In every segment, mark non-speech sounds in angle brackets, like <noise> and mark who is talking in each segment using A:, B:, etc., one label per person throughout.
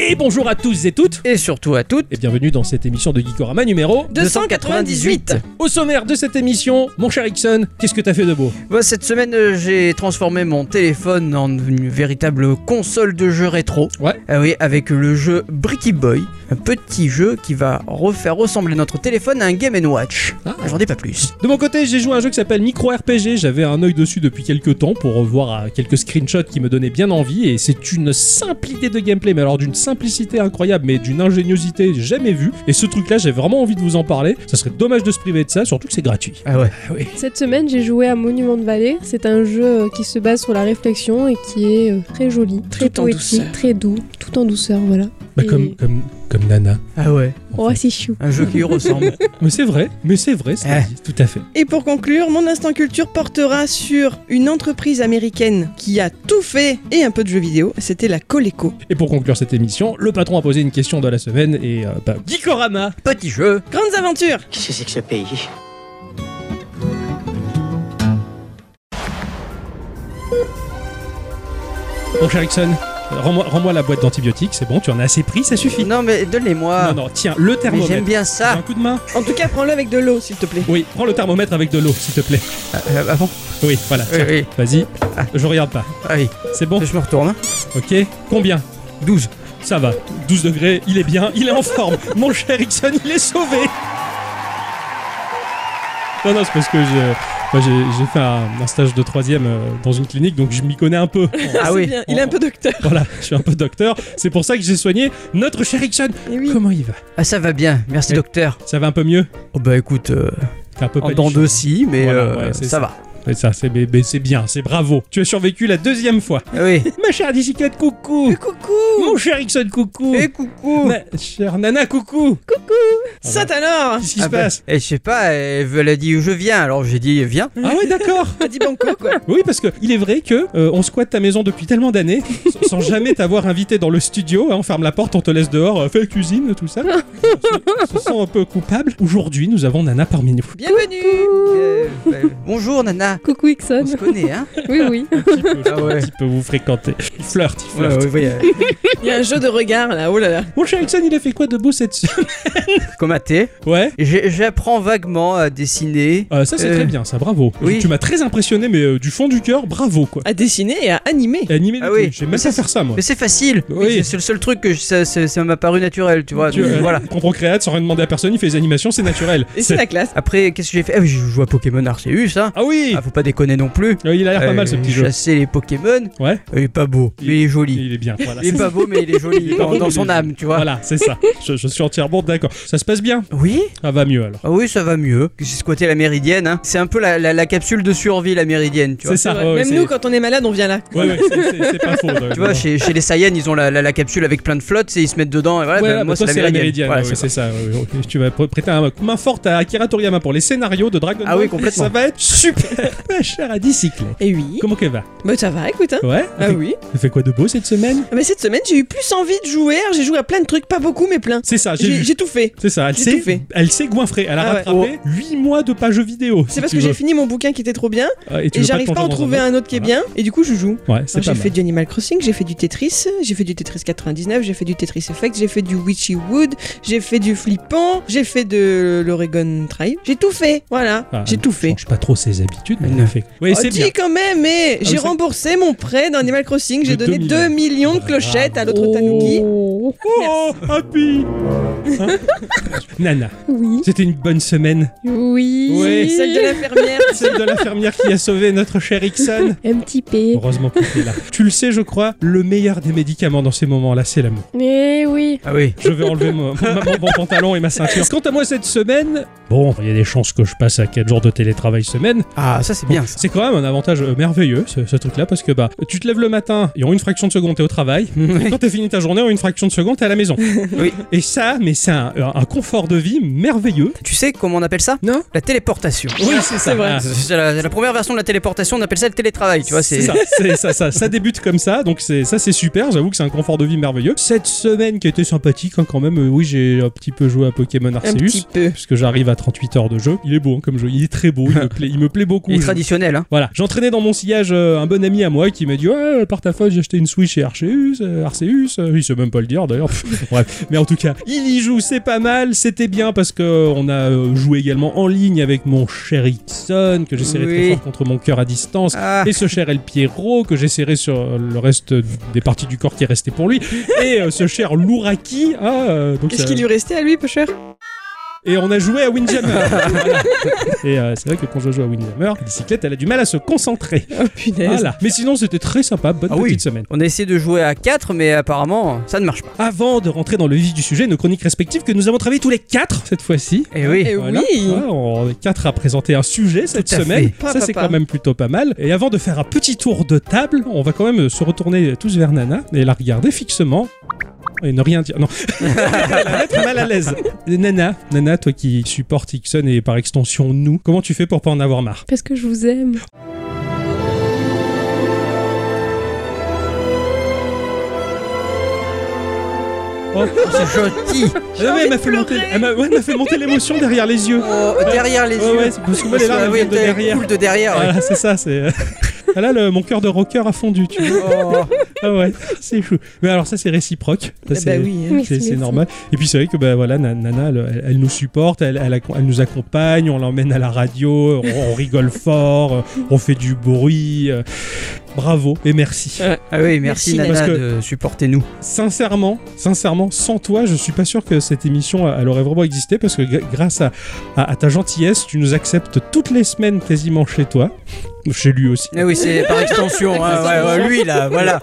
A: Et bonjour à tous et toutes
B: Et surtout à toutes,
A: et bienvenue dans cette émission de Geekorama numéro
B: 298
A: Au sommaire de cette émission, mon cher Ixon, qu'est-ce que t'as fait de beau
B: Bah, Cette semaine, euh, j'ai transformé mon téléphone en une véritable console de jeux rétro.
A: Ouais.
B: Ah oui, avec le jeu Bricky Boy, un petit jeu qui va refaire ressembler notre téléphone à un Game Watch.
A: Ah.
B: J'en dis pas plus.
A: De mon côté, j'ai joué à un jeu qui s'appelle Micro RPG. J'avais un œil dessus depuis quelques temps pour revoir euh, quelques screenshots qui me donnaient bien envie. Et c'est une simple idée de gameplay, mais alors d'une simplicité incroyable, mais d'une ingéniosité jamais vue. Et ce truc-là, j'ai vraiment envie de vous en parler. Ça serait dommage de se priver de ça, surtout que c'est gratuit.
B: Ah ouais.
C: Cette semaine, j'ai joué à Monument de Vallée. C'est un jeu euh, qui se base sur la réflexion et qui est euh, très joli, très
B: Tout en douceur.
C: poétique, très doux, tout en douceur, voilà.
A: Bah,
C: Et-
A: comme, comme, comme Nana.
B: Ah ouais.
C: Oh, c'est chou.
B: Un jeu qui lui <laughs> ressemble.
A: Mais c'est vrai, mais c'est vrai, ça
B: Eh.
A: existe, tout à fait.
D: Et pour conclure, mon instant culture portera sur une entreprise américaine qui a tout fait et un peu de jeux vidéo. C'était la Coleco.
A: Et pour conclure cette émission, le patron a posé une question de la semaine et euh, bah, Geekorama
B: Petit jeu.
D: Grandes aventures
E: Qu'est-ce que c'est que ce pays
A: Mon cher Ixon, euh, rends-moi rends-moi la boîte d'antibiotiques, c'est bon, tu en as assez pris, ça suffit.
B: Non mais donne-les-moi.
A: non, non, tiens, le
B: Ah. Mais
A: thermomètre.
B: j'aime bien ça.
A: Un coup de main
D: En tout cas, prends-le avec de l'eau, s'il te plaît.
A: Oui, prends le thermomètre avec de l'eau, s'il te plaît.
B: Ah, euh, ah bon
A: Oui, voilà,
B: Oui,
A: tiens,
B: oui.
A: vas-y. Je regarde pas.
B: Ah oui.
A: C'est bon
B: Je me retourne.
A: Ok. Combien 12. Ça va, 12 degrés, il est bien, il est en
B: <laughs>
A: forme. Mon cher Ixon, il est sauvé Non, non, c'est parce que je- moi, j'ai j'ai fait un, un stage de troisième euh, dans une clinique, donc je m'y connais un
B: <laughs>
A: peu.
B: Ah
D: C'est
B: oui.
D: bien, Il est un peu docteur.
A: <laughs> Voilà, je suis un peu docteur. C'est pour ça que j'ai soigné notre cher Ixon.
D: Et oui.
A: Comment il va
B: Ah ça va bien. Merci
A: Oui.
B: docteur.
A: Ça va un peu mieux
B: Oh bah écoute, euh,
A: T'es un peu
B: en
A: palichon.
B: dents de scie, mais
A: Voilà,
B: euh,
A: ouais, c'est
B: ça,
A: ça.
B: va.
A: Mais ça, c'est mais- mais c'est bien, c'est bravo. Tu as survécu la deuxième fois.
B: Ah Oui.
A: Ma chère Digicat, coucou
D: Coucou
A: Mon cher Ixon, coucou
B: <laughs> Et coucou.
A: Ma chère Nana, coucou on
D: Ça alors
A: Qu'est-ce qui
B: Ah
A: se
B: bah,
A: passe
B: Et je sais pas, elle a dit je viens, alors j'ai dit viens.
A: Ah ouais, d'accord
D: T'as dit banco, quoi.
A: Oui, parce que il est vrai que euh, on squatte ta maison depuis tellement d'années, sans- sans jamais t'avoir invité dans le studio. hein, on ferme la porte, on te laisse dehors, euh, fais la cuisine, tout
B: <laughs>
A: ça. on se- on se sent un peu coupable. Aujourd'hui, nous avons Nana parmi nous.
D: Bienvenue
B: <laughs> Euh, bah, bonjour Nana.
C: Coucou
B: On <laughs>
C: Ixon.
B: se connaît, hein
C: Oui, oui.
A: Un petit peu, je
B: Ah
A: crois,
B: ouais.
A: un petit peu vous fréquenter. Il flirte, il flirte.
B: Ah Ouais, ouais, ouais,
D: Il y a un jeu de regard, là, oh là là.
A: Mon cher Ixon, il a fait quoi de beau cette semaine <laughs>
B: Comme à thé.
A: Ouais
B: J'ai- J'apprends vaguement à dessiner.
A: Euh, ça c'est
B: Euh,
A: très bien, ça, bravo.
B: oui.
A: Tu m'as très impressionné, mais euh, du fond du cœur, bravo quoi.
D: À dessiner et à animer.
A: Et Animé,
B: Ah
A: des
B: oui.
A: trucs, je sais même
B: Mais ça,
A: pas faire ça moi.
B: Mais c'est facile.
A: Oui.
B: C'est- C'est le seul truc que je- ça, ça- ça m'a paru naturel, tu vois.
A: Tu,
B: donc,
A: euh,
B: voilà.
A: il prend Procreate sans rien demander à personne, il fait les animations, c'est naturel.
D: Et c'est la classe.
B: Après, qu'est-ce que j'ai fait Ah oui, Je joue à Pokémon Arceus, hein.
A: Ah oui
B: Ah, faut pas déconner non plus.
A: Euh, Il a l'air pas
B: Euh,
A: mal ce petit jeu.
B: Chasser les Pokémon.
A: Ouais.
B: Il est pas beau,
A: Il-
B: mais il est joli.
A: Il est bien, voilà.
B: Il est
A: c'est
B: pas
A: ça.
B: beau, mais il est joli
A: Il est pas
B: dans,
A: beau,
B: dans
A: mais il
B: son
A: est
B: âme, tu vois.
A: Voilà, c'est ça. Je, je suis entièrement d'accord. Ça se passe bien
B: Oui
A: Ah, va mieux alors.
B: Ah oui, ça va mieux. J'ai squatté la méridienne, hein. C'est un peu la, la- la capsule de survie, la méridienne, tu vois.
A: C'est ça.
D: Ouais,
A: ouais,
D: Même
A: c'est-
D: nous, quand on est malade, on vient là.
A: Ouais, ouais, c'est- c'est c'est pas faux.
B: <laughs> Tu vois, chez, chez les Saiyans, ils ont la, la- la capsule avec plein de flottes et ils se mettent dedans. Et voilà, bah, moi, c'est la méridienne. Voilà,
A: ouais,
B: c'est
A: c'est ça. ouais, ouais, ouais. Tu vas pr- prêter un coup main forte à Akira Toriyama pour les scénarios de Dragon Ball.
B: Ah oui, complètement.
A: Ça va être super. <laughs> Ma chère à bicyclette.
D: Et Eh oui.
A: Comment qu'elle va
D: Bah ça va, écoute, hein.
A: Ouais
D: Ah oui. Ah,
A: Elle fait quoi de beau cette semaine
D: Mais cette semaine, j'ai eu plus envie de jouer. Alors, J'ai joué à plein de trucs, pas beaucoup, mais plein.
A: C'est ça, Ah, j'ai
D: J'ai
A: vu.
D: j'ai tout fait.
A: C'est ça, elle
D: J'ai
A: s'est,
D: tout fait.
A: elle s'est goinfrée. Elle a
D: Ah ouais.
A: rattrapé 8 mois de pages vidéo.
D: C'est parce que j'ai fini mon bouquin qui était trop bien
A: fait.
D: et j'arrive pas à en trouver un autre qui est bien et du coup je joue.
A: Ouais, c'est
D: Alors,
A: pas
D: J'ai fait
A: mal.
D: du Animal Crossing, j'ai fait du Tetris, j'ai fait du Tetris 99, j'ai fait du Tetris Effect, j'ai fait du Witchy Wood, j'ai fait du Flippant, j'ai fait de l'Oregon Trail. J'ai tout fait, voilà,
A: Ah,
D: j'ai tout fait.
A: Change pas trop ses habitudes, mais
B: Non.
A: elle l'a fait. Oui,
D: Oh,
A: c'est
D: dis
A: bien.
D: quand même, mais
A: oui,
D: j'ai
A: c'est-
D: remboursé mon prêt d'Animal Crossing,
A: De
D: j'ai donné
A: 2
D: 2 millions de
A: Bravo.
D: clochettes à l'autre
A: Oh.
D: Tanuki.
C: Oh,
A: Oh, happy
D: <laughs>
A: Hein Nana,
C: oui.
A: c'était une bonne semaine.
C: Oui.
A: Ouais.
D: Celle de l'infirmière.
A: Celle de l'infirmière qui a sauvé notre cher Ixon.
C: Un petit P.
A: Heureusement que t'es là. <laughs> Tu le sais, je crois, le meilleur des médicaments dans ces moments-là, c'est l'amour.
C: Mais Eh oui.
B: Ah oui.
A: Je vais enlever mon, mon- mon- mon pantalon et ma ceinture. Quant à moi, cette semaine, bon, il y a des chances que je passe à 4 jours de télétravail semaine,
B: Ah, ça, c'est bien, ça.
A: C'est quand même un avantage euh, merveilleux ce, ce truc-là parce que bah tu te lèves le matin et en une fraction de seconde t'es au <laughs> travail. Et quand t'as fini ta journée en une fraction de seconde t'es à la <laughs> maison.
B: Oui.
A: Et ça, mais c'est un, un confort de vie merveilleux.
B: Tu sais comment on appelle ça
A: Non
B: La téléportation.
A: Oui, c'est ça.
D: vrai.
A: Ah,
B: C'est- C'est la, la première version de la téléportation, on appelle ça le télétravail, tu vois.
A: c'est
B: C'est
A: ça, c'est ça, ça, ça débute comme ça, donc c'est ça c'est super, j'avoue que c'est un confort de vie merveilleux. Cette semaine qui a été sympathique hein, quand même, euh, oui j'ai un petit peu joué à Pokémon
D: Un
A: Arceus,
D: petit peu.
A: puisque j'arrive à 38 heures de jeu. Il est beau hein, comme jeu, il est très beau, il
B: <laughs>
A: me plaît, il me plaît beaucoup.
B: Il est
A: Je-
B: traditionnel, hein.
A: Voilà, j'entraînais dans mon sillage euh, un bon ami à moi qui m'a dit Ouais, par ta faute, j'ai acheté une Switch chez Arceus. euh, Arceus, euh, il sait même pas le dire, Star d'ailleurs. <laughs> Pff, Bref, mais en tout cas, il y joue, c'est pas mal, c'était bien parce que on a euh, joué également en ligne avec mon cher Ixon que j'essaierai
B: Oui.
A: très fort contre mon cœur à distance.
B: Ah,
A: Et ce cher El Pierrot que j'essaierai sur le reste des parties du corps qui est resté pour lui. Et euh, ce cher Louraki. hein, euh, donc
D: Qu'est-ce
A: ça-
D: qu'il lui restait à lui, Pocher
A: et on a joué à Windjammer. <laughs> Voilà. Et euh, c'est vrai que quand je joue à Windjammer, la bicyclette, elle a du mal à se concentrer.
D: Oh punaise.
A: Voilà. Mais sinon, c'était très sympa. Bonne
B: Ah oui.
A: petite semaine.
B: on a essayé de jouer à 4, mais apparemment, ça ne marche pas.
A: Avant de rentrer dans le vif du sujet, nos chroniques respectives que nous avons travaillées tous les quatre cette fois-ci.
B: Et oui.
D: Eh
A: Voilà.
D: oui.
A: Ouais, on est quatre à présenter un sujet cette
B: à
A: semaine.
B: fait.
D: Pas,
A: Ça,
D: pas,
A: c'est
D: pas.
A: quand même plutôt pas mal. Et avant de faire un petit tour de table, on va quand même se retourner tous vers Nana et la regarder fixement. Et ne rien dire. Non. <laughs> la mettre mal à l'aise. Nana, Nana, toi qui supportes Ixon et par extension nous, comment tu fais pour pas en avoir marre
C: Parce que je vous aime.
A: Oh,
B: C'est gentil.
A: elle m'a- elle m'a fait
D: pleurer.
A: monter, elle m'a- ouais, elle m'a fait monter l'émotion derrière les yeux.
B: Oh, derrière les
A: Ouais,
B: yeux. Ah
A: ouais, c'est parce que moi, les larmes, elles
B: oui,
A: viennent de
B: t'as les
A: derrière.
B: coules de
A: <laughs>
B: derrière. ouais.
A: Voilà, c'est ça, c'est. Ah Là, le- mon cœur de rocker a fondu, tu vois.
B: Oh.
A: Ah ouais, c'est chou. Mais alors, ça, c'est réciproque. Ça,
D: Eh
A: c'est-
D: Bah oui. hein.
C: Merci,
A: C'est- C'est
C: merci.
A: normal. Et puis c'est vrai que bah, voilà, Nan- Nana, elle, elle- elle nous supporte, elle, elle acco- elle nous accompagne, on l'emmène à la radio, on, on rigole fort, euh, on fait du bruit. euh, Bravo et merci.
D: Ouais.
B: Ah oui, merci,
D: Merci,
B: Nana
A: Parce que-
B: de supporter nous.
A: Sincèrement, sincèrement, sans toi, je suis pas sûr que cette émission euh, elle aurait vraiment existé parce que gr- grâce à, à- à ta gentillesse, tu nous acceptes toutes les semaines quasiment chez toi, chez lui
B: <laughs>
A: aussi.
B: Ah oui, c'est par extension. hein, ouais, ouais, lui là, voilà.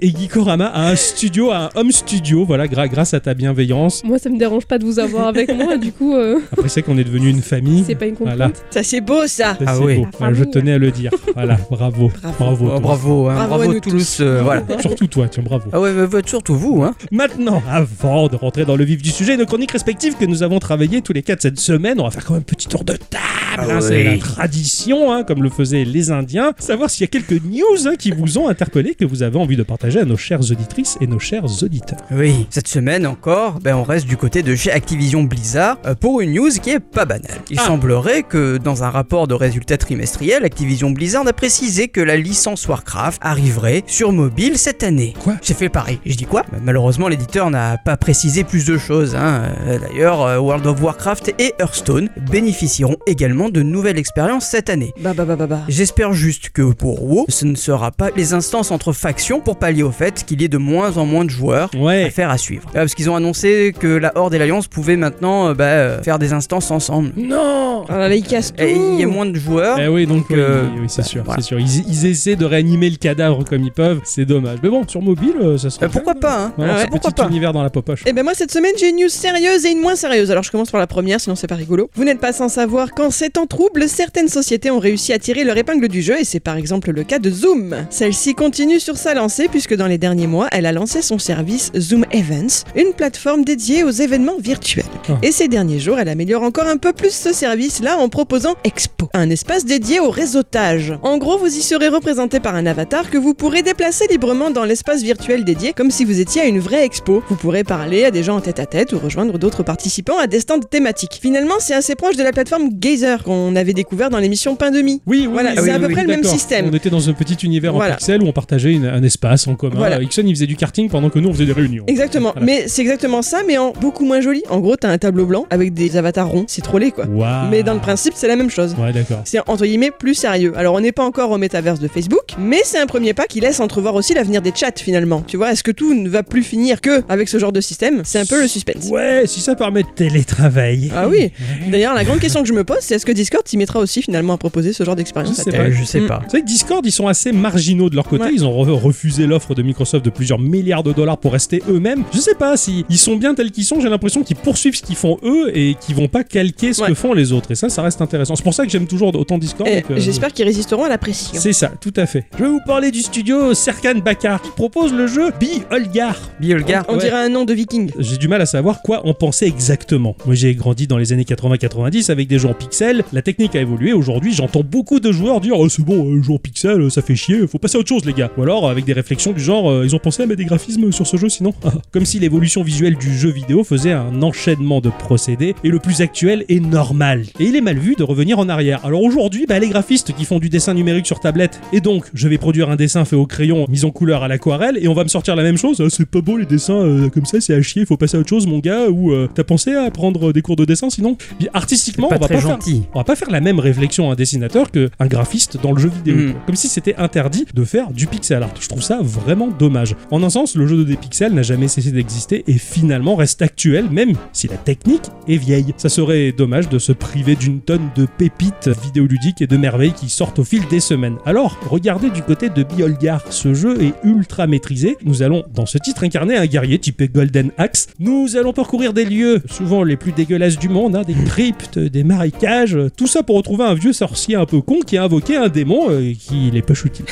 A: Et Gikorama a un studio, a un home studio, voilà, gra- grâce à ta bienveillance.
C: Moi, ça me dérange pas de vous avoir avec moi, du coup, euh,
A: Après c'est qu'on est devenu une famille.
C: c'est pas une contrainte.
A: Voilà.
D: Ça c'est beau ça.
A: Ça,
B: Ah
A: c'est
B: oui.
A: beau.
C: La
A: Voilà, je
C: famille.
A: tenais à le dire.
C: <laughs>
A: Voilà, bravo.
D: Bravo.
A: Bravo.
B: Oh,
A: toi.
B: bravo, hein,
D: Bravo
B: bravo,
D: à nous
B: Toulouse. euh, voilà.
A: <laughs> Surtout toi, tiens, bravo.
B: Ah ouais, mais votre- surtout vous, hein.
A: Maintenant, avant de rentrer dans le vif du sujet, nos chroniques respectives que nous avons travaillées tous les quatre cette semaine, on va faire quand même un petit tour de table.
B: Ah
A: hein, C'est la tradition, hein, comme le faisaient les Indiens. Savoir s'il y a quelques news hein, qui vous ont interpellé, que vous avez envie de partager à nos chères auditrices et nos chers auditeurs.
B: Oui. Cette semaine encore, ben, on reste du côté de chez Activision Blizzard euh, pour une news qui est pas banale. Il
A: Ah.
B: semblerait que dans un rapport de résultats trimestriels, Activision Blizzard a précisé que la licence Warcraft arriverait sur mobile cette année.
A: Quoi
B: J'ai fait pareil. Et Je dis quoi Bah, Malheureusement, l'éditeur n'a pas précisé plus de choses. hein. Euh, D'ailleurs, euh, World of Warcraft et Hearthstone bénéficieront également de nouvelles expériences cette année.
D: Bah bah bah bah bah.
B: J'espère juste que pour WoW, ce ne sera pas les instances entre factions pour pallier au fait qu'il y ait de moins en moins de joueurs.
A: Ouais.
B: Affaire à suivre. Ah, parce qu'ils ont annoncé que la Horde et l'Alliance pouvaient maintenant euh, bah, euh, faire des instances ensemble.
A: Ah, Non
D: Oh là là, il casse tout.
B: Et Eh, il y a moins de joueurs.
A: Eh oui, donc
B: Donc, euh,
A: oui, oui, c'est sûr,
B: voilà.
A: c'est sûr. Ils, ils essaient de réanimer le cadavre comme ils peuvent, c'est dommage. Mais bon, sur mobile, euh, ça serait
B: Euh, pourquoi pas hein
A: Voilà,
B: Ouais,
A: ce
B: Pourquoi
A: petit
B: pas
A: univers dans la popoche.
D: Eh ben moi cette semaine j'ai une news sérieuse et une moins sérieuse. Alors je commence par la première, sinon c'est pas rigolo. Vous n'êtes pas sans savoir qu'en ces temps troubles, certaines sociétés ont réussi à tirer leur épingle du jeu et c'est par exemple le cas de Zoom. Celle-ci continue sur sa lancée puisque dans les derniers mois, elle a lancé son service Zoom Events, une plateforme dédiée aux événements virtuels.
A: Ah.
D: Et ces derniers jours, elle améliore encore un peu plus ce service-là en proposant Expo, un espace dédié au réseautage. En gros, vous y serez représenté par un avatar que vous pourrez déplacer librement dans l'espace virtuel dédié, comme si vous étiez à une vraie expo. Vous pourrez parler à des gens en tête à tête ou rejoindre d'autres participants à des stands thématiques. Finalement, c'est assez proche de la plateforme Gazer qu'on avait découvert dans l'émission Pain Demi.
A: Oui, oui,
D: Voilà,
A: oui,
D: c'est
A: oui,
D: à
A: oui,
D: peu
A: oui,
D: près le même
A: d'accord.
D: système.
A: On était dans un petit univers
D: Voilà.
A: en pixel où on partageait une- un espace en commun.
D: Voilà.
A: Euh, Ixon, il faisait du karting pendant que nous, on faisait des réunions.
D: Exactement,
A: Voilà.
D: mais c'est exactement ça, mais en beaucoup moins joli. En gros, t'as un tableau blanc avec des avatars ronds, c'est trollé quoi.
A: Waouh.
D: Mais dans le principe, c'est la même chose.
A: Ouais, d'accord.
D: C'est entre guillemets plus sérieux. Alors on n'est pas encore au métaverse de Facebook, mais c'est un premier pas qui laisse entrevoir aussi l'avenir des chats finalement. Tu vois, est-ce que tout ne va plus finir que avec ce genre de système C'est un peu le suspense.
A: Ouais, si ça permet de télétravailler.
D: Ah oui D'ailleurs, la grande question que je me pose, c'est est-ce que Discord s'y mettra aussi finalement à proposer ce genre d'expérience
A: Je
D: à
A: sais
D: terme
A: pas.
B: Euh, Je sais
D: Mm.
B: pas.
A: C'est vrai que Discord, ils sont assez marginaux de leur côté.
D: Ouais.
A: Ils ont re- refusé l'offre de Microsoft de plusieurs milliards de dollars pour rester eux-mêmes. Je sais pas si ils sont bien tels qu'ils sont. J'ai l'impression qu'ils poursuivent ce qu'ils font eux et qu'ils vont pas calquer ce
D: Ouais.
A: que font les autres. Et ça, ça reste intéressant. C'est pour ça que j'aime toujours autant Discord.
D: Eh,
A: et que-
D: J'espère qu'ils résisteront à la pression.
A: euh, C'est ça, tout à fait. Je vais vous parler du studio Serkan Bakar qui propose le jeu Be Olgar.
B: Biolgar.
D: On
A: Ouais.
D: dirait un nom de viking.
A: J'ai du mal à savoir quoi en penser exactement. Moi j'ai grandi dans les années 80-90 avec des jeux en pixels, la technique a évolué, aujourd'hui j'entends beaucoup de joueurs leur dire Oh, c'est bon, euh, jeu en pixel, euh, ça fait chier, faut passer à autre chose les gars. Ou alors euh, avec des réflexions du genre euh, ils ont pensé à mettre des graphismes sur ce jeu sinon. <laughs> Comme si l'évolution visuelle du jeu vidéo faisait un enchaînement de procédés et le plus actuel est normal. Et il est mal vu de revenir en arrière. Alors aujourd'hui, bah, les graphistes qui font du dessin numérique sur tablette et donc je vais produire un dessin fait au crayon, mis en couleur à l'aquarelle et on va me sortir la même chose. Ah, c'est pas beau les dessins euh, comme ça, c'est à chier, faut passer à autre chose mon gars ou euh, t'as pensé à prendre des cours de dessin sinon Puis artistiquement,
B: C'est pas
A: on va
B: très
A: pas faire
B: gentil.
A: on va pas faire la même réflexion à un dessinateur qu'un graphiste dans le jeu vidéo.
B: Mm.
A: Comme si c'était interdit de faire du pixel art. Je trouve ça vraiment dommage. En un sens, le jeu 2D pixel n'a jamais cessé d'exister et finalement reste actuel, même si la technique est vieille. Ça serait dommage de se priver d'une tonne de pépites vidéoludiques et de merveilles qui sortent au fil des semaines. Alors, regardez du côté de Biolgar. Ce jeu est ultra maîtrisé. Nous allons, dans ce titre, incarner un guerrier typé Golden Axe. Nous allons parcourir des lieux, souvent les plus dégueulasses du monde, hein, des cryptes, des marécages, euh, tout ça pour retrouver un vieux sorcier un peu con qui a invoqué un démon euh, et qui les pêche utile.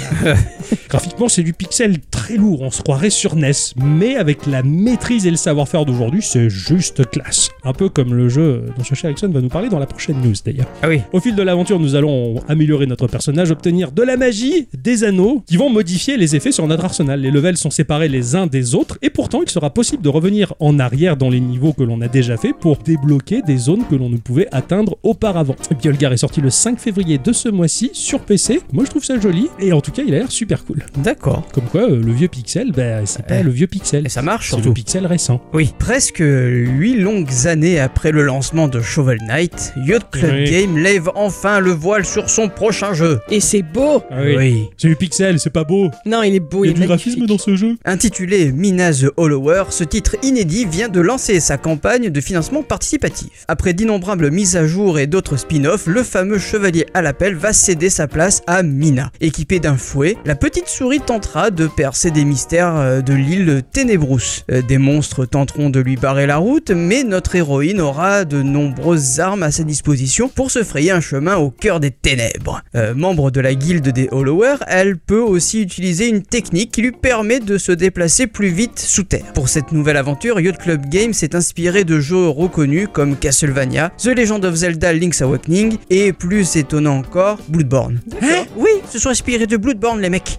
A: Graphiquement, c'est du pixel très lourd, on se croirait sur NES, mais avec la maîtrise et le savoir-faire d'aujourd'hui, c'est juste classe. Un peu comme le jeu dont Sacha Erickson va nous parler dans la prochaine news d'ailleurs.
B: Ah oui.
A: Au fil de l'aventure, nous allons améliorer notre personnage, obtenir de la magie, des anneaux, qui vont modifier les effets sur notre arsenal. Les levels sont séparés les uns des autres, et pourtant il sera possible de revenir en arrière dans les niveaux que l'on a déjà fait pour débloquer des zones que l'on ne pouvait atteindre auparavant. Biolgar est sorti le 5 février de ce mois-ci sur PC. Moi je trouve ça joli, et en tout cas il a l'air super cool.
B: D'accord.
A: Comme quoi, euh, le vieux pixel, bah, c'est pas
B: Eh.
A: le vieux pixel.
B: Et ça marche
A: C'est le
B: surtout.
A: pixel récent.
B: Oui. Presque huit longues années après le lancement de Shovel Knight, Yacht Club
A: Oui.
B: Game lève enfin le voile sur son prochain jeu.
D: Et c'est beau
B: Ah oui.
A: C'est du pixel, c'est pas beau.
D: Non, il est beau,
A: Il y
D: il,
A: a
D: est
A: du graphisme
D: magnifique.
A: dans ce jeu.
B: Intitulé Mina the Hollower, ce titre inédit vient de lancer sa campagne de financement participatif. Après d'innombrables mises à jour et d'autres spin-offs, le fameux chevalier à l'appel va céder sa place à Mina. Équipée d'un fouet, la petite souris tentera de percer des mystères euh, de l'île Ténébrousse. Euh, Des monstres tenteront de lui barrer la route, mais notre héroïne aura de nombreuses armes à sa disposition pour se frayer un chemin au cœur des ténèbres. Euh, membre de la guilde des Hollowers, elle peut aussi utiliser une technique qui lui permet de se déplacer plus vite sous terre. Pour cette nouvelle aventure, Yacht Club Games s'est inspiré de jeux reconnus comme Castlevania, The Legend of Zelda Link's Awakening et plus étonnant encore, Bloodborne. Hein oui, se sont inspirés de Bloodborne les mecs.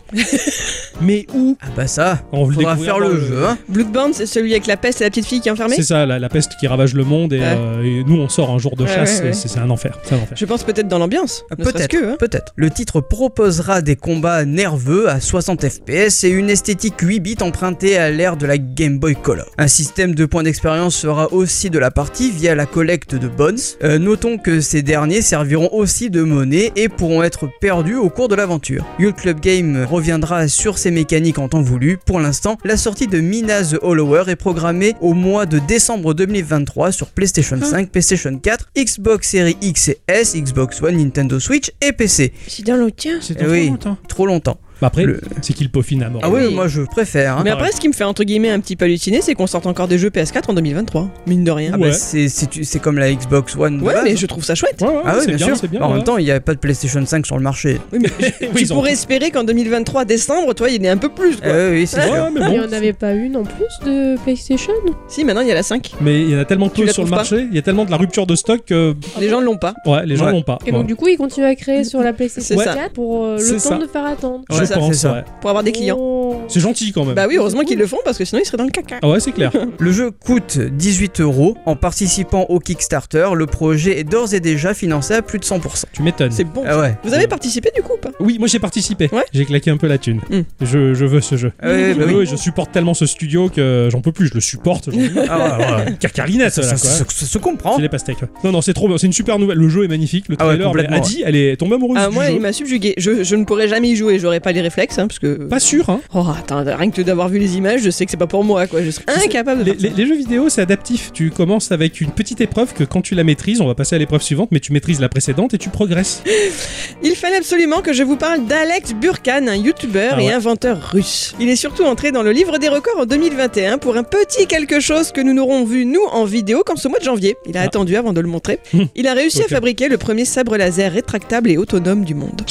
A: Mais où
B: Ah bah ça,
A: On veut le
B: faudra
A: découvrir
B: faire
A: dans
B: le
A: le-
B: jeu hein.
D: Bloodborne, c'est celui avec la peste et la petite fille qui est enfermée
A: C'est ça, la, la peste qui ravage le monde et,
D: Ah Ouais.
A: euh, et nous on sort un jour de
D: Ouais,
A: chasse,
D: ouais, ouais.
A: et c'est c'est un enfer. C'est un enfer.
D: Je pense peut-être dans l'ambiance.
B: Ah,
D: ne serait-ce
B: peut-être.
D: que, hein.
B: Peut-être. Le titre proposera des combats nerveux à 60 fps et une esthétique 8 bits empruntée à l'ère de la Game Boy Color. Un système de points d'expérience sera aussi de la partie via la collecte de bones. Euh, notons que ces derniers serviront aussi de monnaie et pourront être perdus au cours de l'aventure. Yacht Club Game reviendra sur ses mécaniques en temps voulu. Pour l'instant, la sortie de Mina the Hollower est programmée au mois de décembre 2023 sur PlayStation
D: Hein
B: 5, PlayStation 4, Xbox Series X et S, Xbox One, Nintendo Switch et PC.
D: C'est dans le tien.
A: C'est
B: Eh trop oui. Trop longtemps.
A: Bah après,
B: Le-
A: c'est qu'il peaufine à mort.
B: Ah oui,
D: oui.
B: moi je préfère. hein.
D: Mais
A: Ah,
D: après, ce qui me fait entre guillemets un petit peu halluciner, c'est qu'on sorte encore des jeux PS4 en 2023. Mine de rien.
B: Ah bah,
A: ouais.
B: c'est- c'est c'est comme la Xbox One. de
D: ouais,
B: base.
D: mais je trouve ça chouette.
A: Ouais, ouais,
B: Ah oui,
A: c'est
B: bien,
A: bien,
B: sûr.
A: c'est bien.
B: en
A: ouais.
B: même temps, il n'y a pas de PlayStation 5 sur le marché.
A: Oui,
D: tu
A: ils ont-
D: pourrais espérer qu'en 2023, décembre, toi, il y en ait un peu plus. Quoi.
B: Euh, oui, c'est
A: Ouais,
B: sûr.
A: mais
C: Il n'y
A: bon.
C: en avait pas une en plus de PlayStation
D: Si, maintenant, il y a la 5.
A: Mais il y en a tellement peu
D: la
A: sur le
D: trouves pas
A: marché, il y a tellement de la rupture de stock que
D: Les gens ne l'ont pas.
A: ouais, les gens
B: Ouais.
A: l'ont pas. Ouais.
C: Et donc du coup, ils continuent à créer sur la PlayStation
D: C'est ça.
C: 4 pour euh, le
A: C'est
C: temps
A: ça.
C: de faire attendre.
A: Je
D: c'est ça,
A: pense,
B: c'est ça.
A: ouais.
D: Pour avoir des clients.
C: Oh.
A: C'est gentil quand même.
D: Bah oui, heureusement qu'ils le font parce que sinon, ils seraient dans le caca.
A: Ah ouais, c'est clair.
B: Le jeu coûte 18 euros. En participant au Kickstarter, le projet est d'ores et déjà financé à plus de 100%.
A: tu m'étonnes.
D: C'est bon.
B: Ah ouais.
D: Vous avez participé du coup ou pas
A: Oui, moi j'ai participé.
D: Ouais.
A: J'ai claqué un peu la thune.
D: Hmm.
A: Je, je veux ce jeu.
B: Ah ouais, bah
A: Oui,
B: oui.
A: je supporte tellement ce studio que j'en peux plus. Je le supporte. j'en ai marre.
B: <laughs> Ah ouais, ouais.
A: Une Carcarinette
B: Ça,
A: là
B: ça-
A: quoi.
B: ça- ça se comprend.
A: C'est les pastèques. ouais. Non, non, c'est trop bien. C'est une super nouvelle. Le jeu est magnifique. Le
B: Ah ouais,
A: trailer, mais
B: complètement,
A: Adi, elle est tombée amoureuse
D: Ah,
A: du
D: moi,
A: jeu.
D: il m'a subjugué. Je, je ne pourrais jamais y jouer, j'aurais pas les réflexes, hein, parce que.
A: Pas sûr, hein.
D: Oh, attends, rien que d'avoir vu les images, je sais que c'est pas pour moi, quoi. Je serais incapable de.
A: Les,
D: faire Ah, ça.
A: les- les jeux vidéo, c'est adaptif. Tu commences avec une petite épreuve que quand tu la maîtrises, on va passer à l'épreuve suivante, mais tu maîtrises la précédente et tu progresses.
D: Oh, Il fallait absolument que je vous parle d'Alex Burkan, un youtubeur
A: Ah ouais.
D: et inventeur russe. Il est surtout entré dans le livre des records en 2021 pour un petit quelque chose que nous n'aurons vu, nous, en vidéo qu'en ce mois de janvier. Il a
A: Ah. Hum.
D: attendu avant de le montrer. Il a réussi
A: Ok.
D: à fabriquer le premier sabre laser rétractable et autonome du monde.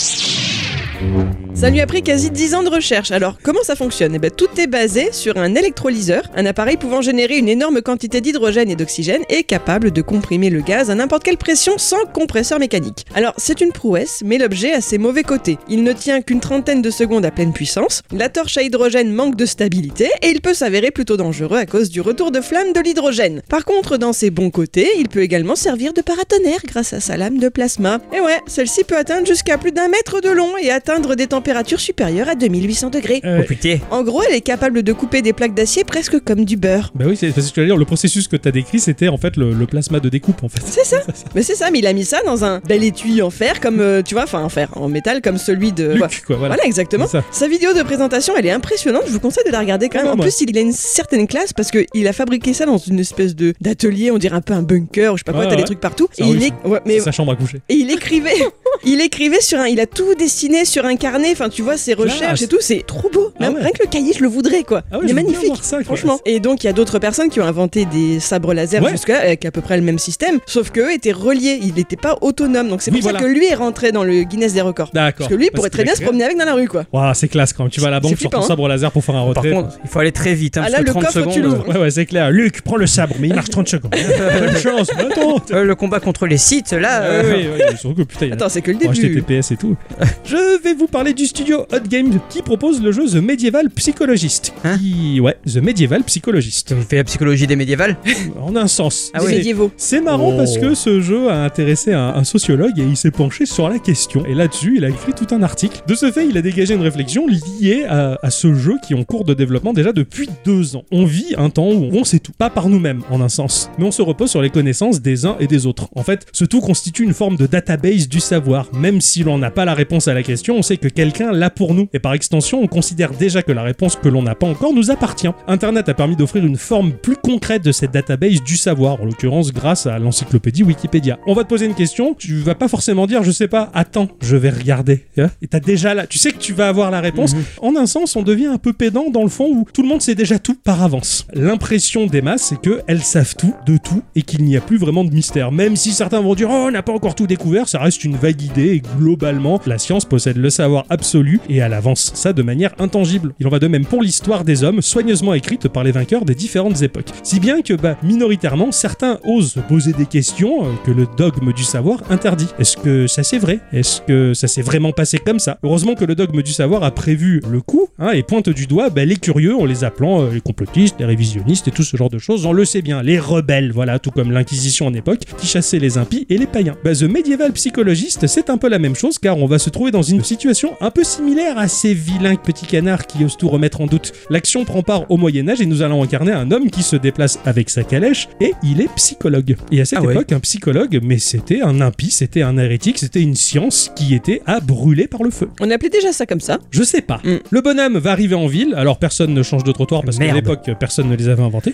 D: Ça lui a pris quasi 10 ans de recherche. Alors, comment ça fonctionne Eh ben, tout est basé sur un électrolyseur, un appareil pouvant générer une énorme quantité d'hydrogène et d'oxygène et capable de comprimer le gaz à n'importe quelle pression sans compresseur mécanique. Alors, c'est une prouesse, mais l'objet a ses mauvais côtés. Il ne tient qu'une trentaine de secondes à pleine puissance, la torche à hydrogène manque de stabilité et il peut s'avérer plutôt dangereux à cause du retour de flamme de l'hydrogène. Par contre, dans ses bons côtés, il peut également servir de paratonnerre grâce à sa lame de plasma. Et ouais, celle-ci peut atteindre jusqu'à plus d'un mètre de long et atteindre des températures supérieures à 2800 degrés.
A: Euh,
B: Oh putain.
D: En gros, elle est capable de couper des plaques d'acier presque comme du beurre.
A: Bah oui, c'est parce que j'allais dire, le processus que t'as décrit, c'était en fait le, le plasma de découpe en fait.
D: C'est ça. Mais c'est ça, mais il a mis ça dans un bel étui en fer, comme euh, tu vois, enfin en fer, en métal, comme celui de.
A: Luc,
D: Euh, Voilà,
A: quoi, voilà.
D: Voilà, exactement.
A: C'est ça.
D: Sa vidéo de présentation, elle est impressionnante. Je vous conseille de la regarder quand
A: Ah
D: même.
A: non,
D: en
A: moi-
D: plus, il a une certaine classe parce que il a fabriqué ça dans une espèce de d'atelier, on dirait un peu un bunker, ou je sais pas quoi.
A: Ouais,
D: T'as
A: ouais.
D: des trucs partout.
A: Ça,
D: et
A: oui,
D: il est, ouais, mais
A: C'est sa chambre à coucher.
D: et il écrivait, <laughs> il écrivait sur un, il a tout dessiné sur un carnet. Enfin, tu vois ses recherches et tout, c'est trop beau.
A: Ah
D: Même
A: ouais.
D: rien que le cahier, je le voudrais quoi.
A: Ah ouais,
D: il
A: je
D: est
A: veux bien
D: magnifique.
A: voir ça, quoi.
D: Franchement. Et donc, il y a d'autres personnes qui ont inventé des sabres laser
A: Ouais.
D: jusque-là avec à peu près le même système, sauf qu'eux étaient reliés. Il n'était pas autonome. Donc, c'est pour
A: Oui,
D: ça
A: voilà.
D: que lui est rentré dans le Guinness des records.
A: D'accord.
D: Parce que lui il pourrait
A: qu'il
D: très bien
A: a
D: se
A: créé-
D: promener avec dans la rue, quoi.
A: Ouah, c'est classe quand même. Tu vas à la
D: C'est
A: banque, sur
D: flippant,
A: ton
D: hein.
A: sabre laser pour faire un
B: Par
A: retrait.
B: contre, il faut aller très vite, hein,
D: Ah
B: parce
D: là,
B: que
D: le
B: 30
D: coffre, tu
B: secondes.
D: l'ouvres.
A: Ouais, ouais, c'est clair. Luc, prends le sabre, mais il marche 30
D: <laughs>
A: secondes. Bonne chance, mais attends.
B: <laughs> euh, le combat contre les sites, là.
A: Ah
B: euh,
A: oui, oui, surtout que putain, il y en a
D: Attends, c'est que le
A: Pour acheter
D: début.
A: TPS et tout. Je vais vous parler du studio Hot Games qui propose le jeu The Medieval Psychologist.
B: Hein
A: Qui- Ouais, The Medieval Psychologist.
B: Il fait la psychologie des médiévales.
A: En un sens.
B: Ah
D: Des
B: oui.
A: C'est-
D: médiévaux.
A: C'est marrant
B: Oh.
A: parce que ce jeu a intéressé un, un sociologue et il s'est penché sur la question. Et là-dessus, il a écrit tout un article. De ce fait, il a dégagé une réflexion liée à, à ce jeu qui est en cours de développement déjà depuis deux ans. On vit un temps où on sait tout, pas par nous-mêmes en un sens, mais on se repose sur les connaissances des uns et des autres. En fait, ce tout constitue une forme de database du savoir. Même si l'on n'a pas la réponse à la question, on sait que quelqu'un l'a pour nous. Et par extension, on considère déjà que la réponse que l'on n'a pas encore nous appartient. Internet a permis d'offrir une forme plus concrète de cette database du savoir, en l'occurrence grâce à l'encyclopédie Wikipédia. On va te poser une question, tu vas pas forcément dire, je sais pas, attends, je vais regarder. Tu vois Et t'as déjà là, tu sais que tu vas avoir la réponse.
B: Mhm.
A: En un sens, on devient un peu pédant dans le fond où tout le monde sait déjà tout par avance. L'impression des masses, c'est qu'elles savent tout de tout et qu'il n'y a plus vraiment de mystère. Même si certains vont dire, oh, on n'a pas encore tout découvert, ça reste une vague idée et globalement, la science possède le savoir absolu et elle avance ça de manière intangible. Il en va de même pour l'histoire des hommes, soigneusement écrite par les vainqueurs des différentes époques. Si bien que, bah, minoritairement, certains osent se poser des questions euh, que le dogme du savoir interdit. Est-ce que ça c'est vrai Est-ce que ça s'est vraiment passé comme ça Heureusement que le dogme du savoir a prévu le coup hein, et pointe du doigt bah, les curieux en les appelant euh, les complotistes, les révisionnistes et tout ce genre de choses. On le sait bien, les rebelles, voilà, tout comme l'Inquisition en époque qui chassait les impies et les païens. Bah, the Medieval Psychologist, c'est un peu la même chose car on va se trouver dans une situation un peu similaire à ces vilains petits canards qui osent tout remettre en doute. L'action prend part au Moyen-Âge et nous allons incarner un homme qui se déplace avec sa calèche et il est psychologue. Et à cette
B: Ah ouais.
A: époque, un psychologue, mais c'était un impie, c'était un hérétique, c'était une science qui était à brûler par le feu.
D: On appelait déjà ça comme ça.
A: Je sais pas.
D: Mm.
A: Le bonhomme va arriver en ville, alors personne ne change de trottoir parce qu'à
B: Merde.
A: l'époque personne ne les avait inventés.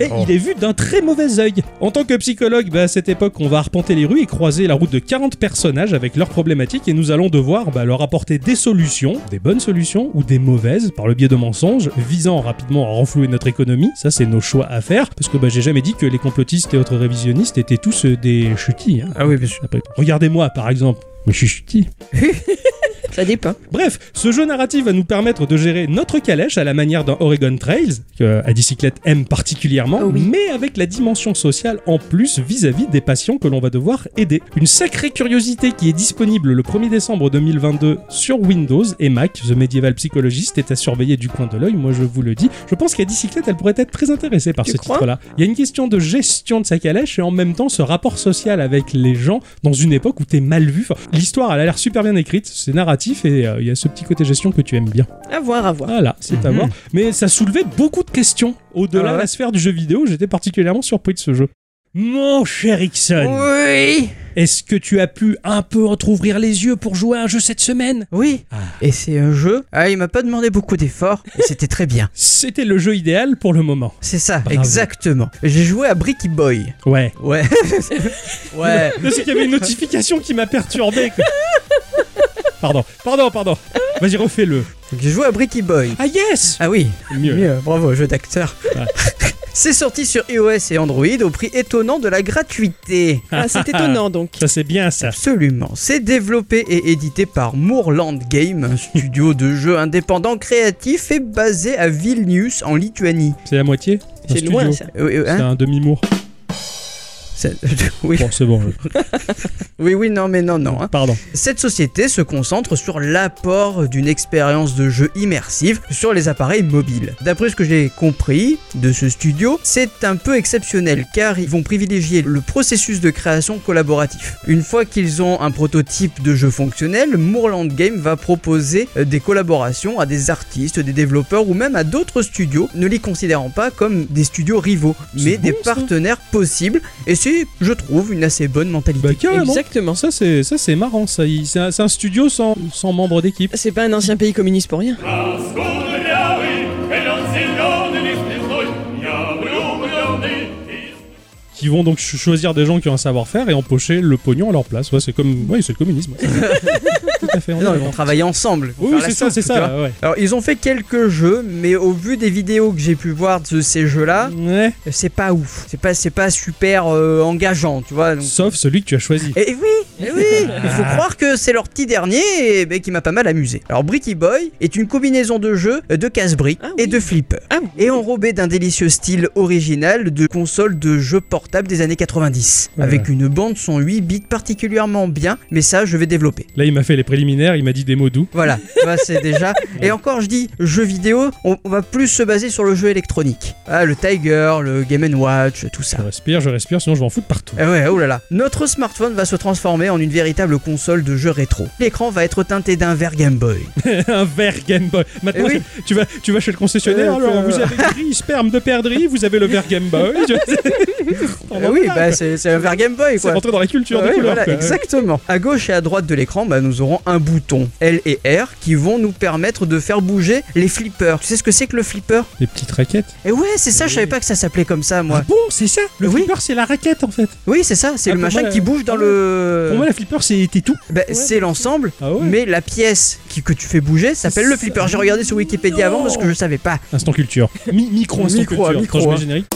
A: et
B: Oh.
A: il est vu d'un très mauvais œil. En tant que psychologue, bah, à cette époque, on va arpenter les rues et croiser la route de 40 personnages avec leurs problématiques et nous allons devoir bah, leur apporter des solutions, des bonnes solutions ou des mauvaises par le biais de mensonges visant rapidement à renflouer notre économie. Ça, c'est nos choix à faire parce que bah, j'ai jamais dit que les complotistes et autres révisionnistes étaient tous euh, des chutis. hein.
B: Ah oui, bien sûr.
A: Après, Regardez-moi par exemple. Mais je suis chutis.
D: Ça dépend.
A: Bref, ce jeu narratif va nous permettre de gérer notre calèche à la manière d'un Oregon Trails, que Adicyclette aime particulièrement,
D: Oh oui.
A: mais avec la dimension sociale en plus vis-à-vis des patients que l'on va devoir aider. Une sacrée curiosité qui est disponible le 1er décembre 2022 sur Windows et Mac. The Medieval Psychologist est à surveiller du coin de l'œil, moi je vous le dis. Je pense qu'Adicyclette, elle pourrait être très intéressée par
D: Tu
A: ce
D: crois
A: titre-là. Il y a une question de gestion de sa calèche et en même temps ce rapport social avec les gens dans une époque où t'es mal vu. Enfin, L'histoire, elle a l'air super bien écrite, c'est narratif et euh, il y a ce petit côté gestion que tu aimes bien.
D: À voir, à voir.
A: Voilà, c'est à
B: Mhm.
A: voir. Mais ça soulevait beaucoup de questions. Au-delà
B: Ah ouais.
A: de la sphère du jeu vidéo, j'étais particulièrement surpris de ce jeu. Mon cher Ixon,
B: Oui
A: est-ce que tu as pu un peu entr'ouvrir les yeux pour jouer à un jeu cette semaine
B: Oui
A: Ah.
B: Et c'est un jeu. Ah, il m'a pas demandé beaucoup d'efforts, et c'était très bien.
A: C'était le jeu idéal pour le moment.
B: C'est ça,
A: Bravo.
B: exactement. J'ai joué à Bricky Boy.
A: Ouais.
B: <laughs> Ouais. ouais.
A: Parce qu'il y avait une notification qui m'a perturbé. quoi. Pardon, pardon, pardon. Vas-y, refais-le.
B: J'ai joué à Bricky Boy.
A: Ah yes
B: Ah oui,
A: Mieux.
B: Mieux, bravo, jeu d'acteur. <laughs> C'est sorti sur iOS et Android au prix étonnant de la gratuité.
D: Ah,
A: <laughs>
D: c'est étonnant donc.
A: Ça c'est bien ça.
B: Absolument. C'est développé et édité par Moorland Game, un studio de jeux indépendant créatif et basé à Vilnius en Lituanie.
A: C'est la moitié Un
D: C'est
A: studio.
D: loin ça.
B: Euh, euh,
A: C'est
B: hein
A: un demi-mour.
B: C'est- <laughs> oui.
A: Bon, c'est bon. je-
B: oui, oui, non, mais non, non. hein. <laughs>
A: Pardon.
B: Cette société se concentre sur l'apport d'une expérience de jeu immersive sur les appareils mobiles. D'après ce que j'ai compris de ce studio, c'est un peu exceptionnel car ils vont privilégier le processus de création collaboratif. Une fois qu'ils ont un prototype de jeu fonctionnel, Moorland Game va proposer euh, des collaborations à des artistes, des développeurs ou même à d'autres studios, ne les considérant pas comme des studios rivaux,
A: C'est
B: mais des
A: bon, ça.
B: partenaires possibles. Et c'est, je trouve, une assez bonne mentalité.
A: Bah carrément.
D: Exactement.
A: Ça c'est ça c'est marrant ça. Il- C'est un, c'est un studio sans sans membre d'équipe.
D: C'est pas un ancien pays communiste pour rien.
E: Нас кудрявый, клен зеленый, лист лесной, я влюбленный. И
A: Qui vont donc ch- choisir des gens qui ont un savoir-faire et empocher le pognon à leur place. Ouais, c'est comme ouais, c'est le communisme.
B: <laughs>
A: ouais. Tout à fait. on est
B: Non, ils
A: Ah d'accord.
B: vont travailler ensemble.
A: Oui,
B: Faire
A: oui,
B: la
A: c'est ça,
B: soupe,
A: c'est
B: tu vois.
A: ça. Ouais.
B: Alors, ils ont fait quelques jeux, mais au vu des vidéos que j'ai pu voir de ces jeux-là,
A: Ouais.
B: c'est pas ouf. C'est pas, c'est pas super euh, engageant, tu vois. donc- euh,
A: Sauf celui que tu as
B: <laughs>
A: choisi.
B: Et oui, eh oui, il faut croire que c'est leur petit dernier et, mais qui m'a pas mal amusé. Alors Bricky Boy est une combinaison de jeux de casse-briques
D: Ah
B: et
D: oui.
B: de flipper.
D: Ah oui.
B: Et enrobé d'un délicieux style original de console de jeux portables des années 90.
A: Ouais.
B: Avec une bande son 8 bits particulièrement bien, mais ça je vais développer.
A: Là, il m'a fait les préliminaires, il m'a dit des mots doux.
B: Voilà, tu vois, c'est déjà. Et encore, je dis jeu vidéo, on, on va plus se baser sur le jeu électronique. Ah, le Tiger, le Game Watch, tout ça.
A: Je respire, je respire, sinon je vais en foutre partout.
B: Eh ouais, oh là là. Notre smartphone va se transformer en une véritable console de jeux rétro. L'écran va être teinté d'un vert Game Boy.
A: <laughs> un verre Game Boy. Maintenant,
B: Eh oui.
A: tu, vas, tu vas chez le concessionnaire,
B: Euh,
A: alors
B: euh,
A: vous avez gris, sperme de perdrix, vous avez le verre Game Boy.
B: <laughs>
A: Tu vois, c'est-
B: Eh
A: On en
B: oui,
A: est là,
B: bah
A: quoi.
B: c'est c'est un vert Game Boy
A: c'est
B: quoi.
A: rentré dans la culture
B: Ah
A: des
B: oui,
A: couleurs.
B: voilà,
A: quoi.
B: exactement. À gauche et à droite de l'écran, bah, nous aurons un bouton L et R qui vont nous permettre de faire bouger les flippers. Tu sais ce que c'est que le flipper
A: Les petites raquettes.
B: Et ouais, c'est ça. Je savais pas que ça s'appelait comme ça, moi.
A: Ah bon, c'est ça Le
B: Oui.
A: flipper, c'est la raquette en fait.
B: Oui, c'est ça. C'est
A: Ah,
B: le
A: pour
B: machin
A: moi,
B: qui
A: euh,
B: bouge dans
A: pour
B: le.
A: Pour moi, la flipper, c'était tout.
B: Bah, c'est l'ensemble,
A: Ah ouais
B: mais la pièce qui, que tu fais bouger s'appelle le flipper. J'ai regardé sur Wikipédia avant parce que je savais pas.
A: Instant culture. Mi- micro, instant
B: Micro,
A: culture.
B: hein, micro,
A: Quand je mets
B: hein.
A: générique.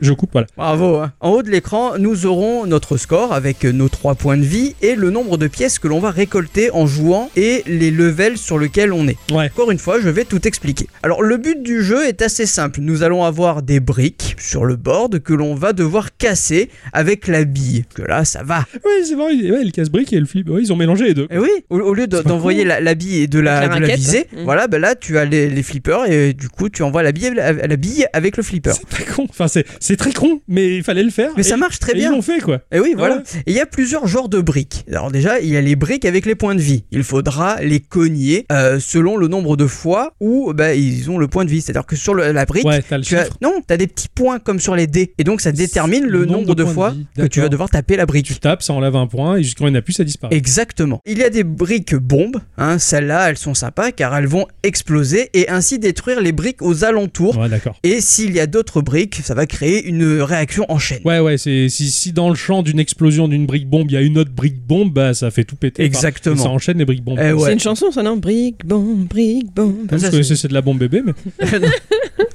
A: Je coupe, voilà.
B: Bravo. hein. En haut de l'écran, nous aurons notre score avec euh, nos 3 points de vie et le nombre de pièces que l'on va récolter en jouant et les levels sur lesquels on est.
A: Ouais.
B: Encore une fois, je vais tout expliquer. Alors, le but du jeu est assez simple. Nous allons avoir des briques sur le board que l'on va devoir casser avec la bille. Que là, ça va.
A: Ouais, c'est vrai, ouais, le casse-brique et le flip, ouais, ils ont mélangé les deux.
B: Eh oui, au, au lieu de-
A: C'est pas
B: d'envoyer
A: con.
B: la, la bille et de la,
D: Avec la
B: de la
D: raquette.
B: visée,
A: Mmh.
D: Mm.
B: voilà, ben là tu as les, les flippers et du coup tu envoies la bille, la, la bille avec le flipper.
A: C'est pas con. Enfin, c'est c'est très con, mais il fallait le faire.
B: Mais
A: Et-
B: ça marche très
A: et Ils
B: bien.
A: l'ont fait quoi.
B: Et oui,
A: Ah
B: voilà.
A: ouais.
B: Et il y a plusieurs genres de briques. Alors déjà, il y a les briques avec les points de vie. Il faudra les cogner euh, selon le nombre de fois où ben, ils ont le point de vie. C'est-à-dire que sur le- la brique,
A: Ouais, t'as le
B: tu as
A: chiffre.
B: non, t'as des petits points comme sur les dés, et donc ça détermine le nombre de,
A: points
B: fois
A: vie.
B: que tu vas
A: D'accord.
B: devoir taper la brique.
A: Tu tapes, ça enlève un point, et jusqu'à quand il n'y en a plus, ça disparaît.
B: Exactement. Il y a des briques bombes, hein, celles-là elles sont sympas car elles vont exploser et ainsi détruire les briques aux alentours.
A: Ouais, d'accord.
B: Et s'il y a d'autres briques, ça va créer une réaction en chaîne.
A: Ouais, ouais, c'est si, si dans le champ d'une explosion d'une brique bombe, il y a une autre brique bombe, bah ça fait tout péter.
B: Exactement.
A: Enfin, ça enchaîne les briques bombes.
B: Eh ouais.
D: C'est une chanson ça non Brick bomb, brick bomb.
A: Parce
B: Ça,
A: que
B: c'est-
A: c'est c'est de la bombe bébé, mais
B: <laughs>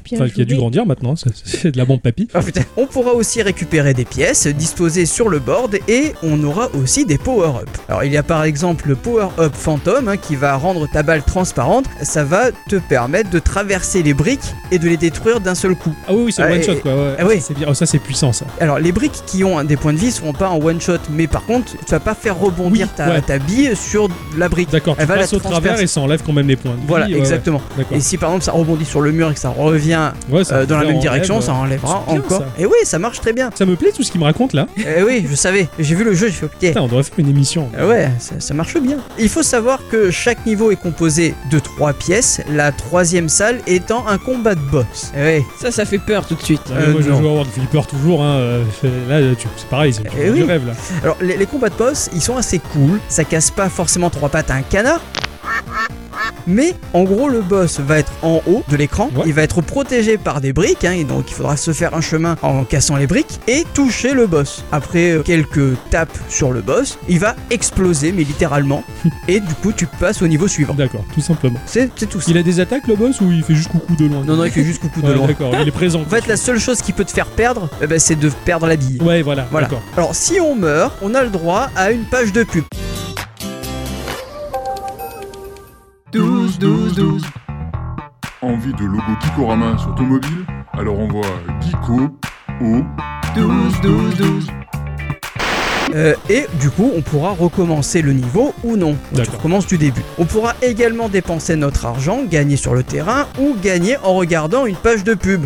C: Bien
A: enfin, qui a dû
C: joué.
A: grandir maintenant, c'est- c'est de la bombe papy.
B: Ah, putain. On pourra aussi récupérer des pièces disposées sur le board et on aura aussi des power-up. Alors il y a par exemple le power-up fantôme hein, qui va rendre ta balle transparente. Ça va te permettre de traverser les briques et de les détruire d'un seul coup.
A: Ah oui, oui, c'est le
B: Ah,
A: one
B: et-
A: shot quoi. Ouais.
B: ah oui.
A: C'est bien. Oh, ça c'est puissant ça.
B: Alors les briques qui ont des points de vie seront pas en one shot, mais par contre tu vas pas faire rebondir
A: Oui,
B: ta,
A: ouais.
B: ta bille sur la brique.
A: D'accord, tu
B: Elle va la
A: passes au travers
B: transpercer.
A: et ça enlève quand même les points. de vie,
B: Voilà,
A: ouais, ouais.
B: exactement.
A: D'accord.
B: Et si par exemple ça rebondit sur le mur et que ça revient
A: Ouais, ça
B: euh, dans la même
A: enlève,
B: direction,
A: euh,
B: ça enlèvera
A: c'est bien,
B: encore.
A: ça.
B: Et oui, ça marche
A: <laughs>
B: très bien.
A: Ça me plaît tout ce qu'il me raconte là.
B: Et oui, je savais. J'ai vu le jeu, j'ai fait ok.
A: Putain, on devrait faire une émission.
B: Eh Ouais, ça, ça marche bien. Il faut savoir que chaque niveau est composé de trois pièces, la troisième salle étant un combat de boss. Eh ouais.
D: Ça ça fait peur tout de suite.
A: Ouais,
B: Euh,
A: moi je
B: non.
A: joue à World Flipper toujours, hein. euh, là tu- c'est pareil, c'est
B: Eh
A: du
B: oui.
A: rêve là.
B: Alors les, les combats de boss, ils sont assez cool. Ça casse pas forcément trois pattes à un canard. Mais en gros, le boss va être en haut de l'écran.
A: Ouais.
B: Il va être protégé par des briques. hein, et donc, il faudra se faire un chemin en cassant les briques et toucher le boss. Après euh, quelques tapes sur le boss, il va exploser,
A: <laughs>
B: mais littéralement. et du coup, tu passes au niveau suivant.
A: D'accord, tout simplement.
B: C'est c'est tout ça.
A: Il a des attaques le boss ou il fait juste coucou de loin
B: Non, non, il fait juste coucou de
A: Ouais,
B: loin.
A: D'accord, il est présent.
B: En fait, la seule chose qui peut te faire perdre, eh ben, c'est de perdre la bille.
A: Ouais, voilà.
B: Voilà.
A: D'accord.
B: Alors, si on meurt, on a le droit à une page de pub.
F: 12, 12, 12. Envie de logo Gikorama sur ton mobile Alors envoie Geeko au 12, 12, 12.
B: Euh, et du coup, on pourra recommencer le niveau ou non. On
A: D'accord.
B: recommence du début. On pourra également dépenser notre argent, gagner sur le terrain ou gagner en regardant une page de pub.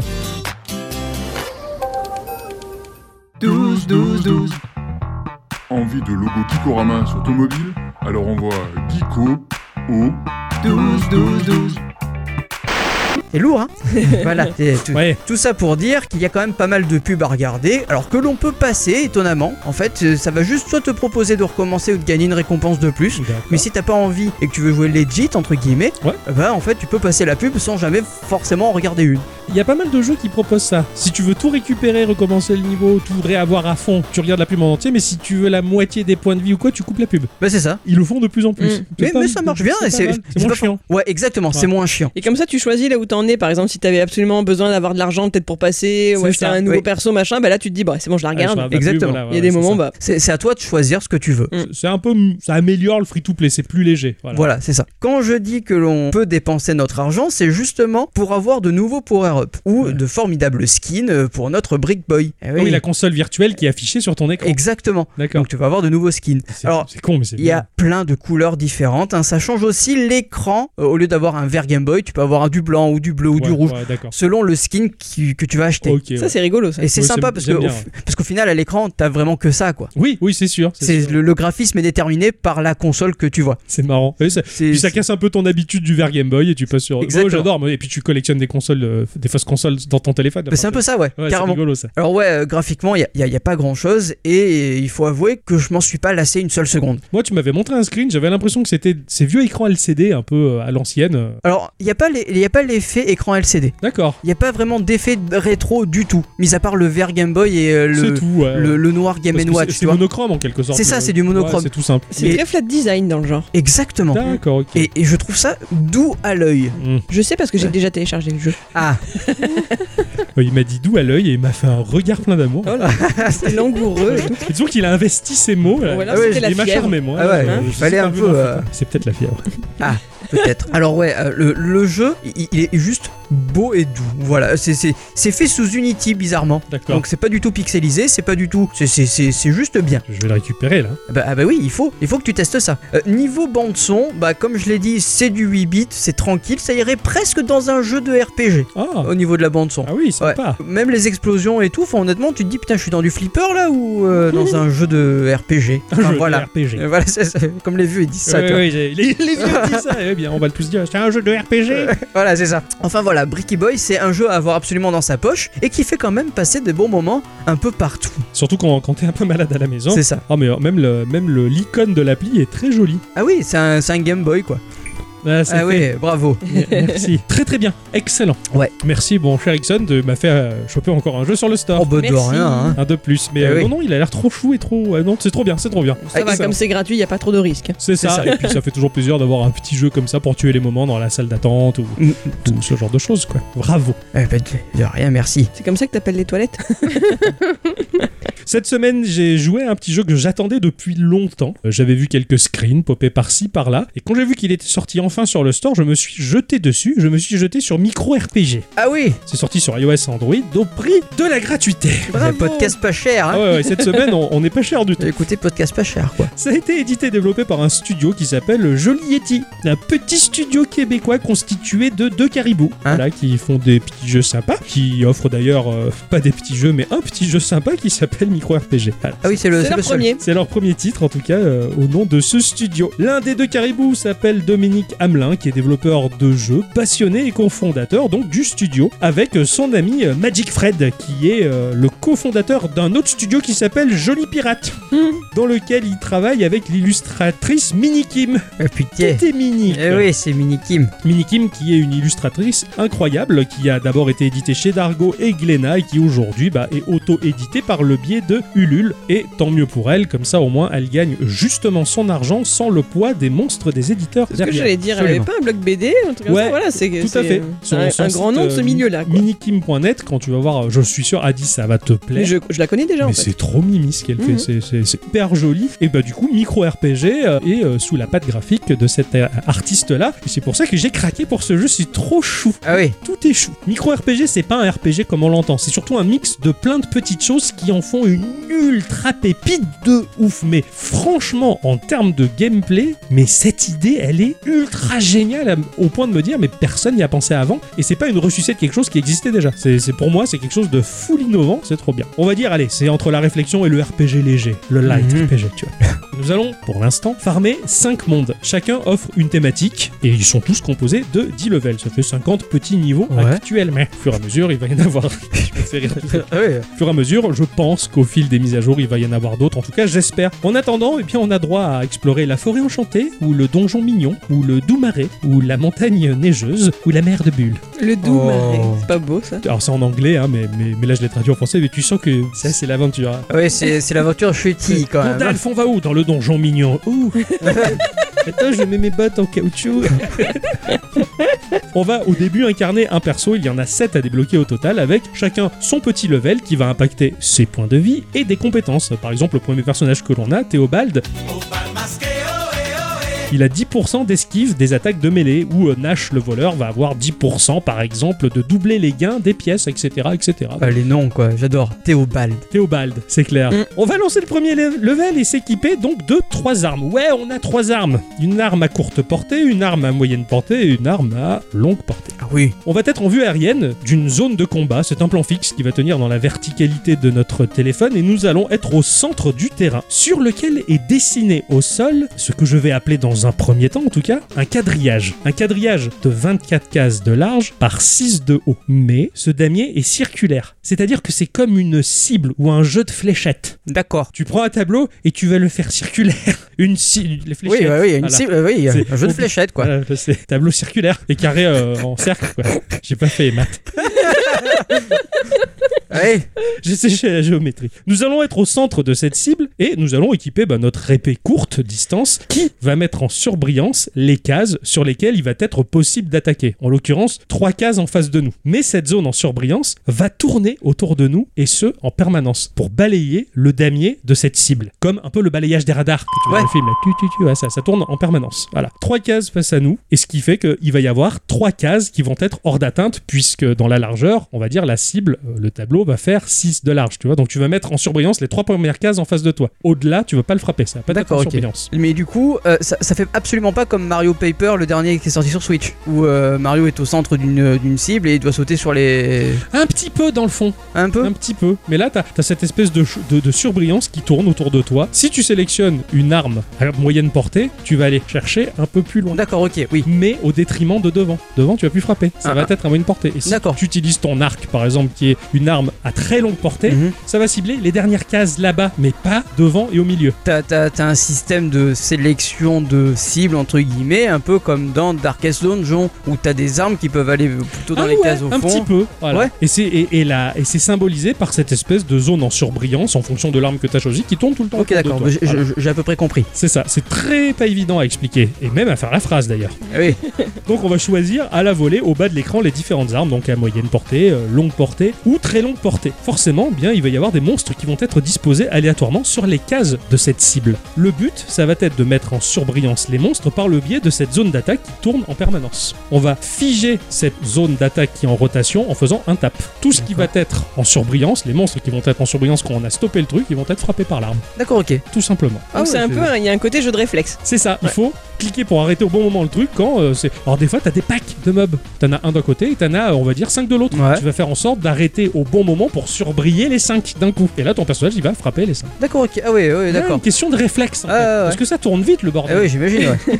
F: 12, 12, 12. Envie de logo Gikorama sur ton mobile Alors envoie Geeko au 12, 12, 12.
B: C'est lourd, hein Voilà. c'est tout,
A: Ouais,
B: tout ça pour dire qu'il y a quand même pas mal de pubs à regarder, alors que l'on peut passer étonnamment. En fait, euh, ça va juste soit te proposer de recommencer ou de gagner une récompense de plus.
A: d'accord.
B: Mais si t'as pas envie et que tu veux jouer legit entre guillemets,
A: Ouais.
B: bah en fait tu peux passer la pub sans jamais forcément en regarder une.
A: Il y a pas mal de jeux qui proposent ça. Si tu veux tout récupérer, recommencer le niveau, tout réavoir à fond, tu regardes la pub en entier, mais si tu veux la moitié des points de vie ou quoi, tu coupes la pub.
B: Bah c'est ça.
A: Ils le font de plus en plus.
D: Mm.
A: C'est
B: Mais-
A: pas-
B: mais ça marche bien, et
A: C'est
B: c'est-
A: pas mal.
B: c'est
A: C'est moins
B: pas
A: chiant.
B: Ouais, exactement,
A: Ouais.
B: c'est moins chiant.
D: Et comme ça, tu choisis là où t'en es. Par exemple, si t'avais absolument besoin d'avoir de l'argent, peut-être pour passer, ou
A: C'est
D: acheter
A: ça,
D: un nouveau
B: oui.
D: perso, machin, bah là, tu te dis, bah c'est bon, je la
A: Ouais,
D: regarde.
A: je me rappelle plus,
B: Exactement.
A: voilà,
D: Il y
A: ouais,
D: a des
A: c'est
D: moments,
A: ça.
D: bah.
B: C'est c'est à toi de choisir ce que tu veux.
A: C'est un peu. Ça améliore le free-to-play, c'est plus léger. Voilà.
B: Voilà, c'est ça. Quand je dis que l'on peut dépenser notre argent, c'est justement pour avoir de nouveaux power-up ou
A: Ouais.
B: de formidables skins euh, pour notre Brick Boy. Eh
A: Ah Oui, la console virtuelle qui est affichée sur ton écran.
B: Exactement.
A: D'accord.
B: Donc tu vas avoir de nouveaux skins.
A: C'est
B: alors,
A: c'est con, mais c'est
B: Il y
A: bien.
B: a plein de couleurs différentes. hein. Ça change aussi l'écran. Euh, au lieu d'avoir un vert Game Boy, tu peux avoir un du blanc ou du bleu ou du
A: Ouais,
B: rouge,
A: ouais, d'accord.
B: selon le skin qui- que tu vas acheter.
A: Ok. ouais.
D: Ça, c'est rigolo, ça.
B: Et c'est
A: Ouais,
B: sympa
A: c'est-
B: parce que
A: j'aime
B: au
A: bien,
B: fi- parce qu'au final à l'écran t'as vraiment que ça quoi.
A: Oui, oui, c'est sûr. C'est
B: C'est
A: sûr.
B: le, le graphisme est déterminé par la console que tu vois.
A: C'est marrant. Et ça-
B: C'est
A: Puis ça casse un peu ton habitude du verre Game Boy et tu passes sur.
B: Exactement.
A: Oh, j'adore. mais- Et puis tu collectionnes des consoles, euh, des fausses consoles dans ton téléphone.
B: mais c'est un peu ça ouais,
A: Ouais, c'est
B: carrément.
A: rigolo ça.
B: Alors ouais euh, graphiquement il y, a- y a pas grand chose et il faut avouer que je m'en suis pas lassé une seule seconde.
A: Moi, tu m'avais montré un screen, j'avais l'impression que c'était ces vieux écrans LCD un peu euh, à l'ancienne. euh.
B: Alors il y a pas les- y a pas l'effet écran LCD.
A: D'accord,
B: Il y a pas vraiment d'effet de rétro du tout, mis à part le vert Game Boy et euh,
A: c'est
B: le,
A: tout. ouais.
B: le, le noir Game
A: Parce que c'est-
B: Watch.
A: C'est
B: Tu vois.
A: monochrome en quelque sorte.
B: C'est ça,
A: euh,
B: c'est du
A: ouais,
B: monochrome.
A: c'est tout simple.
D: C'est
B: Et-
D: très flat design dans le genre.
B: Exactement.
A: D'accord, ok.
B: Et, et je trouve ça doux à l'œil.
A: Mm.
D: Je sais parce que j'ai déjà
A: <laughs>
D: téléchargé le jeu.
B: Ah,
A: Euh, Il m'a dit d'où à l'œil et il m'a fait un regard plein d'amour.
D: Oh là, c'est langoureux. et tout.
A: Et Disons qu'il a investi ses mots. là.
D: Ou alors
B: Ah ouais,
D: c'était la
A: il m'a
D: fièvre.
A: charmé, moi.
B: Ah ouais,
A: Euh,
B: hein,
A: je
B: il
A: sais
B: fallait
A: pas
B: un
A: d'où
B: peu,
A: l'en fait.
B: euh,
A: C'est peut-être la fièvre. <laughs>
B: peut-être. Alors ouais, euh, le, le jeu, il, il est juste beau et doux. Voilà, c'est- c'est c'est fait sous Unity bizarrement.
A: D'accord.
B: Donc c'est pas du tout pixelisé, c'est pas du tout, c'est- c'est c'est- c'est juste bien.
A: Je vais le récupérer là.
B: Ah Bah, ah bah oui, il faut, il faut que tu testes ça. Euh, niveau bande son, bah comme je l'ai dit, c'est du 8 bits, c'est tranquille, ça irait presque dans un jeu de RPG
A: Ah,
B: au niveau de la bande son.
A: ah oui, sympa.
B: Même les explosions et tout, enfin, honnêtement, tu te dis putain, je suis dans du flipper là
A: <laughs>
B: ou euh, dans un jeu de RPG.
A: Un
B: Enfin,
A: jeu de
B: voilà.
A: RPG.
B: Euh, Voilà, c'est- c'est- comme les vieux ils disent ça. tu
A: Ouais,
B: vois.
A: ouais, j'ai- les, les vieux
B: <laughs>
A: disent ça. Eh bien, on va le tous dire. C'est un jeu de RPG.
B: Voilà, c'est ça. Enfin voilà, Bricky Boy, c'est un jeu à avoir absolument dans sa poche et qui fait quand même passer des bons moments un peu partout.
A: Surtout quand, quand t'es un peu malade à la maison.
B: C'est ça.
A: Ah mais euh, même le même le l'icône de l'appli est très jolie.
B: Ah oui, c'est un, c'est un Game Boy quoi.
A: Ah, c'est
B: Ah
A: fait.
B: oui, bravo. <laughs>
A: Merci. Très très bien. Excellent.
B: Ouais.
A: Merci, bon cher Ixon, de m'a fait euh, choper encore un jeu sur le store.
B: Oh bah de
D: Merci.
B: rien. Hein.
A: Un de plus. Mais
B: Eh
A: euh,
B: oui.
A: non, non, il a l'air trop chou et trop. ah non, c'est trop bien, c'est trop bien.
D: Ça va,
A: Excellent.
D: comme c'est gratuit, il n'y a pas trop de risques.
A: C'est ça.
B: ça.
A: Et puis ça fait toujours plaisir d'avoir un petit jeu comme ça pour tuer les moments dans la salle d'attente ou,
B: Mm.
A: ou ce genre de choses, quoi. Bravo.
B: Eh ben, de, de rien, merci.
D: C'est comme ça que t'appelles les toilettes
A: Cette semaine, j'ai joué à un petit jeu que j'attendais depuis longtemps. Euh, J'avais vu quelques screens popés par-ci, par-là. Et quand j'ai vu qu'il était sorti enfin sur le store, je me suis jeté dessus. Je me suis jeté sur Micro RPG.
B: Ah oui,
A: C'est sorti sur iOS et Android au prix de la gratuité.
B: un
D: Bravo.
B: podcast pas hein cher.
A: Ah
B: Hein.
A: ouais, ouais, cette semaine, on on n'est pas cher du tout.
B: Écoutez, podcast pas cher quoi.
A: Ça a été édité et développé par un studio qui s'appelle Joli Yeti, un petit studio québécois constitué de deux caribous,
B: Hein
A: voilà, qui font des petits jeux sympas, qui offrent d'ailleurs euh, pas des petits jeux, mais un petit jeu sympa qui s'appelle s'appelle Micro-RPG. Voilà.
B: Ah oui, c'est le,
D: C'est
B: c'est
D: leur
B: le seul.
D: premier.
A: C'est leur premier titre, en tout cas, euh, au nom de ce studio. L'un des deux caribous s'appelle Dominique Hamelin, qui est développeur de jeux, passionné et cofondateur donc du studio, avec euh, son ami euh, Magic Fred, qui est euh, le cofondateur d'un autre studio qui s'appelle Joli Pirate,
B: Mmh.
A: dans lequel il travaille avec l'illustratrice Mini Kim.
B: Ah, putain.
A: Tout est mini.
B: Eh oui, c'est Mini Kim.
A: Mini Kim, qui est une illustratrice incroyable, qui a d'abord été éditée chez Dargo et Glénat, et qui aujourd'hui bah, est auto-éditée par le biais de Ulule. Et tant mieux pour elle, comme ça au moins elle gagne justement son argent sans le poids des monstres des éditeurs.
D: Ce que
A: derrière.
D: j'allais dire, elle avait
B: absolument.
D: pas un blog BD, un truc comme
A: Ouais,
D: ça, voilà, c'est
A: Tout à
D: c'est,
A: fait.
D: euh,
A: Son-
D: un,
A: son
D: un
A: site,
D: grand nom de
A: euh,
D: ce milieu-là. quoi.
A: Minikim.net, quand tu vas voir, euh, je suis sûr, Adi, ça va te plaire.
D: Mais je, je la connais déjà en
A: Mais
D: fait.
A: c'est trop mimi ce qu'elle fait,
D: Mhm.
A: c'est- c'est c'est hyper joli. Et bah du coup, micro RPG euh, est euh, sous la patte graphique de cet euh, artiste-là. Et c'est pour ça que j'ai craqué pour ce jeu, c'est trop chou.
B: Ah oui.
A: Tout est chou. Micro RPG, c'est pas un RPG comme on l'entend, c'est surtout un mix de plein de petites choses qui en font une ultra pépite de ouf. Mais franchement, en termes de gameplay, mais cette idée, elle est ultra géniale à- au point de me dire, mais personne n'y a pensé avant. Et c'est pas une ressucée de quelque chose qui existait déjà. C'est c'est- pour moi, c'est quelque chose de full innovant, c'est trop bien. On va dire, allez, c'est entre la réflexion et le RPG léger, le light
B: Mhm.
A: RPG, tu vois. Nous allons, pour l'instant, farmer 5 mondes. Chacun offre une thématique et ils sont tous composés de 10 levels. Ça fait 50 petits niveaux
B: Ouais.
A: actuels. Mais au fur et à mesure, il va y en avoir. Je me fais rire.
B: <laughs> Ah oui.
A: Au fur et à mesure, je pense qu'au fil des mises à jour, il va y en avoir d'autres. En tout cas, j'espère. En attendant, eh bien, on a droit à explorer la forêt enchantée, ou le donjon mignon, ou le doux marais, ou la montagne neigeuse, ou la mer de bulles.
D: Le doux
B: Oh.
D: marais. C'est pas beau ça.
A: Alors, c'est en anglais, hein, mais, mais, mais là, je l'ai traduit en français. Mais tu sens que ça, c'est l'aventure. hein.
B: Ah oui, c'est c'est l'aventure chutie quand même. hein.
A: Gandalf, on va où Dans le donjon mignon. Ouh <laughs> Attends, je mets mes bottes en caoutchouc. on va au début incarner un perso, il y en a 7 à débloquer au total, avec chacun son petit level qui va impacter ses points de vie et des compétences. Par exemple, le premier personnage que l'on a, Théobald, il a 10% d'esquive des attaques de mêlée, ou euh, Nash le voleur va avoir 10% par exemple de doubler les gains des pièces, etc. etc.
B: Ah, les noms, quoi, j'adore. Théobald.
A: Théobald, c'est clair.
D: Mm.
A: On va lancer le premier le- level et s'équiper donc de trois armes. Ouais, on a trois armes. Une arme à courte portée, une arme à moyenne portée et une arme à longue portée.
B: Ah oui.
A: On va être en vue aérienne d'une zone de combat. C'est un plan fixe qui va tenir dans la verticalité de notre téléphone et nous allons être au centre du terrain sur lequel est dessiné au sol ce que je vais appeler dans un premier temps en tout cas un quadrillage. Un quadrillage de 24 cases de large par 6 de haut. Mais ce damier est circulaire. C'est-à-dire que c'est comme une cible ou un jeu de fléchettes.
B: D'accord.
A: Tu prends un tableau et tu vas le faire circulaire. <laughs> Une cible, les
B: Oui, bah
A: fléchettes.
B: oui, oui, une
A: Voilà.
B: cible, oui,
A: C'est-
B: un jeu de fléchettes, quoi.
A: Voilà, c'est tableau circulaire et carré euh, en cercle quoi. J'ai pas fait les maths.
B: Oui.
A: J'ai séché la géométrie. Nous allons être au centre de cette cible et nous allons équiper bah, notre épée courte distance qui va mettre en surbrillance les cases sur lesquelles il va être possible d'attaquer. En l'occurrence, trois cases en face de nous. Mais cette zone en surbrillance va tourner autour de nous et ce en permanence pour balayer le damier de cette cible. Comme un peu le balayage des radars que tu vois
B: Ouais.
A: dans le film. là. Tu, tu, tu, ouais, ça, ça tourne en permanence. Voilà. Trois cases face à nous et ce qui fait qu'il va y avoir trois cases qui vont être hors d'atteinte puisque dans la largeur, on va dire la cible, euh, le tableau va faire 6 de large. Tu vois, donc tu vas mettre en surbrillance les trois premières cases en face de toi. Au-delà, tu vas pas le frapper. Ça va pas être en
B: D'accord, ok.
A: surbrillance.
B: Mais du coup, euh, ça, ça fait absolument pas comme Mario Paper, le dernier qui est sorti sur Switch, où euh, Mario est au centre d'une d'une cible et il doit sauter sur les.
A: Un petit peu dans le fond.
B: Un peu
A: Un petit peu. Mais là, t'as as cette espèce de, ch- de, de surbrillance qui tourne autour de toi. Si tu sélectionnes une arme à moyenne portée, tu vas aller chercher un peu plus loin.
B: D'accord, ok, oui.
A: Mais au détriment de devant. Devant, tu vas plus frapper. Ça
B: Ah,
A: va
B: ah.
A: être à moyenne portée. Et si
B: D'accord.
A: tu utilises ton arc, par exemple, qui est une arme à très longue portée,
B: Mhm.
A: ça va cibler les dernières cases là-bas, mais pas devant et au milieu.
B: T'as- T'as t'as un système de sélection de cibles, entre guillemets, un peu comme dans Darkest Dungeon, où t'as des armes qui peuvent aller plutôt dans
A: Ah
B: les
A: ouais,
B: cases au
A: un
B: fond.
A: petit peu. voilà.
B: Ouais.
A: Et c'est et, et la- et c'est symbolisé par cette espèce de zone en surbrillance en fonction de l'arme que tu as choisie qui tourne tout le temps.
B: Ok,
A: autour de
B: d'accord,
A: toi.
B: j'ai
A: Voilà.
B: j'ai- j'ai à peu
A: <laughs>
B: près compris.
A: C'est ça, c'est très pas évident à expliquer et même à faire la phrase d'ailleurs.
B: Ah Oui,
A: Donc on va choisir à la volée au bas de l'écran les différentes armes, donc à moyenne portée, euh, longue portée ou très longue portée. Forcément, bien il va y avoir des monstres qui vont être disposés aléatoirement sur les cases de cette cible. Le but, ça va être de mettre en surbrillance les monstres par le biais de cette zone d'attaque qui tourne en permanence. On va figer cette zone d'attaque qui est en rotation en faisant un tap. Tout ce qui va être en surbrillance, les monstres qui vont être en surbrillance quand on a stoppé le truc, ils vont être frappés par l'arme,
B: d'accord, ok.
A: tout simplement.
B: Ah
D: Donc c'est
B: ouais,
D: un
B: c'est-
D: peu, un- il y a un côté jeu de réflexe.
A: C'est ça, il faut cliquer pour arrêter au bon moment le truc quand euh, c'est. Alors des fois t'as des packs de mobs. T'en as un d'un côté et t'en as, euh, on va dire, cinq de l'autre.
B: Ouais.
A: Tu vas faire en sorte d'arrêter au bon moment pour surbriller les 5 d'un coup. Et là, ton personnage, il va frapper les 5.
B: D'accord, ok. Ah oui, oui,
A: C'est une
B: d'accord.
A: question de réflexe, en
B: Ah,
A: fait.
B: ouais, ouais.
A: Parce que ça tourne vite, le bordel.
B: Ah oui, j'imagine,
A: <laughs>
B: ouais.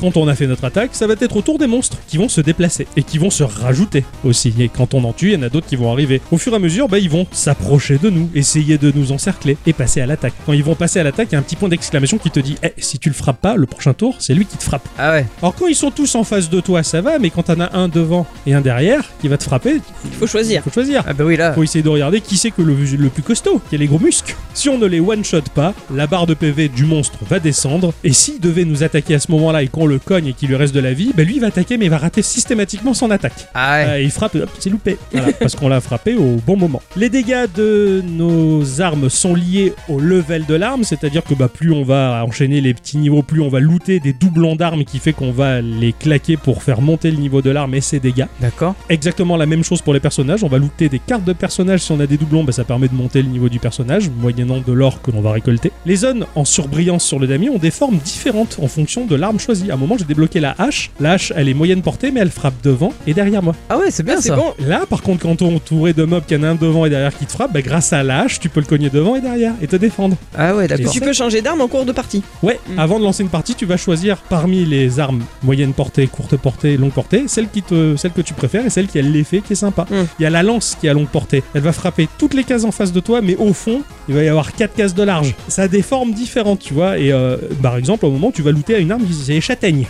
A: Quand on a fait notre attaque, ça va être au tour des monstres qui vont se déplacer et qui vont se rajouter aussi. Et quand on en tue, il y en a d'autres qui vont arriver. Au fur et à mesure, bah, ils vont s'approcher de nous, essayer de nous encercler et passer à l'attaque. Quand ils vont passer à l'attaque, il y a un petit point d'exclamation qui te dit Eh, si tu le frappes pas, le prochain tour, c'est lui qui te frappe.
B: Ah ouais.
A: Alors quand ils sont tous en face de toi, ça va, mais quand t'en as un devant et un derrière qui va te frapper,
D: Il faut choisir.
A: faut choisir.
B: Ah bah oui, là.
A: Faut essayer de regarder qui c'est que le, le plus costaud, qui a les gros muscles. Si on ne les one-shot pas, la barre de PV du monstre va descendre, et s'il devait nous attaquer à ce moment-là et qu'on le cogne et qu'il lui reste de la vie, bah lui il va attaquer mais il va rater systématiquement son attaque.
B: Ah ouais.
A: Euh, il frappe, hop, c'est loupé. Voilà, parce qu'on l'a frappé au bon moment. Les dégâts de nos armes sont liés au level de l'arme, c'est-à-dire que bah, plus on va enchaîner les petits niveaux, plus on va looter des doublons d'armes qui fait qu'on va les claquer pour faire monter le niveau de l'arme et ses dégâts.
B: D'accord.
A: Exactement la même chose pour les personnages. On va looter des cartes de personnages. Si on a des doublons, bah, ça permet de monter le niveau du personnage, moyennant de l'or que l'on va récolter. Les zones en surbrillance sur le damier ont des formes différentes en fonction de l'arme choisie. À un moment, j'ai débloqué la hache. La hache, elle est moyenne portée, mais elle frappe devant et derrière moi.
B: Ah ouais, c'est bien
D: Ah, c'est
B: ça.
D: bon.
A: Là, par contre, quand on est entouré de mobs, qu'il y en a un devant et derrière qui te frappe, bah, grâce à la hache, tu peux le cogner devant et derrière et te défendre.
B: Ah ouais,
D: Et
B: d'accord.
D: tu peux changer d'arme en cours de partie.
A: Ouais,
D: Mm.
A: avant de lancer une partie, tu vas choisir parmi les armes moyenne portée, courte portée, longue portée, celle, qui te, celle que tu préfères et celle qui a l'effet qui est sympa. Il
D: Mm.
A: y a la lance qui est à longue portée. Elle va frapper toutes les cases en face de toi, mais au fond, il va y avoir quatre cases de large. Ça a des formes différentes, tu vois. Et euh, par exemple, au moment, tu vas looter à une arme qui c'est
B: <laughs>
A: châtaigne.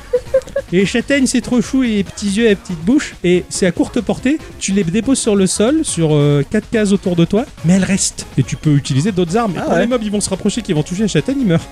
A: Et les châtaignes, c'est trop chou, et les petits yeux et la petite bouche. Et c'est à courte portée. Tu les déposes sur le sol, sur euh, quatre cases autour de toi, mais elles restent. Et tu peux utiliser d'autres armes. Et
B: Ah
A: quand
B: ouais.
A: les mobs ils vont se rapprocher, qu'ils vont toucher la châtaigne, ils
B: <laughs>
A: meurent.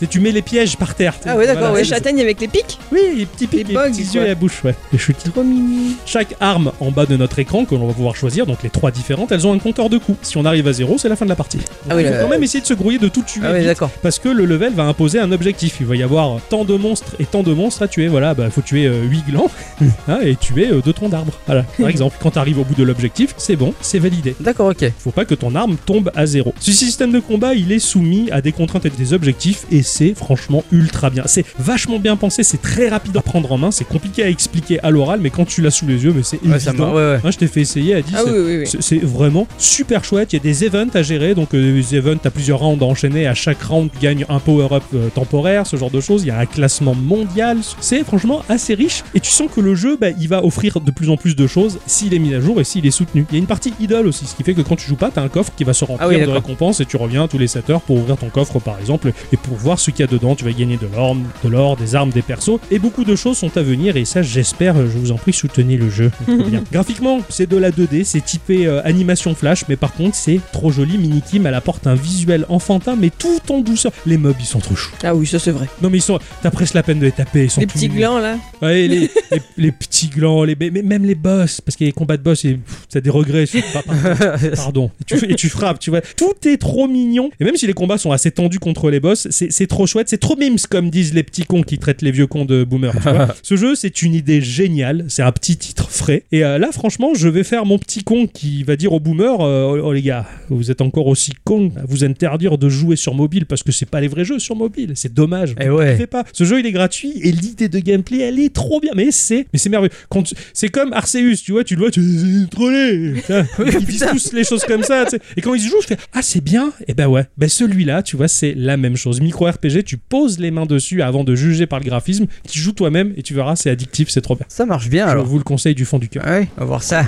A: C'est tu mets les pièges par terre.
B: Ah ouais, d'accord,
A: Voilà,
B: ouais,
D: Les
A: c'est ça.
D: châtaignes avec les pics.
A: Oui, les petits pics,
D: Les
A: les
D: bugs,
A: petits
D: quoi.
A: yeux et la bouche, ouais. Les chutes.
D: Trop mimi.
A: Chaque arme en bas de notre écran que l'on va pouvoir choisir, donc les trois différentes, elles ont un compteur de coups. Si on arrive à zéro, c'est la fin de la partie.
B: Ah oui,
A: Il faut
B: là-
A: quand même essayer de se grouiller de tout tuer.
B: Ah oui,
A: vite,
B: d'accord.
A: parce que le level va imposer un objectif. Il va y avoir tant de monstres et tant de monstres à tuer. Voilà, bah faut tuer 8 glands <laughs> hein, et tuer 2 troncs d'arbres. Voilà,
B: <laughs>
A: par exemple, quand t'arrives au bout de l'objectif, c'est bon, c'est validé.
B: D'accord, ok.
A: Faut pas que ton arme tombe à zéro. Ce système de combat, il est soumis à des contraintes et des objectifs, et c'est franchement ultra bien. C'est vachement bien pensé, c'est très rapide à prendre en main, c'est compliqué à expliquer à l'oral, mais quand tu l'as sous les yeux, mais c'est
B: Ouais, ça
A: évident.
B: marche. Ouais, ouais.
A: Hein, je t'ai fait essayer à 10.
D: Ah oui, oui, oui.
A: C'est c'est vraiment super chouette. Il y a des events à gérer. Donc, euh, les events, t'as plusieurs rounds à enchaîner. À chaque round, tu gagnes un power-up euh, temporaire, ce genre de choses. Il y a un classement mondial. C'est franchement assez riche. Et tu sens que le jeu, bah, il va offrir de plus en plus de choses s'il est mis à jour et s'il est soutenu. Il y a une partie idole aussi, ce qui fait que quand tu joues pas, t'as un coffre qui va se remplir
B: Ah oui,
A: de
B: d'accord.
A: récompenses et tu reviens tous les 7 heures pour ouvrir ton coffre, par exemple, et pour voir ce qu'il y a dedans. Tu vas gagner de l'or, de l'or, des armes, des persos. Et beaucoup de choses sont à venir. Et ça, j'espère, euh, je vous en prie, soutenez le
B: <laughs>
A: jeu. Trop bien. Graphiquement, c'est de la 2D, c'est typé euh, animation flash, mais par contre, c'est trop joli. Minikim, elle apporte un visuel enfantin, mais tout en douceur. Les mobs, ils sont trop chou.
D: Ah oui, ça c'est vrai.
A: Non, mais ils sont. T'as presque la peine de les taper. Ils sont
D: Les
A: tout
D: petits
A: mignons.
D: glands là.
A: Ouais, les, les- les petits glands, les, mais mais même les boss, parce qu'il y a les combats de boss, et pff, t'as des regrets. je fais, pardon, pardon. Et tu, et tu frappes, tu vois. Tout est trop mignon. Et même si les combats sont assez tendus contre les boss, c'est c'est trop chouette. C'est trop mimes, comme disent les petits cons qui traitent les vieux cons de boomer. tu vois. Ce jeu, c'est une idée géniale. C'est un petit titre frais. Et euh, là, franchement, je vais faire mon petit con qui va dire aux boomers euh, Oh les gars, vous êtes encore aussi cons à vous interdire de jouer sur mobile parce que c'est pas les vrais jeux sur mobile. C'est dommage.
B: Eh ouais.
A: Fais pas. Ce jeu, il est gratuit et l'idée de gameplay, elle est trop bien. Mais c'est, mais c'est merveilleux. Quand tu- c'est comme Arceus, tu vois, tu le vois, tu c'est trollé.
B: <laughs>
A: Putain. Ils disent tous les choses comme ça. tu sais. Et quand ils y jouent, je fais ah c'est bien. Et ben ouais, ben celui-là, tu vois, c'est la même chose. Micro RPG, tu poses les mains dessus avant de juger par le graphisme. Tu joues toi-même et tu verras, c'est addictif, c'est trop bien.
B: Ça marche bien alors. Ah
A: Je vous le conseille du fond du cœur.
B: Ouais, on va voir ça.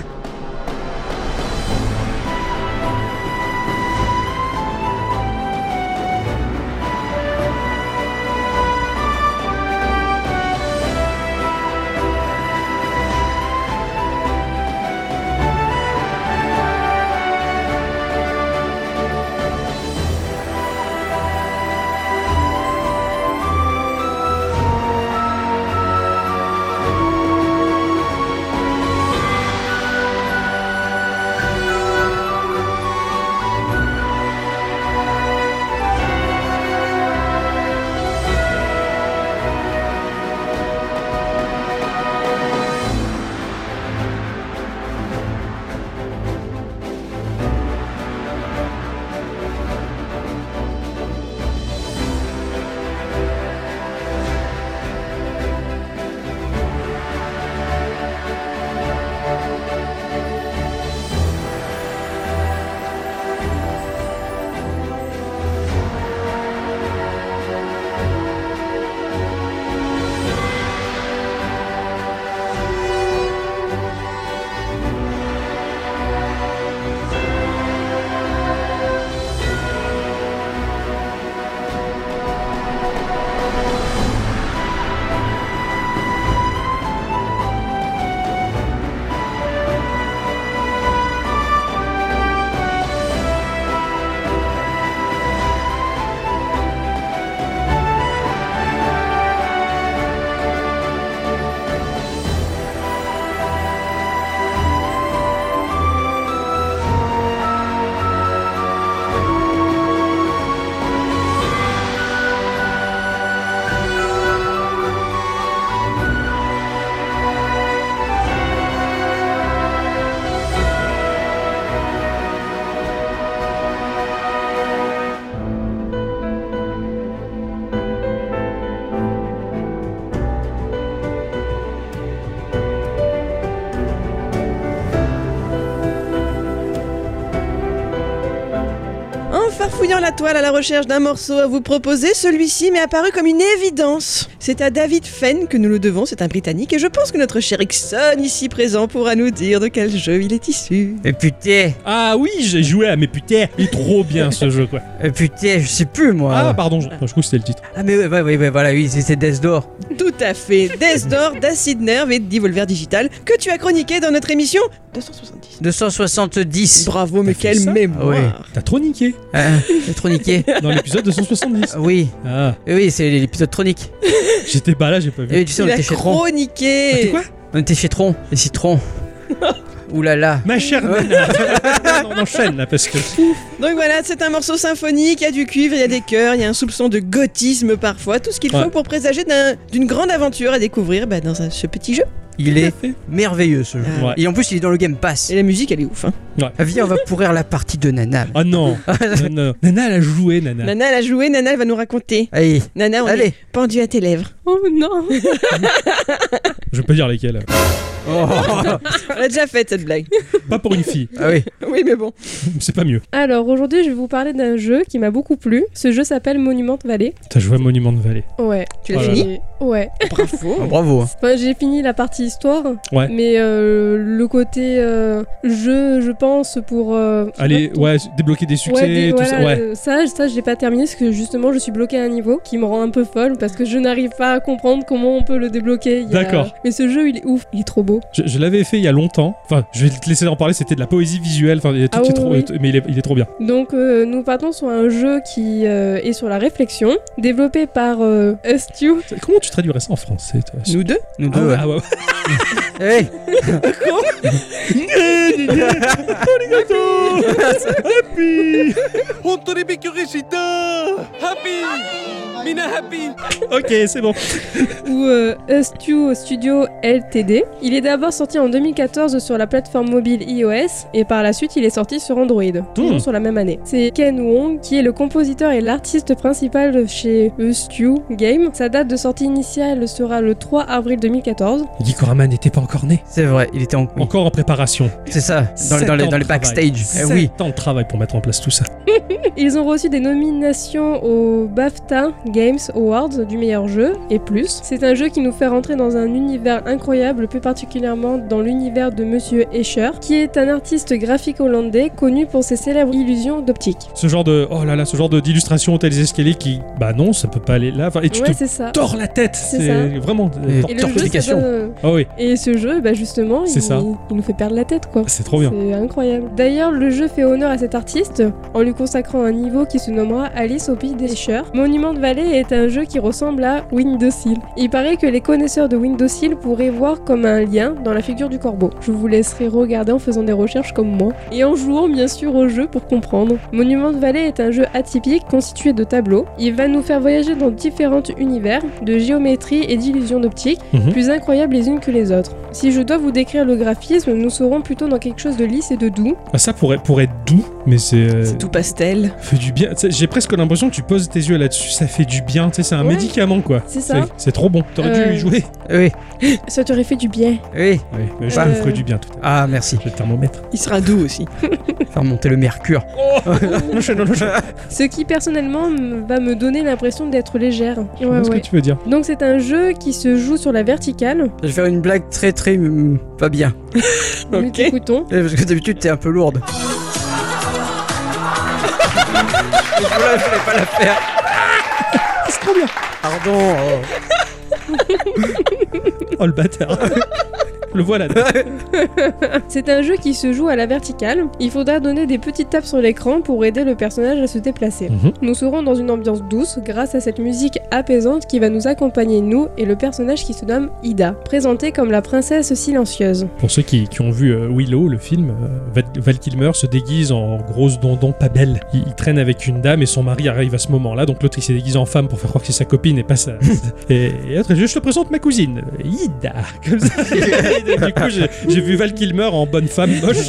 D: Farfouillant la toile à la recherche d'un morceau à vous proposer, celui-ci m'est apparu comme une évidence. C'est à David Fenn que nous le devons, c'est un Britannique, et je pense que notre cher Ixon, ici présent, pourra nous dire de quel jeu il est issu.
B: Et Eh putain,
A: Ah oui, j'ai joué à mes putain, il est trop bien ce jeu quoi.
B: euh, putain, je sais plus moi.
A: Ah pardon, je, je crois que c'était le titre.
B: Ah, mais ouais, ouais, ouais, ouais, voilà, oui, c'est- c'est Death Door.
D: Tout
B: <laughs>
D: à fait, Death Door, d'Acid Nerve et de Devolver Digital, que tu as chroniqué dans notre émission 270.
B: 270.
D: Bravo, mais
A: fait
D: quelle
A: ça
D: mémoire
B: Ah Ouais.
A: T'as trop niqué
B: Ah, c'est trop niqué.
A: dans l'épisode 270.
B: Oui, Eh
A: Ah,
B: oui, c'est l'épisode Tronic.
A: j'étais pas là, j'ai pas
B: Et
A: vu.
B: oui, tu sais, on
D: Il a
B: était chez Ah, Tron.
D: chroniqué
A: quoi
B: On était chez Tron, les citrons. Ouh là là.
A: Ma chère nana, on enchaîne là parce que
D: Donc voilà, c'est un morceau symphonique, il y a du cuivre, il y a des chœurs, il y a un soupçon de gothisme parfois, tout ce qu'il
A: Ouais.
D: faut pour présager d'un- d'une grande aventure à découvrir bah, dans un- ce petit jeu.
B: Il est
A: fait.
B: merveilleux ce jeu.
A: Ouais.
B: Et en plus, il est dans le Game Pass. Ah,
D: Et la musique, elle est ouf. hein.
B: Viens, on va pourrir la partie de Nana.
A: Ah non. non, non. Nana elle a joué Nana.
D: Nana, elle a joué, Nana, elle va nous raconter.
B: Allez,
D: Nana, on
B: allez.
D: est pendu à tes lèvres.
C: Oh non
A: Je vais pas dire lesquelles.
B: Oh,
D: On l'a déjà faite cette blague.
A: Pas pour une fille,
B: <laughs> ah oui.
D: <laughs> oui, mais bon.
A: c'est pas mieux.
C: Alors aujourd'hui, je vais vous parler d'un jeu qui m'a beaucoup plu. Ce jeu s'appelle Monument Valley.
A: T'as joué à Monument de Vallée.
C: Ouais.
D: Tu l'as
A: Oh là Ah,
D: fini
C: Et- Ouais.
B: Oh,
D: Bravo.
B: bravo. hein.
C: Enfin, j'ai fini la partie histoire,
A: Ouais.
C: mais euh, le côté euh, jeu, je pense, pour. euh,
A: Allez, ouais, débloquer des succès,
C: des-
A: tout
C: voilà,
A: ça. Ouais.
C: euh, ça, ça, je l'ai pas terminé parce que justement, je suis bloquée à un niveau qui me rend un peu folle parce que je n'arrive pas à comprendre comment on peut le débloquer. Il y a-
A: D'accord.
C: Mais ce jeu, il est ouf, il est trop beau.
A: Je, je l'avais fait il y a longtemps. Enfin, je vais te laisser en parler. C'était de la poésie visuelle. Enfin, il y a tout
C: Ah
A: qui est
C: oui,
A: trop,
C: oui.
A: mais il est, il est trop bien.
C: Donc, euh, nous partons sur un jeu qui euh, est sur la réflexion, développé par euh, Estu.
A: Comment tu traduirais ça en français toi
D: Nous deux
B: Nous
A: Ah
B: deux. Eh
A: ouais,
B: ouais.
A: ah ouais,
B: Hey.
A: ok, c'est bon.
C: ou euh, Estu Studio LTD. Il est d'abord sorti en 2014 sur la plateforme mobile iOS et par la suite il est sorti sur Android, toujours sur la même année. C'est Ken Wong qui est le compositeur et l'artiste principal chez Estu Game. Sa date de sortie initiale sera le 3 avril 2014.
A: Gikorama n'était pas encore né.
B: C'est vrai, il était en. oui,
A: Encore en préparation.
B: C'est ça, dans, les-
A: Oh. Sept
B: dans les,
A: ans
B: dans les
A: de travail.
B: backstage. Eh
A: Sept
B: oui.
A: ans de travail pour mettre en place tout ça.
C: Ils ont reçu des nominations au BAFTA Games Awards du meilleur jeu et plus. C'est un jeu qui nous fait rentrer dans un univers incroyable, plus particulièrement dans l'univers de Monsieur Escher, qui est un artiste graphique hollandais connu pour ses célèbres illusions d'optique.
A: Ce genre de, oh là là, ce genre de d'illustration hôtels escaliers qui, bah non, ça peut pas aller là. Enfin, et tu
C: Ouais,
A: te
C: c'est ça.
A: tords la tête.
C: C'est
A: C'est
C: ça.
A: vraiment.
B: Et-
A: tor-
C: Et, le jeu, ça
B: tortification.
C: donne-
A: Ah oui,
C: et ce jeu, bah justement,
A: C'est
C: il,
A: ça.
C: il nous fait perdre la tête, quoi.
A: Ah, c'est trop bien.
C: C'est incroyable. D'ailleurs, le jeu fait honneur à cet artiste en lui consacrant un niveau qui se nommera Alice au pays des Chers. Monument de Vallée est un jeu qui ressemble à Windows Hill. Il paraît que les connaisseurs de Windows Hill pourraient voir comme un lien dans la figure du corbeau. Je vous laisserai regarder en faisant des recherches comme moi et en jouant bien sûr au jeu pour comprendre. Monument de Vallée est un jeu atypique constitué de tableaux. Il va nous faire voyager dans différents univers de géométrie et d'illusions d'optique
A: Mhm.
C: plus incroyables les unes que les autres. Si je dois vous décrire le graphisme, nous serons plutôt dans quelque chose de lisse et de doux.
A: Ah, ça pourrait, pourrait être doux, mais c'est. euh,
D: C'est tout pastel.
A: fait du bien. Tu sais, J'ai presque l'impression que tu poses tes yeux là-dessus, ça fait du bien. Tu sais, c'est un
C: Ouais.
A: médicament quoi.
C: C'est ça.
A: C'est- C'est trop bon. T'aurais
C: Euh,
A: dû y jouer.
B: eh Oui, eh
C: Ça t'aurait fait du bien.
B: oui.
A: Oui, mais je
C: Euh,
A: te ferai du bien tout à l'heure.
B: Ah, merci.
A: J'ai le thermomètre.
D: Il sera doux <laughs> aussi.
B: Faire monter le mercure.
A: <laughs> Enchaîne, enchaîne.
C: Ce qui personnellement m- va me donner l'impression d'être légère.
A: Je vois
C: Ouais,
A: ce
C: ouais.
A: que tu veux dire.
C: Donc c'est un jeu qui se joue sur la verticale,
B: Je vais faire une blague très très. hum, pas bien.
C: nous
D: Ok.
C: t'écoutons.
B: Eh, Parce que d'habitude, t'es un peu lourde. Voilà, je voulais pas la faire.
A: Ah, C'est trop bien.
B: Pardon. oh.
A: Oh le
C: <laughs>
A: bâtard. le voilà.
C: C'est un jeu qui se joue à la verticale. Il faudra donner des petites tapes sur l'écran pour aider le personnage à se déplacer.
A: Mhm.
C: Nous serons dans une ambiance douce grâce à cette musique apaisante qui va nous accompagner nous et le personnage qui se nomme Ida, présentée comme la princesse silencieuse.
A: Pour ceux qui, qui ont vu euh, Willow, le film, euh, Val, Val Kilmer se déguise en grosse dondon pas belle. Il, il traîne avec une dame et son mari arrive à ce moment-là. Donc l'autre il s'est déguisé en femme pour faire croire
C: <laughs> <laughs>
A: que c'est sa copine et pas sa. et, et l'autre, je te présente ma cousine, Ida. Comme ça. du coup, j'ai- j'ai vu Val Kilmer en bonne femme
C: <laughs>
A: moche.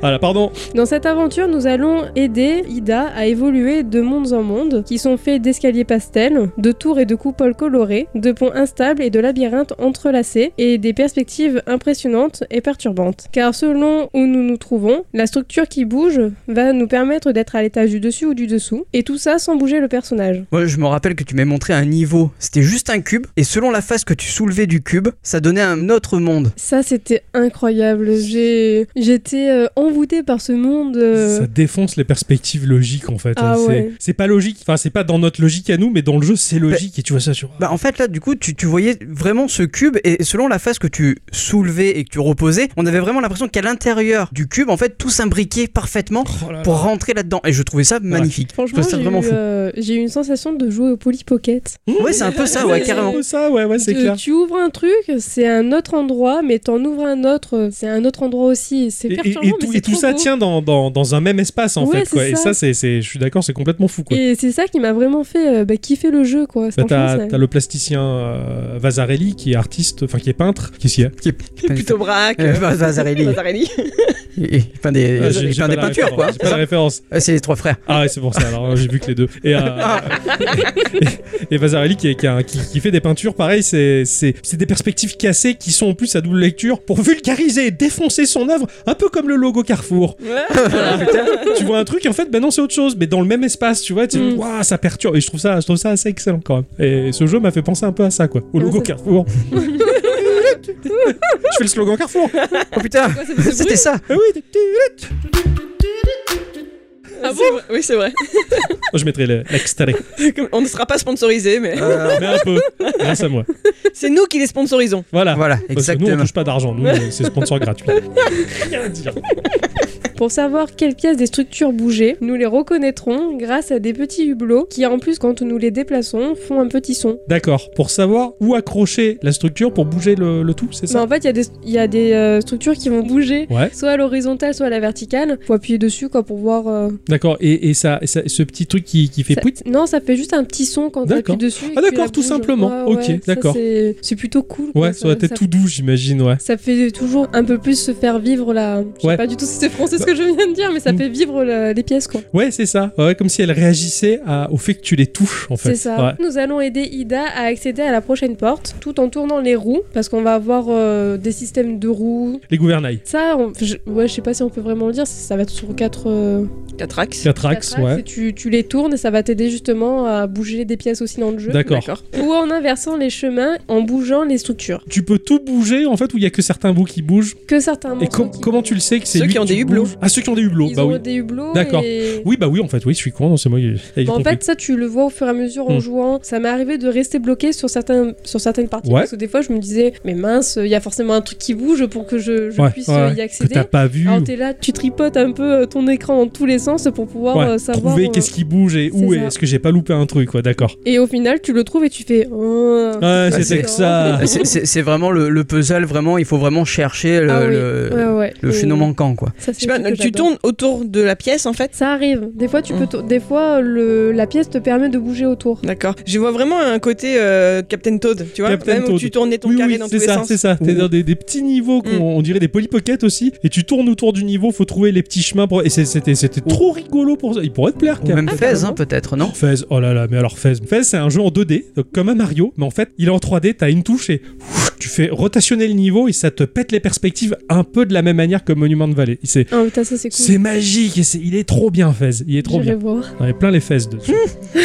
A: voilà, pardon.
C: Dans cette aventure, nous allons aider Ida à évoluer de mondes en mondes, qui sont faits d'escaliers pastels, de tours et de coupoles colorées, de ponts instables et de labyrinthes entrelacés, et des perspectives impressionnantes et perturbantes. Car selon où nous nous trouvons, la structure qui bouge va nous permettre d'être à l'étage du dessus ou du dessous, et tout ça sans bouger le personnage.
B: Moi, je me rappelle que tu m'as montré un niveau. C'était juste un cube, et selon la face que tu soulevais du cube, ça donnait un autre monde.
C: Ça, c'était incroyable. J'ai- J'étais euh, envoûtée par ce monde. euh,
A: Ça défonce les perspectives logiques en fait.
C: Ah
A: C'est-
C: ouais.
A: C'est pas logique. Enfin, c'est pas dans notre logique à nous, mais dans le jeu, c'est logique. Et tu vois ça sur.
B: Bah en fait là du coup tu, tu voyais vraiment ce cube et selon la face que tu soulevais et que tu reposais on avait vraiment l'impression qu'à l'intérieur du cube en fait tout s'imbriquait parfaitement
A: Oh là là.
B: pour rentrer là-dedans et je trouvais ça magnifique.
C: Franchement,
B: je trouvais ça
C: j'ai
B: vraiment
C: eu,
B: fou.
C: euh, j'ai eu une sensation de jouer au Polly Pocket.
B: Ouais c'est un peu
A: <laughs>
B: ça ouais carrément.
A: C'est un peu ça, ouais, ouais, c'est
C: Tu-
A: clair.
C: Tu ouvres un truc, c'est un autre endroit, mais t'en ouvres un autre, c'est un autre endroit aussi. C'est
A: Et, et-
C: perturbant,
A: et
C: mais
A: tout,
C: c'est
A: et tout
C: trop
A: ça
C: beau.
A: tient dans, dans, dans un même espace en
C: Ouais,
A: fait. Quoi.
C: c'est
A: Et
C: ça.
A: ça, c'est, c'est- je suis d'accord, c'est complètement fou. Quoi.
C: Et c'est ça qui m'a vraiment fait euh, bah, kiffer le jeu, quoi.
A: Bah,
C: Franchement,
A: t'as,
C: ça-
A: t'as le plasticien euh, Vasarelli qui est artiste, enfin qui est peintre. Qu'est-ce qu'il y a
D: Plutôt braque.
B: Euh, Vaz- Vazarelli.
D: <laughs> Vazarelli.
B: Et- et- Il peint des,
A: Ah,
B: il
A: j'ai- j'ai
B: peint
A: pas
B: des
A: la
B: peintures
A: référence,
B: quoi.
A: J'ai pas la référence.
B: Euh, C'est les trois frères.
A: Ah ouais, c'est pour ça, alors j'ai vu que les deux. Et, euh,
C: <laughs>
A: et, et Vasarelli qui, est- qui, a un- qui- qui fait des peintures, pareil, c'est, c'est, c'est des perspectives cassées qui sont en plus à double lecture pour vulgariser et défoncer son œuvre, un peu comme le logo Carrefour. tu vois un truc et en fait, ben non, c'est autre chose, mais dans le même espace, tu vois, tu
C: Mm.
A: Ouah, ça perturbe. Et je trouve ça, je trouve ça assez excellent quand même. Et ce jeu m'a fait penser un peu à ça, quoi, au
C: Ouais,
A: logo
C: ça-
A: Carrefour.
C: <laughs>
A: je fais le slogan Carrefour.
B: Oh putain
D: <laughs> Quoi, ça fait ce bruit
B: c'était ça.
A: Ah oui,
D: Ah bon Oui, c'est vrai.
A: je mettrai le- l'extrait,
D: <laughs> Comme- On ne sera pas sponsorisé,
A: Ah,
D: mais
B: Euh,
A: mais un peu, grâce à moi.
D: <laughs> c'est nous qui les sponsorisons.
A: Voilà.
B: <laughs> voilà
A: Parce que nous, on
B: exactement.
A: touche pas d'argent, nous, euh, c'est sponsor gratuit. Rien à dire.
C: Pour savoir quelles pièces des structures bougeaient, nous les reconnaîtrons grâce à des petits hublots qui, en plus, quand nous les déplaçons, font un petit son.
A: D'accord, pour savoir où accrocher la structure pour bouger le, le tout, c'est
C: Mais
A: ça
C: Bah, en fait, il y a des, il y a des euh, structures qui vont bouger.
A: Ouais,
C: Soit à l'horizontale, soit à la verticale. Faut appuyer dessus, quoi, pour voir. euh,
A: d'accord. Et, et ça, et ça- ce petit truc qui, qui fait
C: Ça-
A: pouit
C: Non, ça fait juste un petit son quand tu
A: D'accord.
C: appuies dessus. et
A: Ah,
C: que tu
A: d'accord,
C: la
A: tout
C: bouges.
A: simplement.
C: Ouais,
A: Ok,
C: ouais, ça,
A: d'accord.
C: C'est c'est plutôt cool. quoi,
A: Ouais, ça aurait été tout doux, j'imagine, ouais.
C: Ça fait toujours un peu plus se faire vivre la. Je sais
A: Ouais.
C: pas du tout si c'est français ce que je viens de dire, mais ça
A: Mm.
C: fait vivre la- les pièces quoi.
A: Ouais, c'est ça. Ouais, comme si elle réagissait à- au fait que tu les touches, en fait.
C: C'est ça.
A: Ouais.
C: Nous allons aider Ida à accéder à la prochaine porte tout en tournant les roues parce qu'on va avoir euh, des systèmes de roues.
A: Les gouvernails.
C: Ça, on- je... ouais, je sais pas si on peut vraiment le dire, ça va être sur quatre, euh,
D: Quatre axes.
A: Quatre
C: quatre
A: axes, ouais.
C: et tu, tu les tournes et ça va t'aider justement à bouger des pièces aussi dans le jeu.
A: D'accord.
C: Ou en inversant les chemins en bougeant les structures.
A: Tu peux tout bouger, en fait, où il y a que certains bouts qui bougent.
C: que certains
A: Et
C: morceaux
A: com-
C: qui-
A: comment tu le sais que c'est
D: Ceux
A: lui
D: qui ont
A: que tu
D: des hublots.
A: bouges Ah, ceux qui ont des hublots,
C: ils
A: bah
C: ont
A: oui.
C: des hublots
A: D'accord.
C: et-
A: Oui, bah oui, en fait, oui, je suis con, non, c'est moi. qui-
C: Mais Bah, en fait, ça, tu le vois au fur et à mesure en
A: Hmm.
C: jouant. Ça m'est arrivé de rester bloqué sur, certains, sur certaines parties.
A: Ouais.
C: Parce que des fois, je me disais, mais mince, il y a forcément un truc qui bouge pour que je, je
A: Ouais,
C: puisse
A: ouais,
C: euh, y
A: ouais, que
C: accéder.
A: t'as pas vu.
C: Alors, t'es là, tu tripotes un peu euh, ton écran dans tous les sens pour pouvoir
A: Ouais,
C: euh, savoir.
A: trouver
C: euh,
A: qu'est-ce qui bouge et
C: c'est
A: où et
C: ça.
A: est-ce que j'ai pas loupé un truc, quoi, d'accord.
C: Et au final, tu le trouves et tu fais. Oh,
A: Ouais, c'était
B: c'est-
A: que ça.
B: C'est- C'est c'est vraiment le, le puzzle vraiment il faut vraiment chercher le,
C: Ah oui,
B: le,
C: ouais, ouais.
B: le
C: Et
B: chaînon manquant quoi.
C: ça, c'est
D: euh, Je sais pas,
C: le truc que
D: tu
C: j'adore.
D: tournes autour de la pièce en fait.
C: Ça arrive. Des fois, tu peux
D: Hmm.
C: tour- des fois le... la pièce te permet de bouger autour.
D: D'accord. Je vois vraiment un côté euh, Captain Toad, tu vois.
A: Captain
D: Même où
A: Toad.
D: tu tournais ton
A: Oui,
D: carré
A: oui,
D: dans tous
A: c'est
D: les
A: ça,
D: sens.
A: c'est ça. T'es
B: Ouh.
A: dans des, des petits niveaux, qu'on-
D: Mm.
A: on dirait des polypockets aussi, et tu tournes autour du niveau, faut trouver les petits chemins pour. Et c'est- c'était c'était trop rigolo pour ça. Il pourrait te plaire,
B: Ou
A: Cap.
B: même Fez
C: Ah, carrément.
B: hein, peut-être non
A: Oh, Fez, oh là là, mais alors Fez. Fez, c'est un jeu en 2D, donc comme un Mario, mais en fait, il est en 3D, t'as une touche et ouf, tu fais rotationner le niveau et ça te pète les perspectives un peu de la même manière que Monument de Vallée. C'est
D: Mm.
C: Ah, putain, ça, c'est cool.
A: c'est magique, et c'est- il est trop bien, Fez. Il est trop
C: J'irai
A: bien.
C: voir.
A: On est plein les fesses dessus.
D: Mm.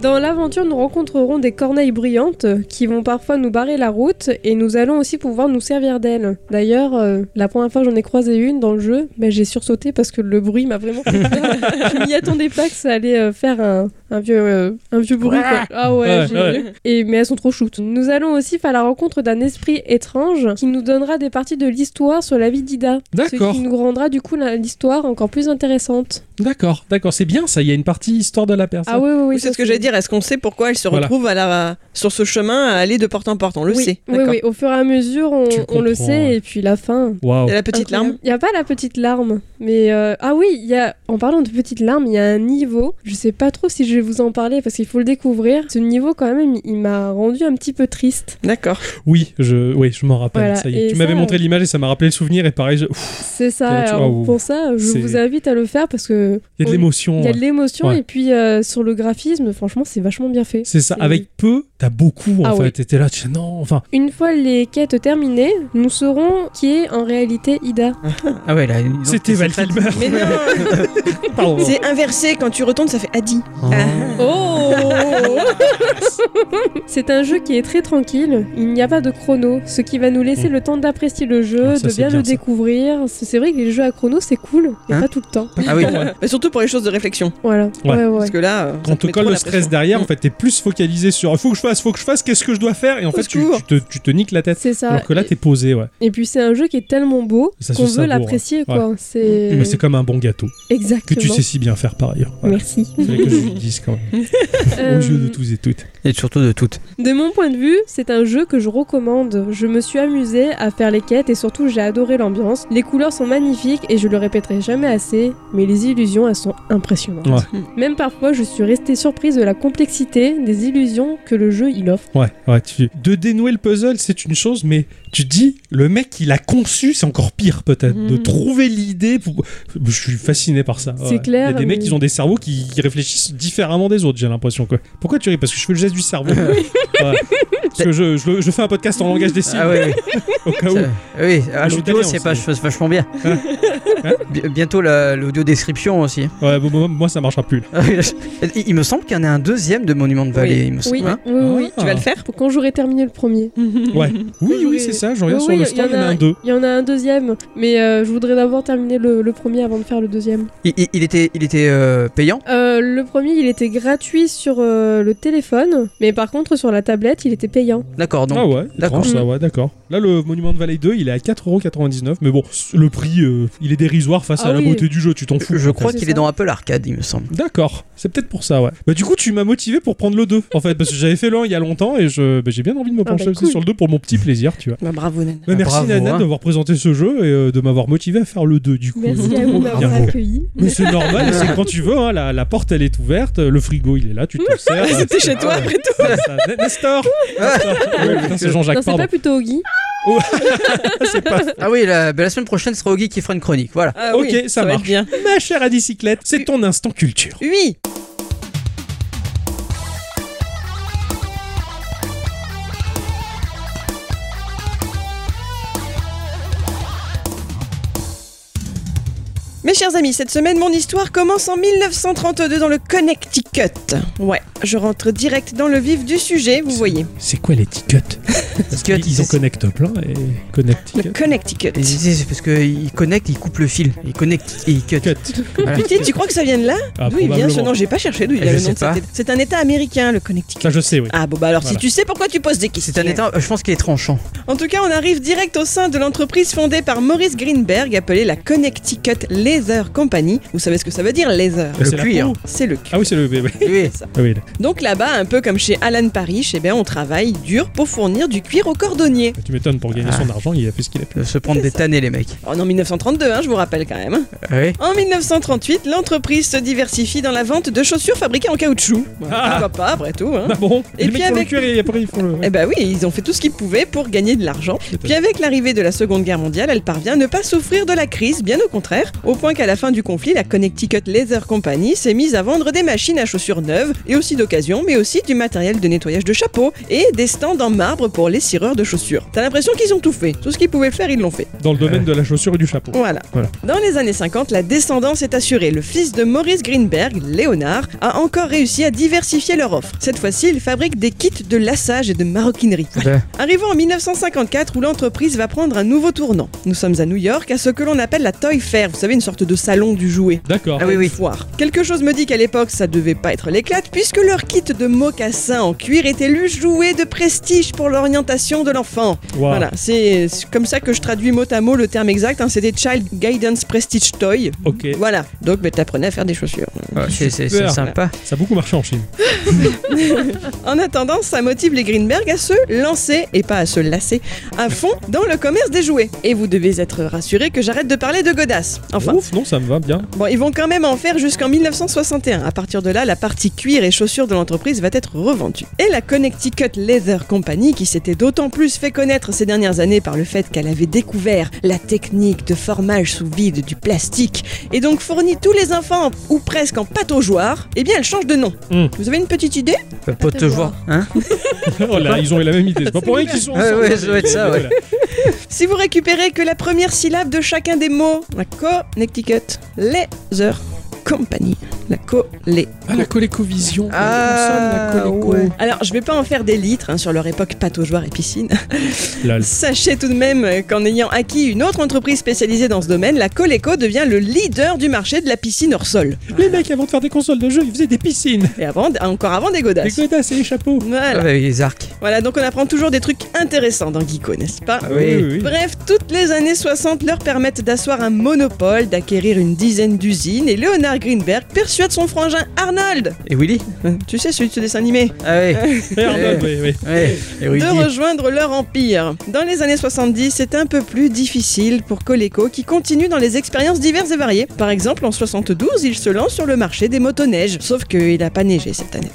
C: Dans l'aventure, nous rencontrerons des corneilles brillantes qui vont parfois nous barrer la route et nous allons aussi pouvoir nous servir d'elles. D'ailleurs, euh, la première fois que j'en ai croisé une dans le jeu, bah, j'ai sursauté parce que le bruit m'a vraiment. fait
A: <laughs>
C: peur. je m'y attendais pas que ça allait euh, faire un, un vieux, euh, un vieux bruit. quoi. Ah ouais,
A: Ouais,
C: j'ai-
A: ouais.
C: Et, mais elles sont trop chouettes. Nous allons aussi faire la rencontre d'un esprit étrange qui nous donnera des parties de l'histoire sur la vie d'Ida.
A: D'accord.
C: Ce qui nous rendra du coup la- l'histoire encore plus intéressante.
A: D'accord, d'accord, c'est bien ça. Il y a une partie histoire de la personne.
C: Ah ouais, ouais, ouais.
D: Oui,
C: ça,
D: c'est ce que j'allais dire. Est-ce qu'on sait pourquoi elle se
A: Voilà.
D: retrouve à la... sur ce chemin à aller de porte en porte On le
C: oui,
D: sait.
C: oui,
D: d'accord.
C: oui, au fur et à mesure, on,
A: Tu
C: on
A: comprends,
C: le sait,
A: ouais.
C: et puis la fin.
A: Waouh.
D: Il y a la petite larme.
C: Il n'y a pas la petite larme, mais euh, ah oui, il y a. En parlant de petite larme, il y a un niveau. Je sais pas trop si je je vais vous en parler parce qu'il faut le découvrir. Ce niveau, quand même, il m'a rendu un petit peu triste.
D: D'accord.
A: Oui, je, oui, je m'en rappelle.
C: Voilà,
A: ça y est.
C: et
A: Tu m'avais
C: ça,
A: montré
C: euh,
A: l'image et ça m'a rappelé le souvenir. Et pareil, je- ouf,
C: C'est
A: Et là,
C: ça.
A: Eh, tu
C: alors,
A: vois, ouh,
C: pour ça, je
A: c'est-
C: vous invite à le faire parce que
A: il y a de
C: on-
A: l'émotion. hein.
C: il y a de
A: ouais.
C: l'émotion
A: Ouais.
C: et puis euh, sur le graphisme, franchement, c'est vachement bien fait.
A: C'est ça.
C: c'est-
A: Avec peu, t'as beaucoup en
C: Ah
A: fait.
C: oui.
A: Et t'es là, tu fais, non, enfin.
C: Une fois les quêtes terminées, nous saurons qui est en réalité Ida.
B: Ah ouais, là. ils ont-
A: C'était Val Kilmer. <laughs>
D: Mais non, <laughs>
A: Pardon.
D: c'est inversé. Quand tu retournes, ça fait Adi.
C: Oh C'est un jeu qui est très tranquille, il n'y a pas de chrono, ce qui va nous laisser
A: Mm.
C: le temps d'apprécier le jeu,
A: Ah, ça,
C: de
A: c'est
C: bien,
A: bien,
C: le
A: ça.
C: découvrir. C'est c'est vrai que les jeux à chrono, c'est cool, mais
B: Hein
C: pas tout le temps.
B: Ah oui.
D: Mais surtout pour les choses de réflexion.
C: Voilà.
A: Ouais.
C: Ouais, ouais.
D: Parce que là. euh, ça
A: Quand on te
D: met
A: colle
D: trop
A: le
D: la
A: stress
D: pression.
A: derrière, en fait, t'es plus focalisé sur faut que je fasse, faut que je fasse, qu'est-ce que je dois faire, et en
D: Au
A: fait, tu,
D: secours.
A: tu te, tu te niques la tête.
C: C'est ça.
A: Alors que là, t'es posé, ouais.
C: Et puis c'est un jeu qui est tellement beau
A: Ça se
C: qu'on
A: savoure, hein.
C: veut l'apprécier, quoi.
A: Mais
C: C'est
A: c'est comme un bon gâteau que
C: exactement.
A: tu sais si bien faire par ailleurs. Voilà.
C: Merci.
A: Faudrait que je lui dise quand même.
C: <laughs> Euh,
A: Aux yeux de tous et toutes.
B: Et surtout de toutes.
C: De mon point de vue, c'est un jeu que je recommande. Je me suis amusée à faire les quêtes et surtout j'ai adoré l'ambiance. Les couleurs sont magnifiques et je le répéterai jamais assez, mais les illusions elles sont impressionnantes.
A: Ouais.
C: Même parfois, je suis restée surprise de la complexité des illusions que le jeu il offre.
A: Ouais, ouais. tu- De dénouer le puzzle, c'est une chose, mais tu te dis, le mec, il a conçu, c'est encore pire peut-être, de
D: Mhm.
A: trouver l'idée. pour- Je suis fasciné par ça.
C: C'est
A: ouais.
C: clair,
A: Il y a des mecs
C: mais-
A: qui ont des cerveaux qui, qui réfléchissent différemment des autres, j'ai l'impression. Quoi. Pourquoi tu ris Parce que je fais le geste du <laughs> cerveau. Ouais. Parce que je, je, je fais un podcast en langage des signes, <laughs>
B: Ah ouais, oui.
A: au cas où.
B: Ça- oui, ah,
A: suis
B: l'audio,
A: italien
B: c'est pas-
A: aussi.
B: c'est vachement bien.
A: Hein Hein
B: <laughs> Bi- Bientôt la- l'audio description aussi. <laughs>
A: Ouais, bon, bon, moi, ça marchera plus. là.
B: Il il me semble qu'il y en a un deuxième de Monument de Vallée. Il me semble.
C: Oui,
B: hein.
C: oui, oui.
A: Ah.
D: Tu vas le faire
C: Pour quand j'aurais terminé le premier.
A: <laughs> Ouais. Oui, oui,
C: Oui,
A: c'est ça. Je regarde
C: Oui,
A: sur
C: oui,
A: le stand, il y en a un deux.
C: Il y en a un deuxième, mais euh, je voudrais d'abord terminer le, le premier avant de faire le deuxième.
B: Il, il- il était, il était euh, payant.
C: Euh, le premier, il était gratuit sur euh, le téléphone, mais par contre sur la tablette, il était payant.
B: D'accord. Donc.
A: ah ouais,
B: d'accord.
A: étrange ça,
C: Mm.
A: ouais, d'accord. Là, le Monument de Valley 2, il est à 4,99€, mais bon, le prix, euh, il est dérisoire face
C: Ah
A: à la
C: oui.
A: beauté du jeu, tu t'en fous.
B: Je
A: en
B: crois
C: c'est
B: qu'il est
C: ça.
B: dans Apple Arcade, il
A: <laughs>
B: me semble.
A: D'accord, c'est peut-être pour ça, ouais. Bah, du coup, tu m'as motivé pour prendre le 2, en fait, parce que j'avais fait le 1 il y a longtemps et je, bah, j'ai bien envie de me
C: Ah bah,
A: pencher aussi
C: cool.
A: sur le 2 pour mon petit plaisir, tu vois.
D: Bah, bravo, Nan.
A: Bah,
B: Ah,
A: merci
B: bravo,
A: Nana
B: hein.
A: d'avoir présenté ce jeu et euh, de m'avoir motivé à faire le 2, du coup.
C: Merci
A: Euh,
C: à vous
A: bien
C: d'avoir
A: joué.
C: accueilli.
A: Mais c'est normal, c'est quand tu veux, hein, la, la porte elle est ouverte, le frigo il est là, tu te le
C: <laughs>
A: sers.
D: <laughs> C'était chez toi après tout.
A: C'est ça. N- Nestor Nestor. Ouais, putain, C'est
C: Non,
A: Jean-Jacques,
C: c'est
A: pardon.
C: pas plutôt Oggy.
A: C'est pas...
B: Ah oui, la, bah, la semaine prochaine, ce sera Oggy qui fera une chronique. Voilà.
D: Ah
A: Ok,
D: oui,
A: ça
D: va être
A: marche.
D: bien.
A: Ma chère à bicyclette, c'est ton instant culture.
D: Oui. Mes chers amis, cette semaine, mon histoire commence en 1932 dans le Connecticut. Ouais, je rentre direct dans le vif du sujet, vous voyez.
A: C'est quoi les tickets Parce
B: Ticket,
A: qu'ils en
B: c'est-
A: connectent plein et connectent.
D: Le Connecticut.
B: Et c'est c'est parce qu'il connecte, il coupe le fil. Il connecte et il cut. Voilà.
D: Putain, tu crois que ça vient de là
A: Ah,
D: D'où il vient ce
A: probablement.
D: nom J'ai pas cherché d'où il
B: Je
D: vient le
B: sais
D: nom de cet
B: pas.
D: état. C'est un état américain, le Connecticut.
A: Ça, je sais, oui.
D: Ah bon bah alors
A: Voilà.
D: si tu sais pourquoi tu poses des questions.
B: C'est un état, je pense qu'il est tranchant.
D: En tout cas, on arrive direct au sein de l'entreprise fondée par Maurice Greenberg, appelée la Connecticut Laser Company. Vous savez ce que ça veut dire, laser
A: Bah,
D: Oh,
A: C'est
B: Le
A: la
B: cuir.
A: peau.
D: C'est le
A: Ah oui, c'est le bébé.
B: Oui.
A: Ah oui, là.
D: Donc là-bas, un peu comme chez Alan Parrish, eh bien, on travaille dur pour fournir du cuir aux cordonniers.
A: Bah, tu m'étonnes, pour gagner son argent, il a fait ce qu'il a pu.
B: De se prendre des tannés, les mecs.
D: En 1932, hein, je vous rappelle quand même.
A: Ah
B: Oui.
D: En 1938, l'entreprise se diversifie dans la vente de chaussures fabriquées en caoutchouc. Ouais,
A: Ah.
D: Pourquoi pas, après tout. hein.
A: Ah bon
D: Et
A: Les
D: puis
A: mecs font
D: avec-
A: le cuir et après ils font le.
D: Eh ben oui, ils ont fait tout ce qu'ils pouvaient pour gagner de l'argent. Puis avec l'arrivée de la Seconde Guerre mondiale, elle parvient à ne pas souffrir de la crise, bien au contraire, au point qu'à la fin du conflit, la Connecticut Leather Company s'est mise à vendre des machines à chaussures neuves et aussi d'occasion, mais aussi du matériel de nettoyage de chapeaux et des stands en marbre pour les cireurs de chaussures. T'as l'impression qu'ils ont tout fait, tout ce qu'ils pouvaient faire, ils l'ont fait.
A: Dans le domaine de la chaussure et du chapeau.
D: Voilà.
A: Voilà.
D: Dans les années 50, la descendance est assurée. Le fils de Maurice Greenberg, Léonard, a encore réussi à diversifier leur offre. Cette fois-ci, il fabrique des kits de lassage et de maroquinerie.
B: Ah,
D: Arrivons en 1954 où l'entreprise va prendre un nouveau tournant. Nous sommes à New York à ce que l'on appelle la Toy Fair, vous savez, une sorte de salon du jouet.
A: D'accord.
B: Ah oui, oui.
D: Foire. Quelque chose me dit qu'à l'époque ça devait pas être l'éclate puisque leur kit de mocassins en cuir est élu jouet de prestige pour l'orientation de l'enfant.
A: Waouh.
D: Voilà, c'est c'est comme ça que je traduis mot à mot le terme exact, hein, c'est des Child Guidance Prestige Toy.
A: Ok.
D: Voilà, donc bah, t'apprenais à faire des chaussures.
B: C'est c'est- c'est
A: Super.
B: sympa.
A: Ça a beaucoup marché en Chine.
D: En attendant, ça motive les Greenberg à se lancer, et pas à se lasser, à fond dans le commerce des jouets. Et vous devez être rassuré que j'arrête de parler de godasses. Enfin, goût.
A: ouf, non, ça me va bien.
D: <laughs> Bon, ils vont quand même en faire jusqu'en 1961. À partir de là, la partie cuir et chaussures de l'entreprise va être revendue. Et la Connecticut Leather Company, qui s'était d'autant plus fait connaître ces dernières années par le fait qu'elle avait découvert la technique de formage sous vide du plastique et donc fournit tous les enfants ou presque en pâte aux joueurs, eh bien elle change de nom.
A: Hmm.
D: Vous avez une petite idée
B: Pas te voir, hein
A: Oh là, ils ont eu la même idée. C'est pas pour rien qu'ils sont
B: Ouais,
A: ensemble.
B: ouais, ça doit être ça, ouais.
A: Voilà.
D: Si vous récupérez que la première syllabe de chacun des mots, la Connecticut Leather Company, la co les
A: Ah, la colécovision.
B: Ah,
A: La coléco.
B: ouais.
D: Alors, je vais pas en faire des litres hein, sur leur époque pâte aux joueurs et piscine.
A: Lol.
D: Sachez tout de même euh, qu'en ayant acquis une autre entreprise spécialisée dans ce domaine, la Coleco devient le leader du marché de la piscine hors sol.
A: Les mecs, avant de faire des consoles de jeux, ils faisaient des piscines.
D: Et avant, encore avant des
A: Des
D: godasses.
A: godasses et des chapeaux.
D: Voilà.
B: Avec les arcs.
D: voilà, donc on apprend toujours des trucs intéressants dans Geeko, n'est-ce pas
B: Ah oui.
D: Bref, toutes les années 60 leur permettent d'asseoir un monopole, d'acquérir une dizaine d'usines, et Leonard Greenberg persuade son frangin Arnold,
B: Et Willy
D: euh, tu sais celui de ce dessin animé,
B: Ah oui,
D: Eh,
A: Et Arnold, Eh, oui, Eh oui.
B: ouais. Et
D: de
B: Willy.
D: rejoindre leur empire. Dans les années 70, c'est un peu plus difficile pour Coleco qui continue dans les expériences diverses et variées. Par exemple, en 72, il se lance sur le marché des motoneiges, sauf qu'il n'a pas neigé cette année.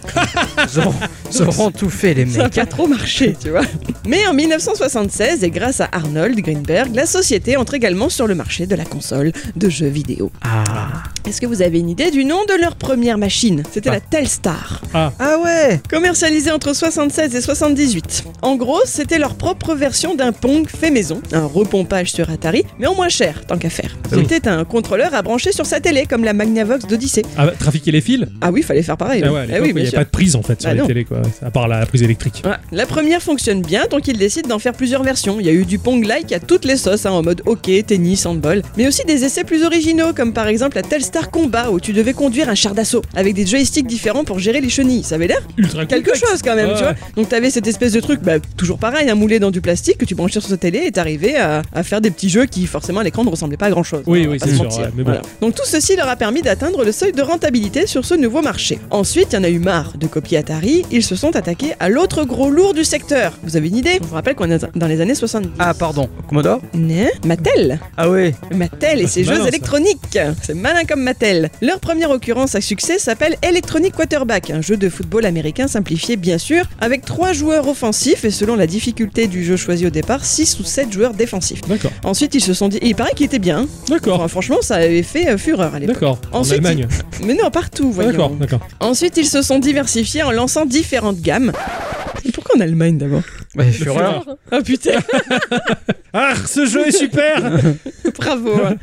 B: Ils auront, ils auront tout fait, les
D: Ça n'a <laughs>
B: mecs.
D: pas trop marché, tu vois. Mais en 1976, et grâce à Arnold Greenberg, la société entre également sur le marché de la console de jeux vidéo.
B: Ah,
D: Est-ce que vous avez une idée du nom de leur première machine C'était la Telstar.
B: ah ouais
D: Commercialisé entre 76 et 78. En gros, c'était leur propre version d'un Pong fait maison, un repompage sur Atari, mais en moins cher, tant qu'à faire.
A: Ah oui.
D: C'était un contrôleur à brancher sur sa télé, comme la Magnavox d'Odyssée.
A: Ah, bah, trafiquer les fils
D: Ah oui, fallait faire pareil.
A: Ah
D: oui.
A: ouais, à
D: Ah
A: l'époque,
D: oui,
A: il
D: bien
A: n'y a
D: sûr.
A: pas de prise en fait sur
D: Bah
A: les
D: non.
A: télés, quoi. À part la prise électrique.
D: Ouais, la première fonctionne bien, donc ils décident d'en faire plusieurs versions. Il y a eu du Pong like à toutes les sauces, hein, en mode hockey, tennis, handball, mais aussi des essais plus originaux, comme par exemple la Telstar Combat, où tu devais conduire un char d'assaut, avec des joysticks différents pour gérer les chenilles. Ça avait l'air
A: Ultra
D: quelque
A: complexe.
D: chose quand même,
A: Ouais,
D: tu vois. Donc t'avais cette espèce de truc, bah, toujours pareil, un moulé dans du plastique que tu branchais sur ta télé et t'arrivais à, à faire des petits jeux qui forcément à l'écran ne ressemblaient pas à grand chose.
A: Oui, oui, c'est sûr, ouais, mais bon.
D: Donc tout ceci leur a permis d'atteindre le seuil de rentabilité sur ce nouveau marché. Ensuite, il y en a eu marre de copier Atari, ils se sont attaqués à l'autre gros lourd du secteur. Vous avez une idée Je vous rappelle qu'on est dans les années 70.
B: Ah, pardon. Commodore
D: Hein Mattel
B: Ah ouais
D: Mattel et
A: Bah, c'est
D: ses
A: malin,
D: jeux
A: ça.
D: électroniques. C'est malin comme Mattel. Leur première occurrence à succès s'appelle Electronic Quarterback, un jeu de football américain simplifié bien sûr, avec trois joueurs offensifs et selon la difficulté du jeu choisi au départ, 6 ou 7 joueurs défensifs.
A: D'accord,
D: Ensuite, ils se sont dit, et il paraît qu'il était bien. hein.
A: d'accord,
D: Enfin, franchement, ça avait fait euh, fureur à l'époque.
A: d'accord. En
D: Ensuite,
A: Allemagne.
D: Mais non, partout, voyons.
A: D'accord, d'accord.
D: Ensuite, ils se sont diversifiés en lançant différentes gammes. Pourquoi en
A: <laughs>
D: Allemagne d'abord
A: Bah,
B: Ouais, fureur.
D: Ah <laughs> putain
A: Ah, ce jeu est super
D: Bravo. hein.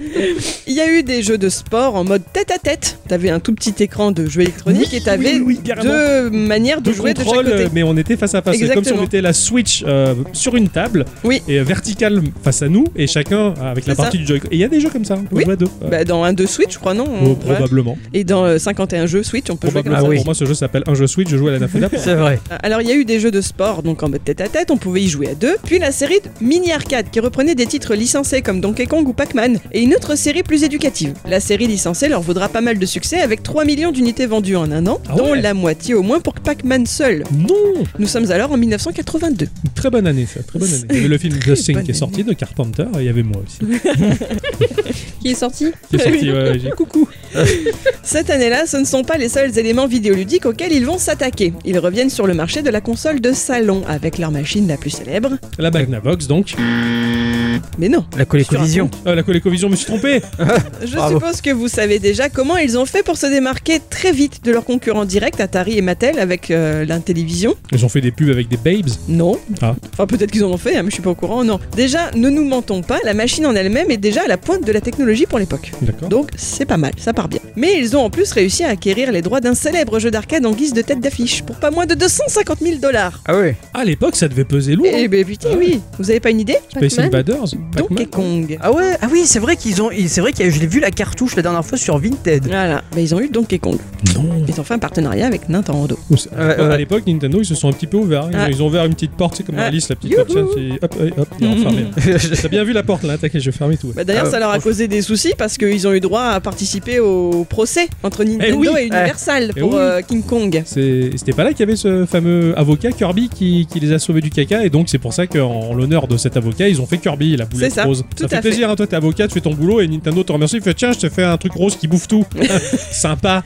D: Il y a eu des jeux de sport en mode tête à tête. T'avais un tout petit écran de jeu électronique et t'avais
A: oui, oui, carrément.
D: deux manières de,
A: De
D: jouer de chaque
A: contrôle,
D: côté.
A: euh, mais on était face à face. C'est comme si on
D: Exactement.
A: mettait la Switch euh, sur une table
D: Oui.
A: et euh, verticale face à nous et chacun euh, avec la
D: C'est ça.
A: partie du joy Et il y a des jeux comme ça, on peut
D: Oui.
A: jouer à deux. Euh,
D: Bah, dans un 2 Switch, je crois, non
A: oh,
D: Ouais.
A: probablement.
D: Et dans euh, 51 jeux Switch, on peut jouer comme
A: Probablement. Ah,
D: ça.
B: Ah oui.
A: Pour moi, ce jeu s'appelle Un jeu Switch, je joue à la Nafuna.
B: <laughs> C'est vrai.
D: Alors, il y a eu des jeux de sport, donc en mode tête à tête, on pouvait y jouer à deux. Puis la série de Mini Arcade, qui reprenait des titres licencés comme Donkey Kong ou Pac-Man, et une autre série plus éducative. La série licencée leur vaudra pas mal de succès avec 3 millions d'unités vendues en un an,
A: Ah
D: dont
A: ouais.
D: la moitié au moins pour Pac-Man seul.
A: non
D: Nous sommes alors en 1982.
A: Une Très bonne année, ça. Très bonne année. Il y avait le film
D: Très
A: The Thing
D: bonne
A: qui est sorti de Carpenter et il y avait moi aussi.
C: Qui est sorti
A: qui est sorti, ouais, ouais, j'ai- coucou.
D: Cette année-là, ce ne sont pas les seuls éléments vidéoludiques auxquels ils vont s'attaquer. Ils reviennent sur le marché de la console de salon avec leur machine la plus célèbre.
A: La Magnavox, donc.
D: Mais non,
B: La collision.
A: Euh, la Colecovision, je me suis trompé
D: je
B: Bravo.
D: suppose que vous savez déjà comment ils ont fait pour se démarquer très vite de leurs concurrents directs Atari et Mattel avec euh, l'intellivision.
A: Ils ont fait des pubs avec des babes.
D: Non.
A: Ah.
D: Enfin, peut-être qu'ils en ont fait, hein, mais je suis pas au courant. Non. Déjà, ne nous mentons pas, la machine en elle-même est déjà à la pointe de la technologie pour l'époque.
A: D'accord.
D: Donc c'est pas mal, ça part bien. Mais ils ont en plus réussi à acquérir les droits d'un célèbre jeu d'arcade en guise de tête d'affiche pour pas moins de 250 000 dollars.
B: Ah ouais
A: À l'époque, ça devait peser lourd. hein.
D: Eh ben putain, oui. Vous avez pas une idée
A: Space
C: Pac-Man
A: Invaders, Pac-Man.
D: Donkey Kong.
B: Ah ouais, ah oui, c'est vrai qu'ils ont, c'est vrai que je l'ai vu la cartouche la dernière fois sur <laughs> Vinted.
D: Voilà, bah, ils ont eu Donkey Kong.
A: Non.
D: Ils ont fait un partenariat avec Nintendo.
A: Ou c'est-
B: Ouais,
A: À
B: ouais.
A: l'époque, Nintendo, ils se sont un petit peu ouverts. hein. Ils ont-
D: Ah.
A: Ils ont ouvert une petite porte, c'est comme dans
D: Ah.
A: Alice, la petite
D: Youhou.
A: porte. c'est- Hop, hop, hop, ils l'ont fermée.
B: <laughs>
A: T'as bien vu la porte là, t'inquiète, je vais fermer tout.
D: Bah, D'ailleurs,
B: Ah,
D: ça leur a
B: franchement.
D: causé des soucis parce qu'ils ont eu droit à participer au procès entre Nintendo
A: Eh oui.
D: et Universal
A: Eh
D: pour
A: oui.
D: euh, King Kong.
A: C'est- C'était pas là qu'il y avait ce fameux avocat Kirby qui, qui les a sauvés du caca et donc c'est pour ça qu'en l'honneur de cet avocat ils ont fait Kirby la boulette
D: C'est ça,
A: rose.
D: tout
A: ça fait
D: à fait.
A: plaisir, hein, toi t'es avocat, tu fais ton boulot et Nintendo te remercie, il fait tiens, je t'ai fait un truc rose qui bouffe
D: <laughs>
A: tout. <laughs> Sympa.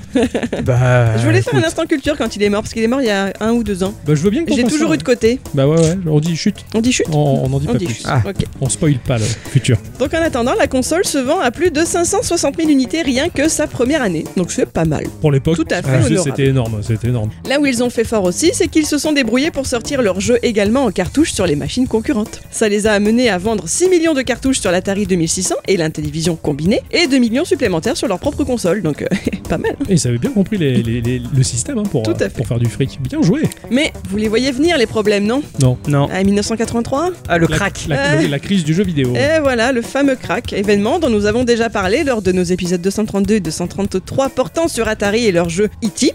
B: Bah.
D: Je voulais
A: Ah,
D: faire un
B: écoute,
D: instant culture quand il est mort, parce qu'il est mort il y a un ou deux ans.
A: Bah, je veux bien que
D: J'ai toujours eu de côté.
A: Bah ouais, ouais, on dit chut,
D: On dit chute
A: on n'en dit
D: On
A: pas
D: dit
A: plus.
D: chute.
B: Ah.
D: Ok.
A: On spoil pas le futur.
D: Donc en attendant, la console se vend à plus de 560 000 unités rien que sa première année. Donc c'est pas mal.
A: Pour l'époque,
D: Tout à
A: le
D: fait
A: jeu,
D: honorable.
A: c'était énorme, c'était énorme.
D: Là où ils ont fait fort aussi, c'est qu'ils se sont débrouillés pour sortir leur jeu également en cartouche sur les machines concurrentes. Ça les a amenés à vendre 6 millions de cartouches sur l'Atari 2600 et l'Intellivision combinée, et 2 millions supplémentaires sur leur propre console, donc euh, <laughs> pas mal.
A: Et ils avaient bien compris les- les- les- le système hein, pour,
D: Tout à
A: euh,
D: fait.
A: pour faire du fric. Bien joué.
D: Mais vous les voyez venir les problèmes, non
A: Non.
B: Non.
D: À 1983
B: Ah, le
A: La-
B: crack.
A: La,
D: Ouais.
A: le- la crise du jeu vidéo.
D: Et voilà le fameux crack, événement dont nous avons déjà parlé lors de nos épisodes 232 et 233 portant sur Atari et leur jeu
A: <laughs>
D: E.T.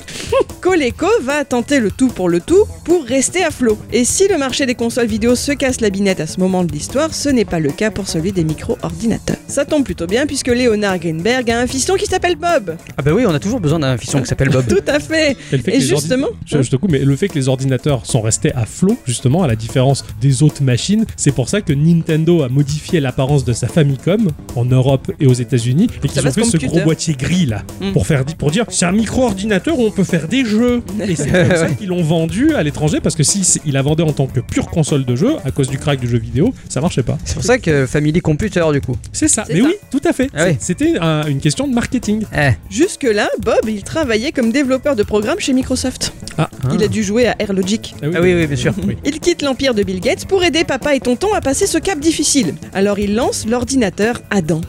D: Coleco va tenter le tout pour le tout pour rester à flot. Et si le marché des consoles vidéo se casse la binette à ce moment de l'histoire, ce n'est pas le cas pour celui des micro-ordinateurs. Ça tombe plutôt bien puisque Leonard Greenberg a un fiston qui s'appelle Bob.
B: Ah, bah oui, on a toujours besoin d'un fiston qui s'appelle Bob. <laughs>
D: Tout à fait.
A: Et le fait
D: Et
A: que les ordi-
D: justement,
A: Je, je te coupe, mais le fait que les ordinateurs sont restés à flot, justement, à la différence des autres machines, c'est pour ça que Nintendo a modifié l'apparence de sa Famicom en Europe et aux États-Unis et qu'ils ont
D: passe
A: fait ce
D: computer.
A: gros boîtier gris là
B: Hmm.
D: Mm.
A: pour faire pour dire c'est un micro-ordinateur où on peut faire des jeux. Et c'est comme
B: <laughs>
A: ça qu'ils l'ont vendu à l'étranger parce que si c'est- il la vendait en tant que pure console de jeu à cause du crack du jeu vidéo, ça marchait pas.
B: C'est pour ça que Family Computer, du coup.
A: C'est ça.
D: C'est
A: Mais
D: ça.
A: oui, tout à fait.
B: Ah ouais.
A: C'est- C'était un- une question de marketing.
B: Eh.
D: jusque-là, Bob, il travaillait comme développeur de programmes chez Microsoft.
A: Ah,
D: Il a dû jouer à Air Logic.
B: Ah oui, oui, bien sûr.
A: Oui.
D: Il quitte l'empire de Bill Gates pour aider papa et tonton à passer ce cap difficile. Alors il lance l'ordinateur Adam.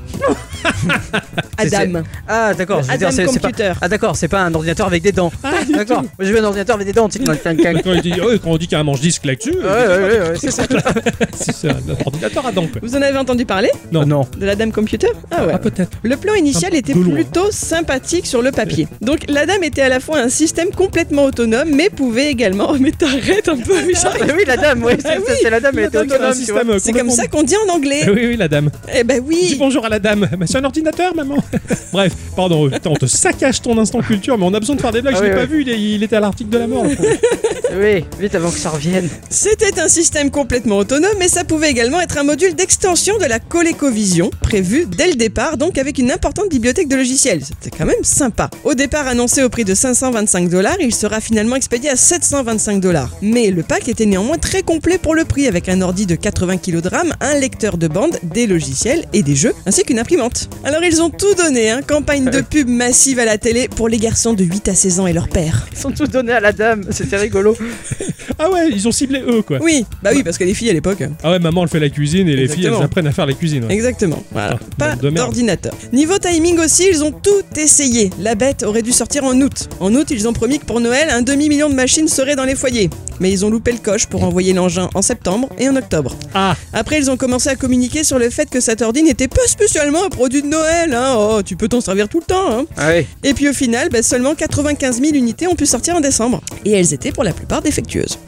D: Adam.
B: Ah, d'accord, je veux
D: Adam
B: dire, c'est c'est pas.
D: Computer.
B: Ah, d'accord, c'est pas un ordinateur avec des dents.
A: Ah,
B: D'accord. Moi, J'ai vu un ordinateur avec des dents. tu sais, clang, clang, clang.
A: Quand, il dit- ouais, quand on dit qu'il y a un manche-disque là-dessus,
B: <laughs> Ah Ouais, ouais, ouais, ouais, c'est ça.
A: c'est un ordinateur à dents. quoi.
D: Vous en avez entendu parler
A: Non.
B: Non.
D: de l'Adam Computer Ah ouais.
A: Ah peut-être.
D: Le plan initial était
A: de loin.
D: plutôt sympathique sur le papier. Donc l'Adam était à la fois un système complètement autonome, mais pouvait également. <laughs> Mais t'arrêtes un peu, Richard.
B: Ah, oui, la dame, oui, c'est
D: oui,
B: c'est la dame, elle
A: La
B: était
A: dame, c'est un
B: autonome, tu vois.
A: système, euh,
D: C'est comme
A: complètement-
D: ça qu'on dit en anglais.
A: <laughs> Eh Oui, oui, la dame.
D: Eh ben
A: Dis
D: oui.
A: bonjour à la dame. <laughs> Mais c'est un ordinateur,
D: <laughs>
A: maman. Bref, pardon, putain, on te saccage ton instant culture, mais on a besoin de faire des blagues.
B: Ah
A: je l'ai
B: oui,
A: pas
B: oui.
A: vu, il, est- il était à l'article de la
D: <laughs>
A: mort. le pauvre.
B: Oui, vite avant que ça revienne.
D: C'était un système complètement autonome, mais ça pouvait également être un module d'extension de la ColecoVision, prévu dès le départ, donc avec une importante bibliothèque de logiciels. C'était quand même sympa. Au départ annoncé au prix de 525 dollars, il sera finalement expédié à 725 dollars. Mais le pack était néanmoins très complet pour le prix, avec un ordi de 80 kg de RAM, un lecteur de bande, des logiciels et des jeux, ainsi qu'une imprimante. Alors ils ont tout donné, hein, campagne de pub massive à la télé pour les garçons de 8 à 16 ans et leur père.
B: Ils sont tous donnés à la dame, c'était rigolo.
A: ah ouais, ils ont ciblé eux, quoi.
D: Oui, bah oui, parce que les filles à l'époque.
A: Ah ouais, maman, elle fait la cuisine et les filles,
D: Exactement.
A: elles apprennent à faire la cuisine. ouais.
D: Exactement. Voilà.
A: Ah,
D: Pas
A: bande de merde.
D: d'ordinateur. Niveau timing aussi, ils ont tout essayé. La bête aurait dû sortir en août. En août, ils ont promis que pour Noël, un demi-million de machines seraient dans les foyers. Mais ils ont loupé le coche pour envoyer l'engin en septembre et en octobre.
A: Mm. Ah,
D: Après, ils ont commencé à communiquer sur le fait que cette ordi n'était pas spécialement un produit de Noël. hein. Oh, tu peux t'en servir tout le temps. hein.
B: Ah oui.
D: Et puis au final, bah, seulement 95 000 unités ont pu sortir en décembre. Et elles étaient pour la plupart
A: <laughs>
D: défectueuses.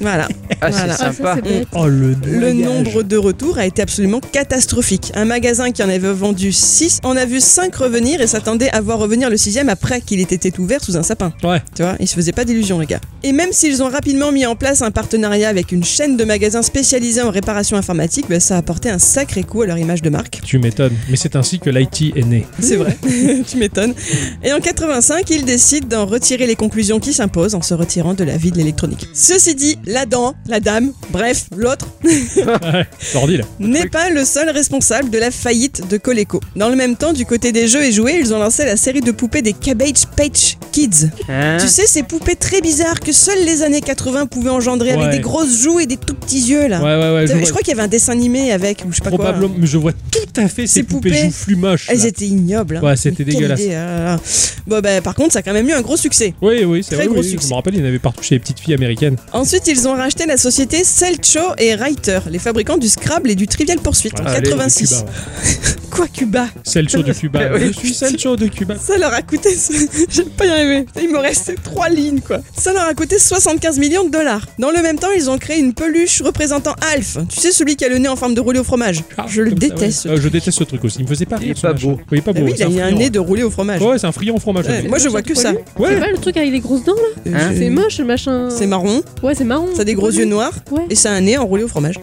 D: voilà.
B: Ah,
D: Voilà.
B: c'est sympa.
C: bête.
A: oh le
D: Le
A: noyage.
D: nombre de retours a été absolument catastrophique. Un magasin qui en avait vendu 6 en a vu 5 revenir et s'attendait à voir revenir le sixième après qu'il ait été ouvert sous un sapin.
A: Ouais.
D: Tu vois, ils se faisaient pas d'illusions, les gars. Et même s'ils ont rapidement mis en place un partenariat avec une chaîne de magasins spécialisés en réparation informatique, bah, ça a apporté un sacré coup à leur image de marque.
A: Tu m'étonnes, mais c'est ainsi que l'IT est né.
D: C'est vrai, <laughs> tu m'étonnes. Et en 85, ils décident d'en retirer les conclusions qui s'imposent en se retirant de la vie de l'électronique. Ceci dit, la dent, la dame, bref, l'autre,
A: Ouais, L'ordi là.
D: n'est pas le seul responsable de la faillite de Coleco. Dans le même temps, du côté des jeux et jouets, ils ont lancé la série de poupées des Cabbage Patch Kids.
B: Hein
D: Tu sais, ces poupées très bizarres que seuls les années 80 pouvaient engendrer
A: Ouais.
D: avec des grosses joues et des tout petits yeux là.
A: Ouais, ouais, ouais.
D: Ah.
A: Je,
D: Tu sais,
A: vois,
D: je crois qu'il y avait un dessin animé avec, ou je sais pas quoi.
A: probablement, mais je vois tout à fait ces,
D: Ces
A: poupées,
D: poupées,
A: joufflues moches. là.
D: Elles étaient ignobles. hein.
A: Ouais, c'était
D: Mais quelle
A: dégueulasse.
D: idée, ah là là. Bon, bah, par contre, ça a quand même eu un gros succès.
A: Oui, oui, c'est
D: Très
A: vrai.
D: gros
A: oui, je
D: succès.
A: me rappelle, il y en avait partout chez les petites filles américaines.
D: Ensuite, ils ont racheté la société Selcho et Writer, les fabricants du Scrabble et du Trivial Poursuite, en
A: Allez,
D: 86.
A: Cuba, ouais.
D: Quoi, Cuba
A: Celso de
D: <laughs>
A: Cuba.
B: Oui.
A: Je suis Celso de Cuba.
D: Ça leur a coûté. <laughs> J'ai pas y arriver. Il me reste trois lignes, quoi. Ça leur a coûté 75 millions de dollars. Dans le même temps, ils ont créé une peluche représentant Alf. Tu sais, celui qui a le nez en forme de roulé au fromage.
A: Ah,
D: Je le
A: comme ça, ouais.
D: déteste.
A: Euh, je déteste ce truc aussi. Il me faisait pas
B: Il
A: rire,
B: est
A: ce
B: pas
A: machin.
B: beau.
A: Oui, il est pas
D: Bah
A: beau.
D: oui, il
A: c'est
D: a un
A: friand.
D: nez de roulé au fromage.
A: Ouais, c'est un friand en fromage.
D: Ouais,
A: lui.
D: moi, je vois que ça. Euh,
A: Ouais.
C: C'est pas le truc avec les grosses dents là
A: Euh,
B: Hein
C: C'est moche le machin.
D: C'est marron,
C: Ouais, c'est marron.
D: ça a des gros yeux noirs
C: Ouais.
D: et ça a un nez enroulé au fromage.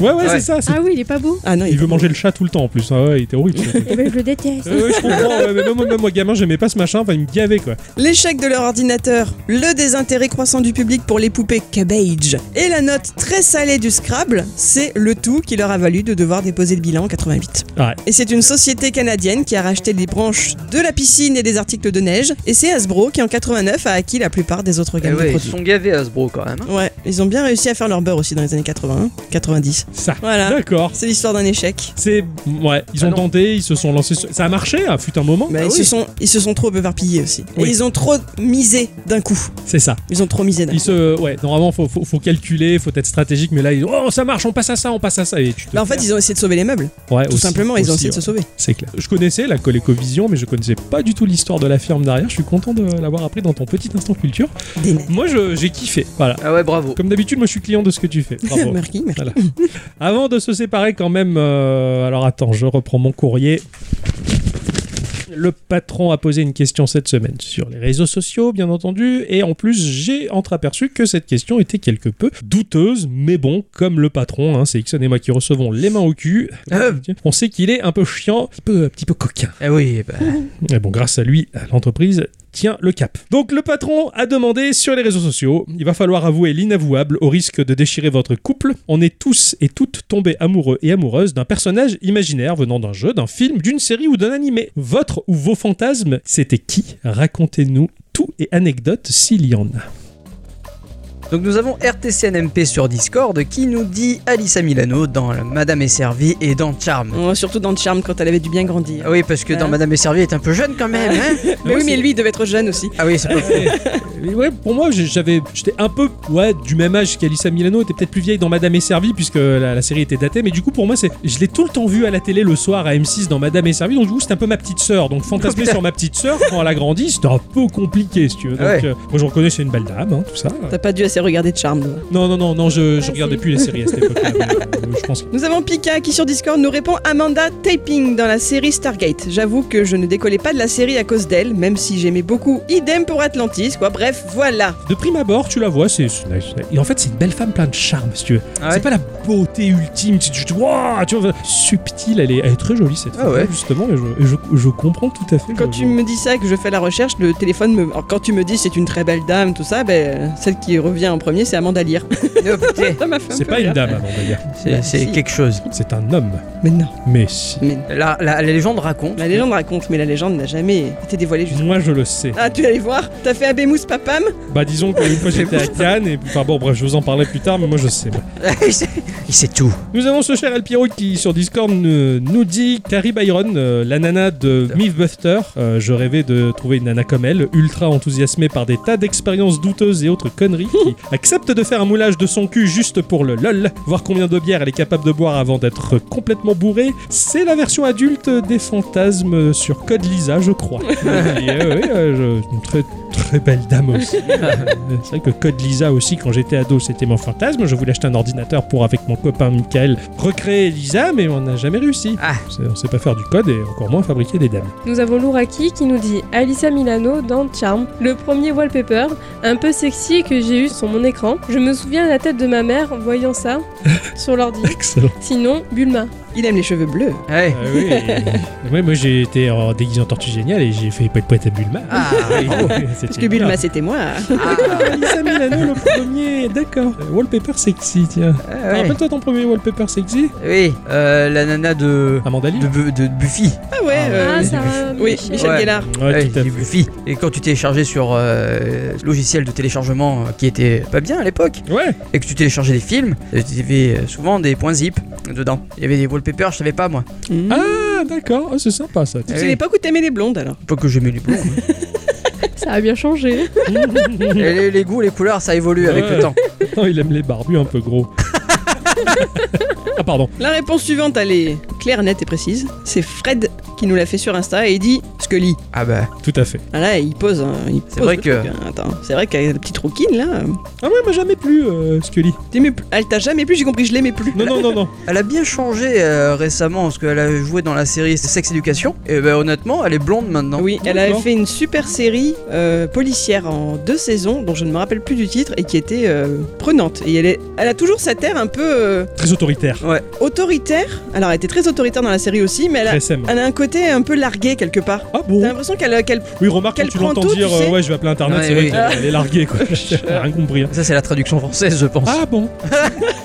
A: Ouais, ouais, c'est
B: Ouais.
A: ça. c'est-
C: Ah oui, il est pas beau.
D: Ah non,
A: Il veut manger le chat tout le temps en plus. Ah ouais, il était
D: <laughs>
A: horrible. ce truc.
C: Eh ben, je le déteste.
A: Euh, ouais, je comprends. ouais, mais même, même moi, gamin, j'aimais pas ce machin. Enfin, il me gavait quoi.
D: L'échec de leur ordinateur, le désintérêt croissant du public pour les poupées Cabbage et la note très salée du Scrabble, c'est le tout qui leur a valu de devoir déposer le bilan en 88.
A: Ouais.
D: Et c'est une société canadienne qui a racheté des branches de la piscine et des articles de neige, et c'est Hasbro qui en 89 a acquis la plupart des autres
B: Eh
D: gammes de
B: ouais, ils se
D: produits.
B: sont gavés Hasbro quand même. hein.
D: Ouais, ils ont bien réussi à faire leur beurre aussi dans les années 80, 90.
A: Ça.
D: Voilà.
A: D'accord.
D: C'est l'histoire d'un échec.
A: C'est ouais, ils
B: Ah
A: ont
B: non.
A: tenté, ils se sont lancés. sur- Ça a marché, à fut un moment.
D: Bah,
A: Ah
D: ils,
A: oui.
D: se sont, ils se sont trop éparpillés aussi.
A: Oui.
D: Et ils ont trop misé d'un coup.
A: C'est ça.
D: Ils ont trop misé d'un
A: Ils
D: coup.
A: se ouais, normalement faut, faut, faut calculer, faut être stratégique, mais là ils oh ça marche, on passe à ça, on passe à ça et tu te
D: Bah, en fait, ils ont essayé de sauver les meubles.
A: Ouais,
D: Tout
A: aussi,
D: simplement, ils ont
A: aussi,
D: essayé de se
A: ouais.
D: sauver.
A: C'est clair. Je connaissais la ColecoVision, mais je connaissais pas du tout l'histoire de la firme derrière. Je suis content de l'avoir appris dans ton petit instant culture.
D: Des nains.
A: Moi, je- j'ai kiffé. Voilà.
B: Ah ouais, bravo.
A: Comme d'habitude, moi, je suis client de ce que tu fais. Bravo.
D: <laughs> Merci, merci.
A: Voilà. Avant de se séparer quand même, euh, alors attends, je reprends mon courrier. Le patron a posé une question cette semaine sur les réseaux sociaux, bien entendu, et en plus j'ai entreaperçu que cette question était quelque peu douteuse, mais bon, comme le patron, hein, c'est Ixon et moi qui recevons les mains au cul,
B: Euh.
A: on sait qu'il est un peu chiant, un petit peu, un petit peu coquin.
B: Eh oui, bah,
D: <laughs>
A: Et Eh bon, grâce à lui, l'entreprise tient le cap. Donc le patron a demandé sur les réseaux sociaux, il va falloir avouer l'inavouable au risque de déchirer votre couple. On est tous et toutes tombés amoureux et amoureuses d'un personnage imaginaire venant d'un jeu, d'un film, d'une série ou d'un animé. Votre ou vos fantasmes, c'était qui Racontez-nous tout et anecdotes s'il y en a.
B: Donc nous avons RTCNMP sur Discord qui nous dit Alissa Milano dans la Madame est servie et dans Charm.
D: Oh, surtout dans le charme quand elle avait du bien grandi.
B: Ah oui, parce que dans
D: Hein
B: Madame est servie, elle est un peu jeune quand même.
D: <laughs>
B: Hein
D: Mais oui, mais lui, il devait être jeune aussi.
B: ah oui, c'est pas faux.
A: Mais ouais, pour moi, j'ai- j'avais, j'étais un peu ouais, du même âge qu'Alissa Milano, était peut-être plus vieille dans Madame et Servie, puisque la, la série était datée, mais du coup, pour moi, c'est, je l'ai tout le temps vue à la télé le soir à M6 dans Madame et Servie, donc du coup, c'était un peu ma petite sœur. Donc, fantasmer sur ma petite sœur, quand elle a grandi, c'était un peu compliqué, si tu veux. Donc,
B: Ouais.
A: euh, moi, je reconnais, c'est une belle dame, hein, tout ça.
D: T'as pas dû assez regarder de charme. toi.
A: Non, non, non, non, je, je
C: Ah,
A: regardais
C: c'est-
A: plus les séries à cette époque-là. mais, euh, je pense que-
D: Nous avons Pika qui sur Discord nous répond Amanda Taping dans la série Stargate. J'avoue que je ne décollais pas de la série à cause d'elle, même si j'aimais beaucoup. Idem pour Atlantis, quoi. Bref, voilà.
A: De prime abord, tu la vois, c'est, c'est nice. Et en fait, c'est une belle femme pleine de charme, si tu veux.
B: Ah ouais.
A: C'est pas la beauté ultime, tu tu- tu- Ouah, tu vois, subtile, elle est, elle est très jolie cette
B: Ah
A: femme,
B: ouais.
A: justement, et je, et je- je comprends tout à fait.
D: Quand
A: je-
D: tu me dis ça, que je fais la recherche, le téléphone me. Alors, quand tu me dis c'est une très belle dame, tout ça, ben, celle qui revient en premier, c'est Amanda Lear. <laughs>
B: Oh, putain,
D: Ça m'a fait un
A: C'est
D: peu
A: pas
D: rire.
A: une dame, avant d'ailleurs.
B: c'est c'est quelque chose.
A: C'est un homme.
D: Mais non.
A: Mais si.
D: Mais
B: La, la- la légende raconte.
D: la légende raconte, mais la légende n'a jamais été dévoilée jusqu'à.
A: Moi, je le sais.
D: Ah, tu allais voir T'as fait Abemous Papam
A: Bah, disons qu'une
D: <laughs>
A: fois j'étais à Cannes, et puis- enfin bon, bref, je vous en parlerai plus tard, mais moi je sais. moi.
B: Il sait- Il sait tout.
A: Nous avons ce cher Alpiro qui, sur Discord, ne- nous dit Carrie Byron, euh, la nana de Mythbuster. Euh, je rêvais de trouver une nana comme elle, ultra enthousiasmée par des tas d'expériences douteuses et autres conneries, qui accepte de faire un moulage de son cul juste pour le lol, voir combien de bières elle est capable de boire avant d'être complètement bourrée. C'est la version adulte des fantasmes sur Code Lisa, je crois. Et, euh, oui, euh, je- une très, très belle dame aussi. Euh, C'est vrai que Code Lisa aussi, quand j'étais ado, c'était mon fantasme. Je voulais acheter un ordinateur pour, avec mon copain Michael, recréer Lisa, mais on n'a jamais réussi.
B: Ah.
A: On sait- On sait pas faire du code et encore moins fabriquer des dames.
C: Nous avons Louraki qui nous dit Alissa Milano dans Charm, le premier wallpaper, un peu sexy que j'ai eu sur mon écran. Je me souviens de la tête de ma mère en voyant
A: <laughs>
C: ça sur l'ordi.
A: Excellent.
C: Sinon, Bulma.
D: Il aime les cheveux bleus.
B: Ouais.
A: Ah oui.
B: <laughs>
A: Ouais, moi, j'ai été en déguisé en tortue géniale et j'ai fait poète poète à Bulma.
B: Ah,
A: <laughs>
B: oui.
A: Parce
D: Parce que Bulma, c'était moi.
B: Ah,
A: Lisa Milano, le
B: <laughs>
A: premier. D'accord. Euh, Wallpaper sexy, tiens.
B: Ah,
A: Ah,
B: ouais.
A: Rappelle-toi ton premier wallpaper sexy
B: Oui, euh, la nana de,
A: Amanda Lear.
B: de, Bu- de Buffy.
D: Ah ouais.
A: Ah,
D: euh,
C: ah, Sarah
D: Oui,
C: Michel.
D: Michel
B: Ouais.
D: Guélard.
A: Ouais,
B: Ah. Ouais,
A: tout à
B: j'ai
A: fait.
B: Buffy. Et quand tu téléchargeais sur euh, logiciel de téléchargement euh, qui était pas bien à l'époque,
A: Ouais,
B: et que tu téléchargeais des films, euh, tu avais souvent des points zip dedans. Il y avait des wallpapers, je savais pas moi.
D: Mmh.
A: ah d'accord, Oh, c'est sympa ça.
D: C'est l'époque où t'aimais les blondes alors.
B: Pas que j'aimais les blonds. hein.
C: Ça a bien changé.
B: <laughs> Et les, les goûts, les couleurs, ça évolue avec
A: Ouais.
B: le temps.
A: Non, il aime les barbus un peu gros. ah pardon.
D: La réponse suivante, elle est claire, nette et précise. C'est Fred qui nous l'a fait sur Insta et il dit Scully.
B: Ah bah.
A: Tout à fait.
D: Ah là, il pose. hein, il
B: C'est
D: pose
B: vrai
D: le
B: que-
D: truc, hein. Attends, c'est vrai qu'avec la petite rouquine là. euh,
A: Ah ouais, moi jamais plus euh, Scully.
D: t'aimais plus- Elle t'a jamais plu, j'ai compris, je l'aimais plus.
A: Non, non, non, non.
B: Elle a bien changé euh, récemment parce qu'elle a joué dans la série Sex Education. Et ben honnêtement, elle est blonde maintenant.
D: Oui, elle
A: D'accord.
D: avait fait une super série euh, policière en deux saisons, dont je ne me rappelle plus du titre, et qui était euh, prenante. Et elle, est, elle a toujours sa terre un peu euh,
A: Très autoritaire.
D: autoritaire. Alors, elle était très autoritaire dans la série aussi, mais elle a,
A: Très SM.
D: elle a un côté un peu largué quelque part.
A: Ah
D: T'as
A: bon
D: l'impression qu'elle qu'elle
A: Oui, remarque, quand
D: qu'elle
A: tu
D: prend
A: l'entends
D: tout,
A: dire
D: tu
A: euh,
D: sais.
A: ouais, je vais appeler Internet,
B: Ouais,
A: c'est vrai
B: oui.
A: qu'elle est larguée
D: <laughs>
A: quoi. J'ai rien compris. hein.
B: Ça, c'est la traduction française, je pense.
A: Ah bon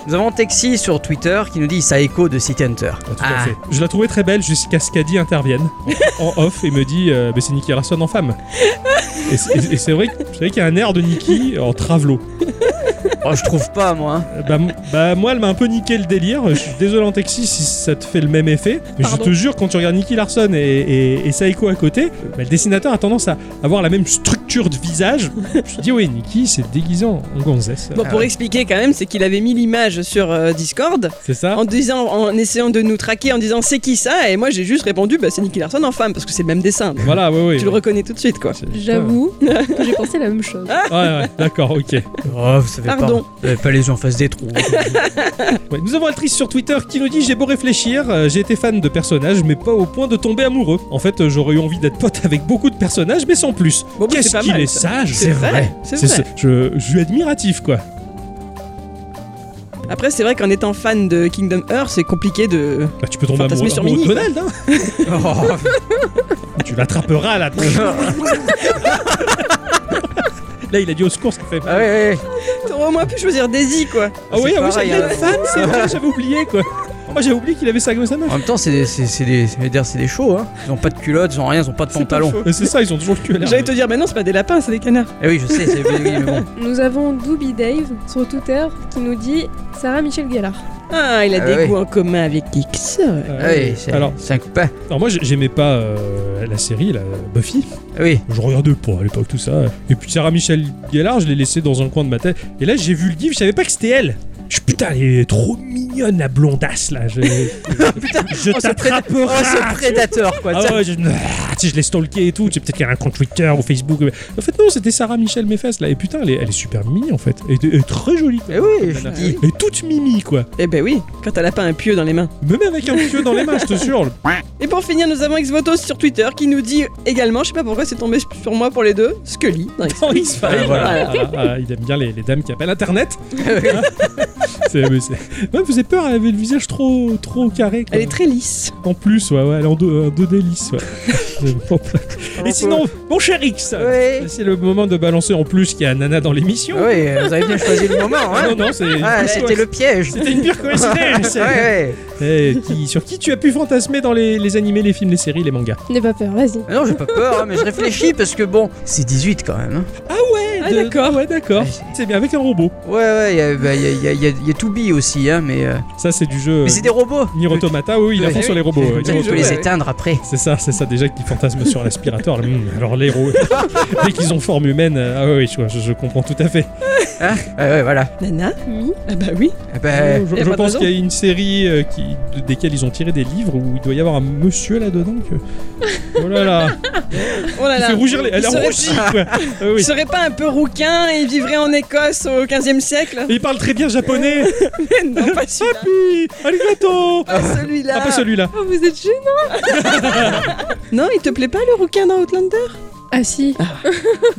B: Nous avons Texi sur Twitter qui nous dit ça écho de City Hunter. <laughs>
A: Ah, tout à
B: Ah.
A: fait. Je la trouvais très belle jusqu'à ce qu'Adi intervienne en en off et me dit euh, Bah, c'est Nicky Harrison en femme. Et c'est- et c'est vrai, que- c'est vrai qu'il y a un air de Nicky en travelot.
B: Oh, je trouve pas, moi.
A: Euh, Bah, m- bah, moi, elle m'a un peu niqué le délire. Je suis désolé en Texas si ça te fait le même effet. Mais
D: Pardon.
A: je te jure, quand tu regardes Nicky Larson et, et, et Saeko à côté, bah, le dessinateur a tendance à avoir la même structure de visage. Je dis oui, Nicky, c'est déguisant en gonzesse.
D: Bon,
B: Ah
D: pour
B: ouais.
D: expliquer quand même, c'est qu'il avait mis l'image sur euh, Discord
A: C'est ça
D: en disant, en essayant de nous traquer, en disant c'est qui ça Et moi j'ai juste répondu, bah c'est Nicky Larson en femme, parce que c'est le même dessin.
A: Voilà, ouais, ouais.
D: Tu le reconnais tout de suite quoi.
A: C'est-
C: J'avoue que j'ai pensé la même chose.
A: Ouais, ouais, d'accord, ok.
B: Oh, vous savez
D: Pardon.
B: pas. Vous avez pas les yeux en face des trous.
A: Ouais, nous avons Altrice sur Twitter qui nous dit J'ai beau réfléchir, euh, j'ai été fan de personnages, mais pas au point de tomber amoureux. En fait, euh, j'aurais eu envie d'être pote avec beaucoup de personnages, mais sans plus.
D: Bon, bah, c'est
A: Qu'est-ce
D: pas
A: qu'il
D: mal,
A: est
D: ça.
A: sage
D: C'est vrai, c'est vrai.
A: c'est- je, je suis admiratif, quoi.
D: Après, c'est vrai qu'en étant fan de Kingdom Hearts, c'est compliqué de.
A: Bah, tu peux tomber
D: Fantasmer
A: amoureux,
D: sur
A: amoureux de
D: Mini,
A: Donald, hein
B: <laughs> Oh.
A: Tu l'attraperas, là. <laughs> là, il a dit au secours ce qu'il fait.
B: Ah ouais, ouais.
D: T'aurais au moins pu choisir Daisy, quoi.
A: Ah oui,
B: c'est
A: ah oui,
B: pareil,
A: j'avais
B: hein.
A: une fan, c'est
B: <laughs>
A: vrai, j'avais oublié, quoi. Moi, j'avais oublié qu'il avait ça comme sa meuf.
B: En même temps, c'est des, c'est, c'est des, j'allais dire, c'est des chauds, hein. Ils ont pas de culotte, ils ont rien, ils ont pas de pantalon.
A: Mais Ah, C'est ça, ils ont toujours le cul à l'air.
D: J'allais te dire, bah non, c'est pas des lapins, c'est des canards.
B: Eh oui, je sais, c'est oui, mais bon.
C: Nous avons Doobie Dave sur Twitter qui nous dit Sarah Michel Gellar.
D: Ah, il a
B: Ah
D: des
B: ouais.
D: goûts en commun avec X.
A: Euh,
B: <laughs> Ah oui, c'est,
A: alors,
B: c'est un copain.
A: alors, moi, j'ai- j'aimais pas euh, la série, la Buffy.
B: Ah oui.
A: Je regardais pas à l'époque tout ça. Et puis Sarah Michel Gellar, je l'ai laissée dans un coin de ma tête. Et là, j'ai vu le livre, je savais pas que c'était elle. Je suis, putain, elle est trop mignonne la blondasse là.
B: <laughs>
A: Je, je
B: oh, ce
A: t'attraperai.
B: Oh, ce prédateur, quoi.
A: Ah
B: tiens.
A: ouais, je, ah, tu sais, je l'ai stalké et tout. Tu sais, peut-être qu'elle a un compte Twitter ou Facebook. En fait, non, c'était Sarah Michel Mefès là. Et putain, elle est, elle est super mimi en fait. Elle est, elle est très jolie. quoi.
B: Eh oui, je
A: Nana.
B: dis.
A: Elle est toute mimi quoi.
D: Eh ben oui, quand t'as lapin un pieu dans les mains.
A: Même avec un pieu dans les mains, je te jure.
D: Et pour finir, nous avons Xvotos sur Twitter qui nous dit également, je sais pas pourquoi c'est tombé sur moi pour les deux, Scully. dans
A: <laughs>
D: X.
A: Dans X-Files,
B: Ah,
A: voilà.
D: voilà.
A: Ah, ah, il aime bien les, les dames qui appellent
D: <laughs>
A: Internet. Hein. c'est, mais c'est- Ouais, elle faisait peur, elle avait le visage trop, trop carré. quoi.
D: Elle est très lisse.
A: En plus, ouais, ouais, elle est en deux- un 2D lisse.
D: <laughs>
A: ouais. J'aime pas. Et sinon, mon cher X,
B: Oui.
A: c'est le moment de balancer en plus qu'il y a Nana dans l'émission.
B: Ah Oui, vous avez bien choisi le moment,
A: Ah
B: hein.
A: non, non, c'est,
B: Ah,
A: c'est-
B: c'était le piège.
A: c'était une pure coïncidence.
B: Ouais, ouais.
A: Eh, qui- sur qui tu as pu fantasmer dans les, les animés, les films, les séries, les mangas
C: N'aie pas peur, vas-y.
B: Ah Non, j'ai pas peur, hein, mais je réfléchis parce que bon, c'est 18 quand même. hein.
D: Ah,
A: De-
D: d'accord.
A: Ouais, d'accord.
B: Ouais, c'est-
A: C'est bien avec un robot.
B: Ouais, ouais, il y a, bah, y a, y a- y a- y a To Be aussi, hein, mais. euh,
A: Ça, c'est du jeu.
B: Mais c'est des robots
A: Nier Automata, oui, il a
B: Ouais.
A: fond sur les robots. ouais.
B: Comme ça,
A: Nier
B: tu peux les
A: Automata.
B: éteindre après.
A: C'est ça, c'est ça déjà qu'ils fantasment sur l'aspirateur. là, hum, alors les roues, <laughs> dès qu'ils ont forme humaine, euh, ah oui, je, je- je comprends tout à fait.
B: Hein ouais, ouais, voilà.
D: Nana
C: Mi.
D: Ah bah oui.
B: Ah bah,
A: je
D: y a
A: Euh, je
D: pas de
A: pense
D: raison.
A: qu'il y a une série euh, qui, de- desquelles ils ont tiré des livres où il doit y avoir un monsieur là-dedans. Que... Oh là là, <laughs>
D: Oh là
A: il
D: là.
A: fait rougir les... Elle a
D: serait-
A: rougi quoi. Ah oui.
D: Il serait pas un peu rouquin et il vivrait en Écosse au 15e siècle
A: <laughs> Et il parle très bien japonais.
D: Non, pas celui-là.
A: Happy, arigato.
D: Pas
A: Ah,
D: celui-là.
A: pas celui-là.
C: Oh, vous êtes gênés
D: <laughs> Non, il te plaît pas le rouquin dans Outlander
C: Ah si,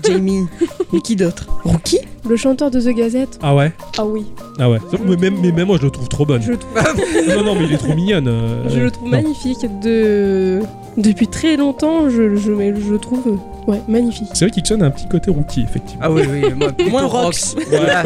D: Jamie. Mais qui d'autre Rookie
C: le chanteur de The Gazette.
A: Ah ouais,
C: Ah oui,
A: ah ouais. Mais même, mais même moi, je le trouve trop bonne.
C: je le trouve,
A: <laughs> Non, non, mais il est trop mignonne. euh,
C: je le trouve
A: non.
C: magnifique. De... Depuis très longtemps, je, je, mais je le trouve euh, ouais, magnifique.
A: C'est vrai qu'Ixon a un petit côté rookie, effectivement.
B: Ah oui, oui,
A: <laughs>
B: moi, plutôt
D: Moins
B: Rox.
D: Rox.
B: Voilà.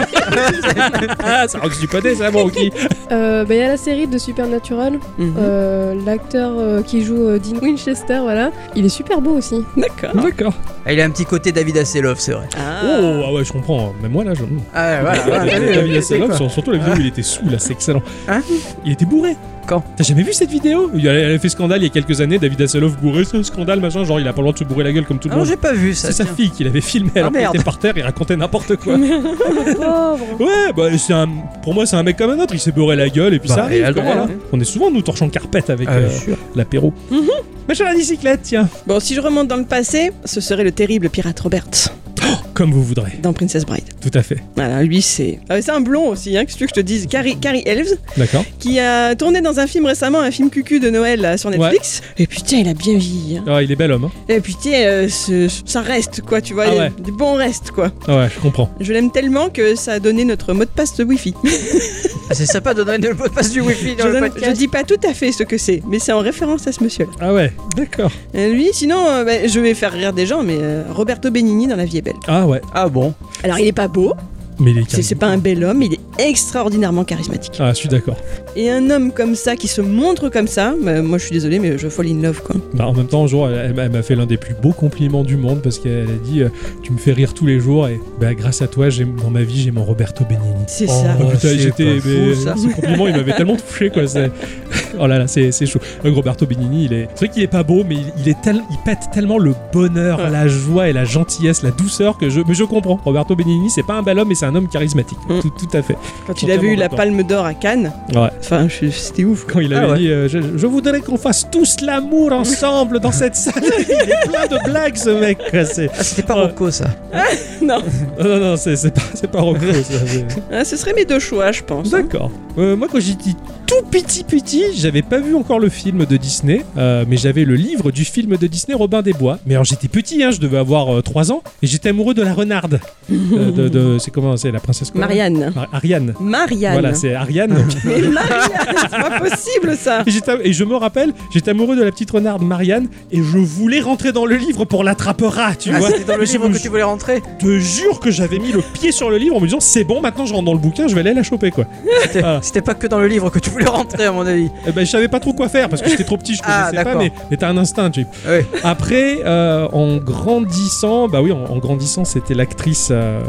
A: Ah, ça rock du poney, ça, mon rookie.
C: Euh, bah, Il y a la série de Supernatural.
D: Mhm.
C: Euh, L'acteur euh, qui joue euh, Dean Winchester, voilà. Il est super beau aussi.
D: D'accord.
A: D'accord.
B: Ah, il a un petit côté David Hasselhoff, c'est vrai.
A: Oh, ah ouais, je comprends. Même moi là, je.
B: Ah, voilà, voilà,
A: les,
B: t'as vu,
A: les Camille
B: t'as vu,
A: Hasselhoff,
B: quoi.
A: sur- surtout la vidéo où il était sous là, c'est excellent.
B: Hein
A: Il était bourré.
B: Quand
A: T'as jamais vu cette vidéo il a, Elle a fait scandale il y a quelques années, David Hasselhoff bourré, c'est un scandale machin, genre il a pas le droit de se bourrer la gueule comme tout
B: Ah
A: le
B: non,
A: monde.
B: j'ai pas vu ça.
A: C'est sa
B: tiens.
A: fille qui l'avait filmé alors qu'il
B: merde.
A: était par terre, il racontait n'importe quoi.
C: Pauvre.
A: Ouais, bah c'est un. Pour moi, c'est un mec comme un autre. Il s'est beurré la gueule et puis
B: Bah,
A: ça arrive.
B: réel,
A: quoi,
B: ouais,
A: voilà.
B: ouais.
A: On est souvent nous torchons carpette avec
B: Ah,
A: euh,
B: bien sûr.
A: l'apéro.
D: Mhm.
A: Ma chère la bicyclette, tiens.
D: Bon, si je remonte dans le passé, ce serait le terrible pirate Robert
A: Comme vous voudrez.
D: dans Princess Bride.
A: Tout à fait.
D: Voilà, lui c'est. Ah, c'est un blond aussi, hein, qu'est-ce que tu veux que je te dise Carrie, Carrie Elves,
A: D'accord.
D: qui a tourné dans un film récemment, un film cucu de Noël là, sur Netflix. Et putain, il a bien vieilli. Hein.
A: Ah, il est bel homme. hein.
D: Et putain, euh, ce- ça reste quoi, tu vois,
A: Ah
D: il y a
A: ouais.
D: du bon reste quoi.
A: Ah ouais, je comprends.
D: Je l'aime tellement que ça a donné notre mot de passe de Wi-Fi.
B: Ah, c'est sympa de donner le mot de passe du wifi
D: Je,
B: dans le
D: donne- je
B: podcast.
D: dis pas tout à fait ce que c'est, mais c'est en référence à ce monsieur-là.
A: Ah ouais, d'accord.
D: Et lui, sinon, euh, bah, je vais faire rire des gens, mais euh, Roberto Benigni dans La vie est belle.
A: Ah ouais,
B: Ah bon
D: Alors, il est pas beau,
A: mais il est
D: c'est c'est
A: calme.
D: pas un bel homme, mais il est extraordinairement charismatique.
A: Ah, je suis d'accord.
D: Et un homme comme ça, qui se montre comme ça, bah, moi je suis désolée, mais je fall in love quoi.
A: Bah, en même temps, un jour, elle, elle m'a- elle m'a fait l'un des plus beaux compliments du monde parce qu'elle a dit euh, Tu me fais rire tous les jours et bah, grâce à toi, j'ai- dans ma vie, j'ai mon Roberto Benigni.
D: C'est
B: Oh.
D: ça.
A: Ah, putain,
B: c'est
A: j'étais.
B: pas
A: mais,
B: fou, ça.
A: Ce compliment, il m'avait tellement touché, quoi. c'est- <laughs> Oh là là, c'est c'est chaud. Donc, Roberto Benigni, il est. C'est vrai qu'il est pas beau, mais il, il est tel- il pète tellement le bonheur,
D: Ouais.
A: la joie et la gentillesse, la douceur que je. Mais je comprends. Roberto Benigni, c'est pas un bel homme, mais c'est un homme charismatique.
D: Mm.
A: Tout, tout à fait.
D: Quand il avait eu la palme d'or à Cannes,
A: Ouais.
D: enfin, je- c'était ouf.
A: Quand il avait
B: Ah ouais.
A: dit euh, je, je voudrais qu'on fasse tous l'amour ensemble dans cette salle. <laughs> il est plein de blagues, ce mec. quoi, c'est-
B: Ah, c'était pas
A: Ouais.
B: Rocco ça.
A: Non, non, non, c'est c'est pas, c'est pas Rocco. ça, c'est-
D: Ah, ce serait mes deux choix, je pense. hein.
A: D'accord. Euh, moi, quand j'étais tout petit petit, j'avais pas vu encore le film de Disney, euh, mais j'avais le livre du film de Disney Robin des Bois. Mais alors j'étais petit, hein, je devais avoir 3 ans, et j'étais amoureux de la renarde. Euh, de,
B: <laughs>
A: de- c'est comment C'est la princesse quoi
D: Marianne.
A: Mar- Ariane.
D: Marianne.
A: Voilà, c'est
B: <laughs>
A: Ariane.
D: Mais Marianne, c'est pas possible ça.
A: Et, j'étais- et je me rappelle, j'étais amoureux de la petite renarde Marianne, et je voulais rentrer dans le livre pour l'attrapera, tu
B: Ah,
A: vois.
B: c'était dans le
A: Et je
B: livre
A: vous-
B: que tu voulais rentrer
A: Je te jure que j'avais mis le pied sur le livre en me disant c'est bon, maintenant je rentre dans le bouquin, je vais aller la choper quoi.
B: C'était-
A: Ah.
B: C'était pas que dans le livre que tu voulais rentrer, à mon avis.
A: Eh ben, je savais pas trop quoi faire parce que j'étais trop petit, je
B: Ah,
A: connaissais pas,
B: d'accord.
A: mais, mais t'as un instinct, Jay.
B: Ouais.
A: Après, euh, en grandissant, bah oui, en, en grandissant, c'était l'actrice, euh,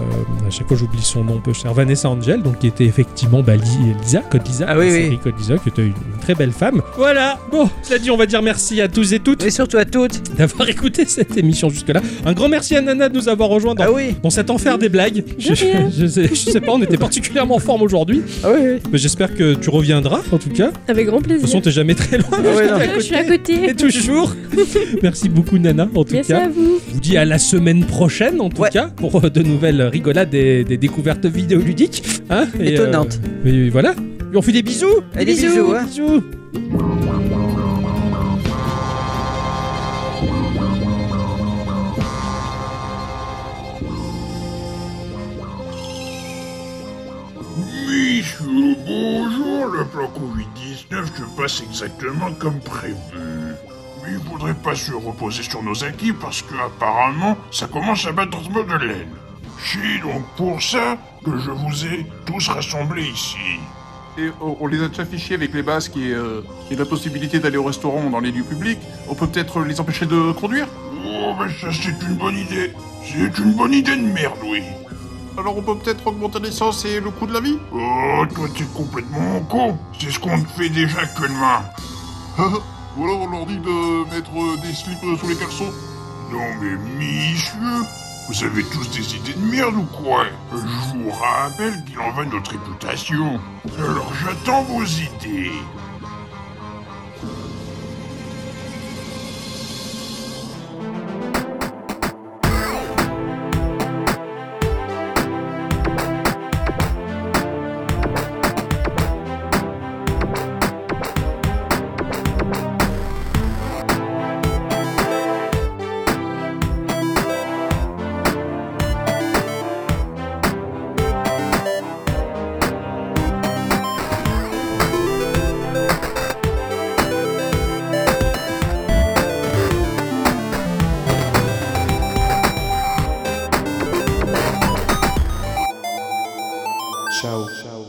A: à chaque fois j'oublie son nom, peu cher, Vanessa Angel, donc qui était effectivement bah, Li- Lisa, Code Lisa,
B: Ah oui,
A: la
B: oui.
A: série Code Lisa, qui était une, une très belle femme. Voilà, bon, cela dit, on va dire merci à tous et toutes <laughs>
B: Mais surtout à toutes.
A: d'avoir écouté cette émission jusque-là. Un grand merci à Nana de nous avoir rejoints dans.
B: Ah oui.
A: dans cet enfer des blagues, je,
C: rien.
A: je sais, je sais pas, on était particulièrement en forme aujourd'hui,
B: Ah oui, oui.
A: mais j'espère que tu reviendras en tout cas.
C: <laughs> Avec grand
A: De toute façon,
C: plaisir.
A: t'es jamais très loin.
B: Ah ouais, non.
A: t'es à
C: Je suis à
A: côté. Et
C: côté.
A: toujours. <laughs> Merci beaucoup Nana en tout
C: Merci
A: cas.
C: à vous.
A: Je vous dis à la semaine prochaine en tout
B: Ouais.
A: cas pour euh, de nouvelles rigolades et des découvertes vidéoludiques. Hein, et, euh,
B: Étonnantes.
A: et voilà. Et on fait des bisous.
B: Et des bisous, hein.
A: bisous.
F: Michou, bonjour, le plan Covid-19 se passe exactement comme prévu. Mais il faudrait pas se reposer sur nos acquis parce que apparemment, ça commence à battre de l'aile. C'est donc pour ça que je vous ai tous rassemblés ici.
G: Et on, on les a déjà fichés avec les basques et, euh, et la possibilité d'aller au restaurant dans les lieux publics. On peut peut-être les empêcher de conduire
F: Oh, mais ça c'est une bonne idée. C'est une bonne idée de merde, oui.
G: Alors on peut peut-être augmenter l'essence et le coût de la <laughs> vie
F: Oh, toi t'es complètement con. C'est ce qu'on te fait déjà que demain.
G: Ou alors on leur dit de mettre euh, des slips euh, sous les caleçons
F: Non mais messieurs, vous avez tous des idées de merde ou quoi Je vous rappelle qu'il en va de notre réputation. Alors j'attends vos idées.
G: Ciao. Ciao.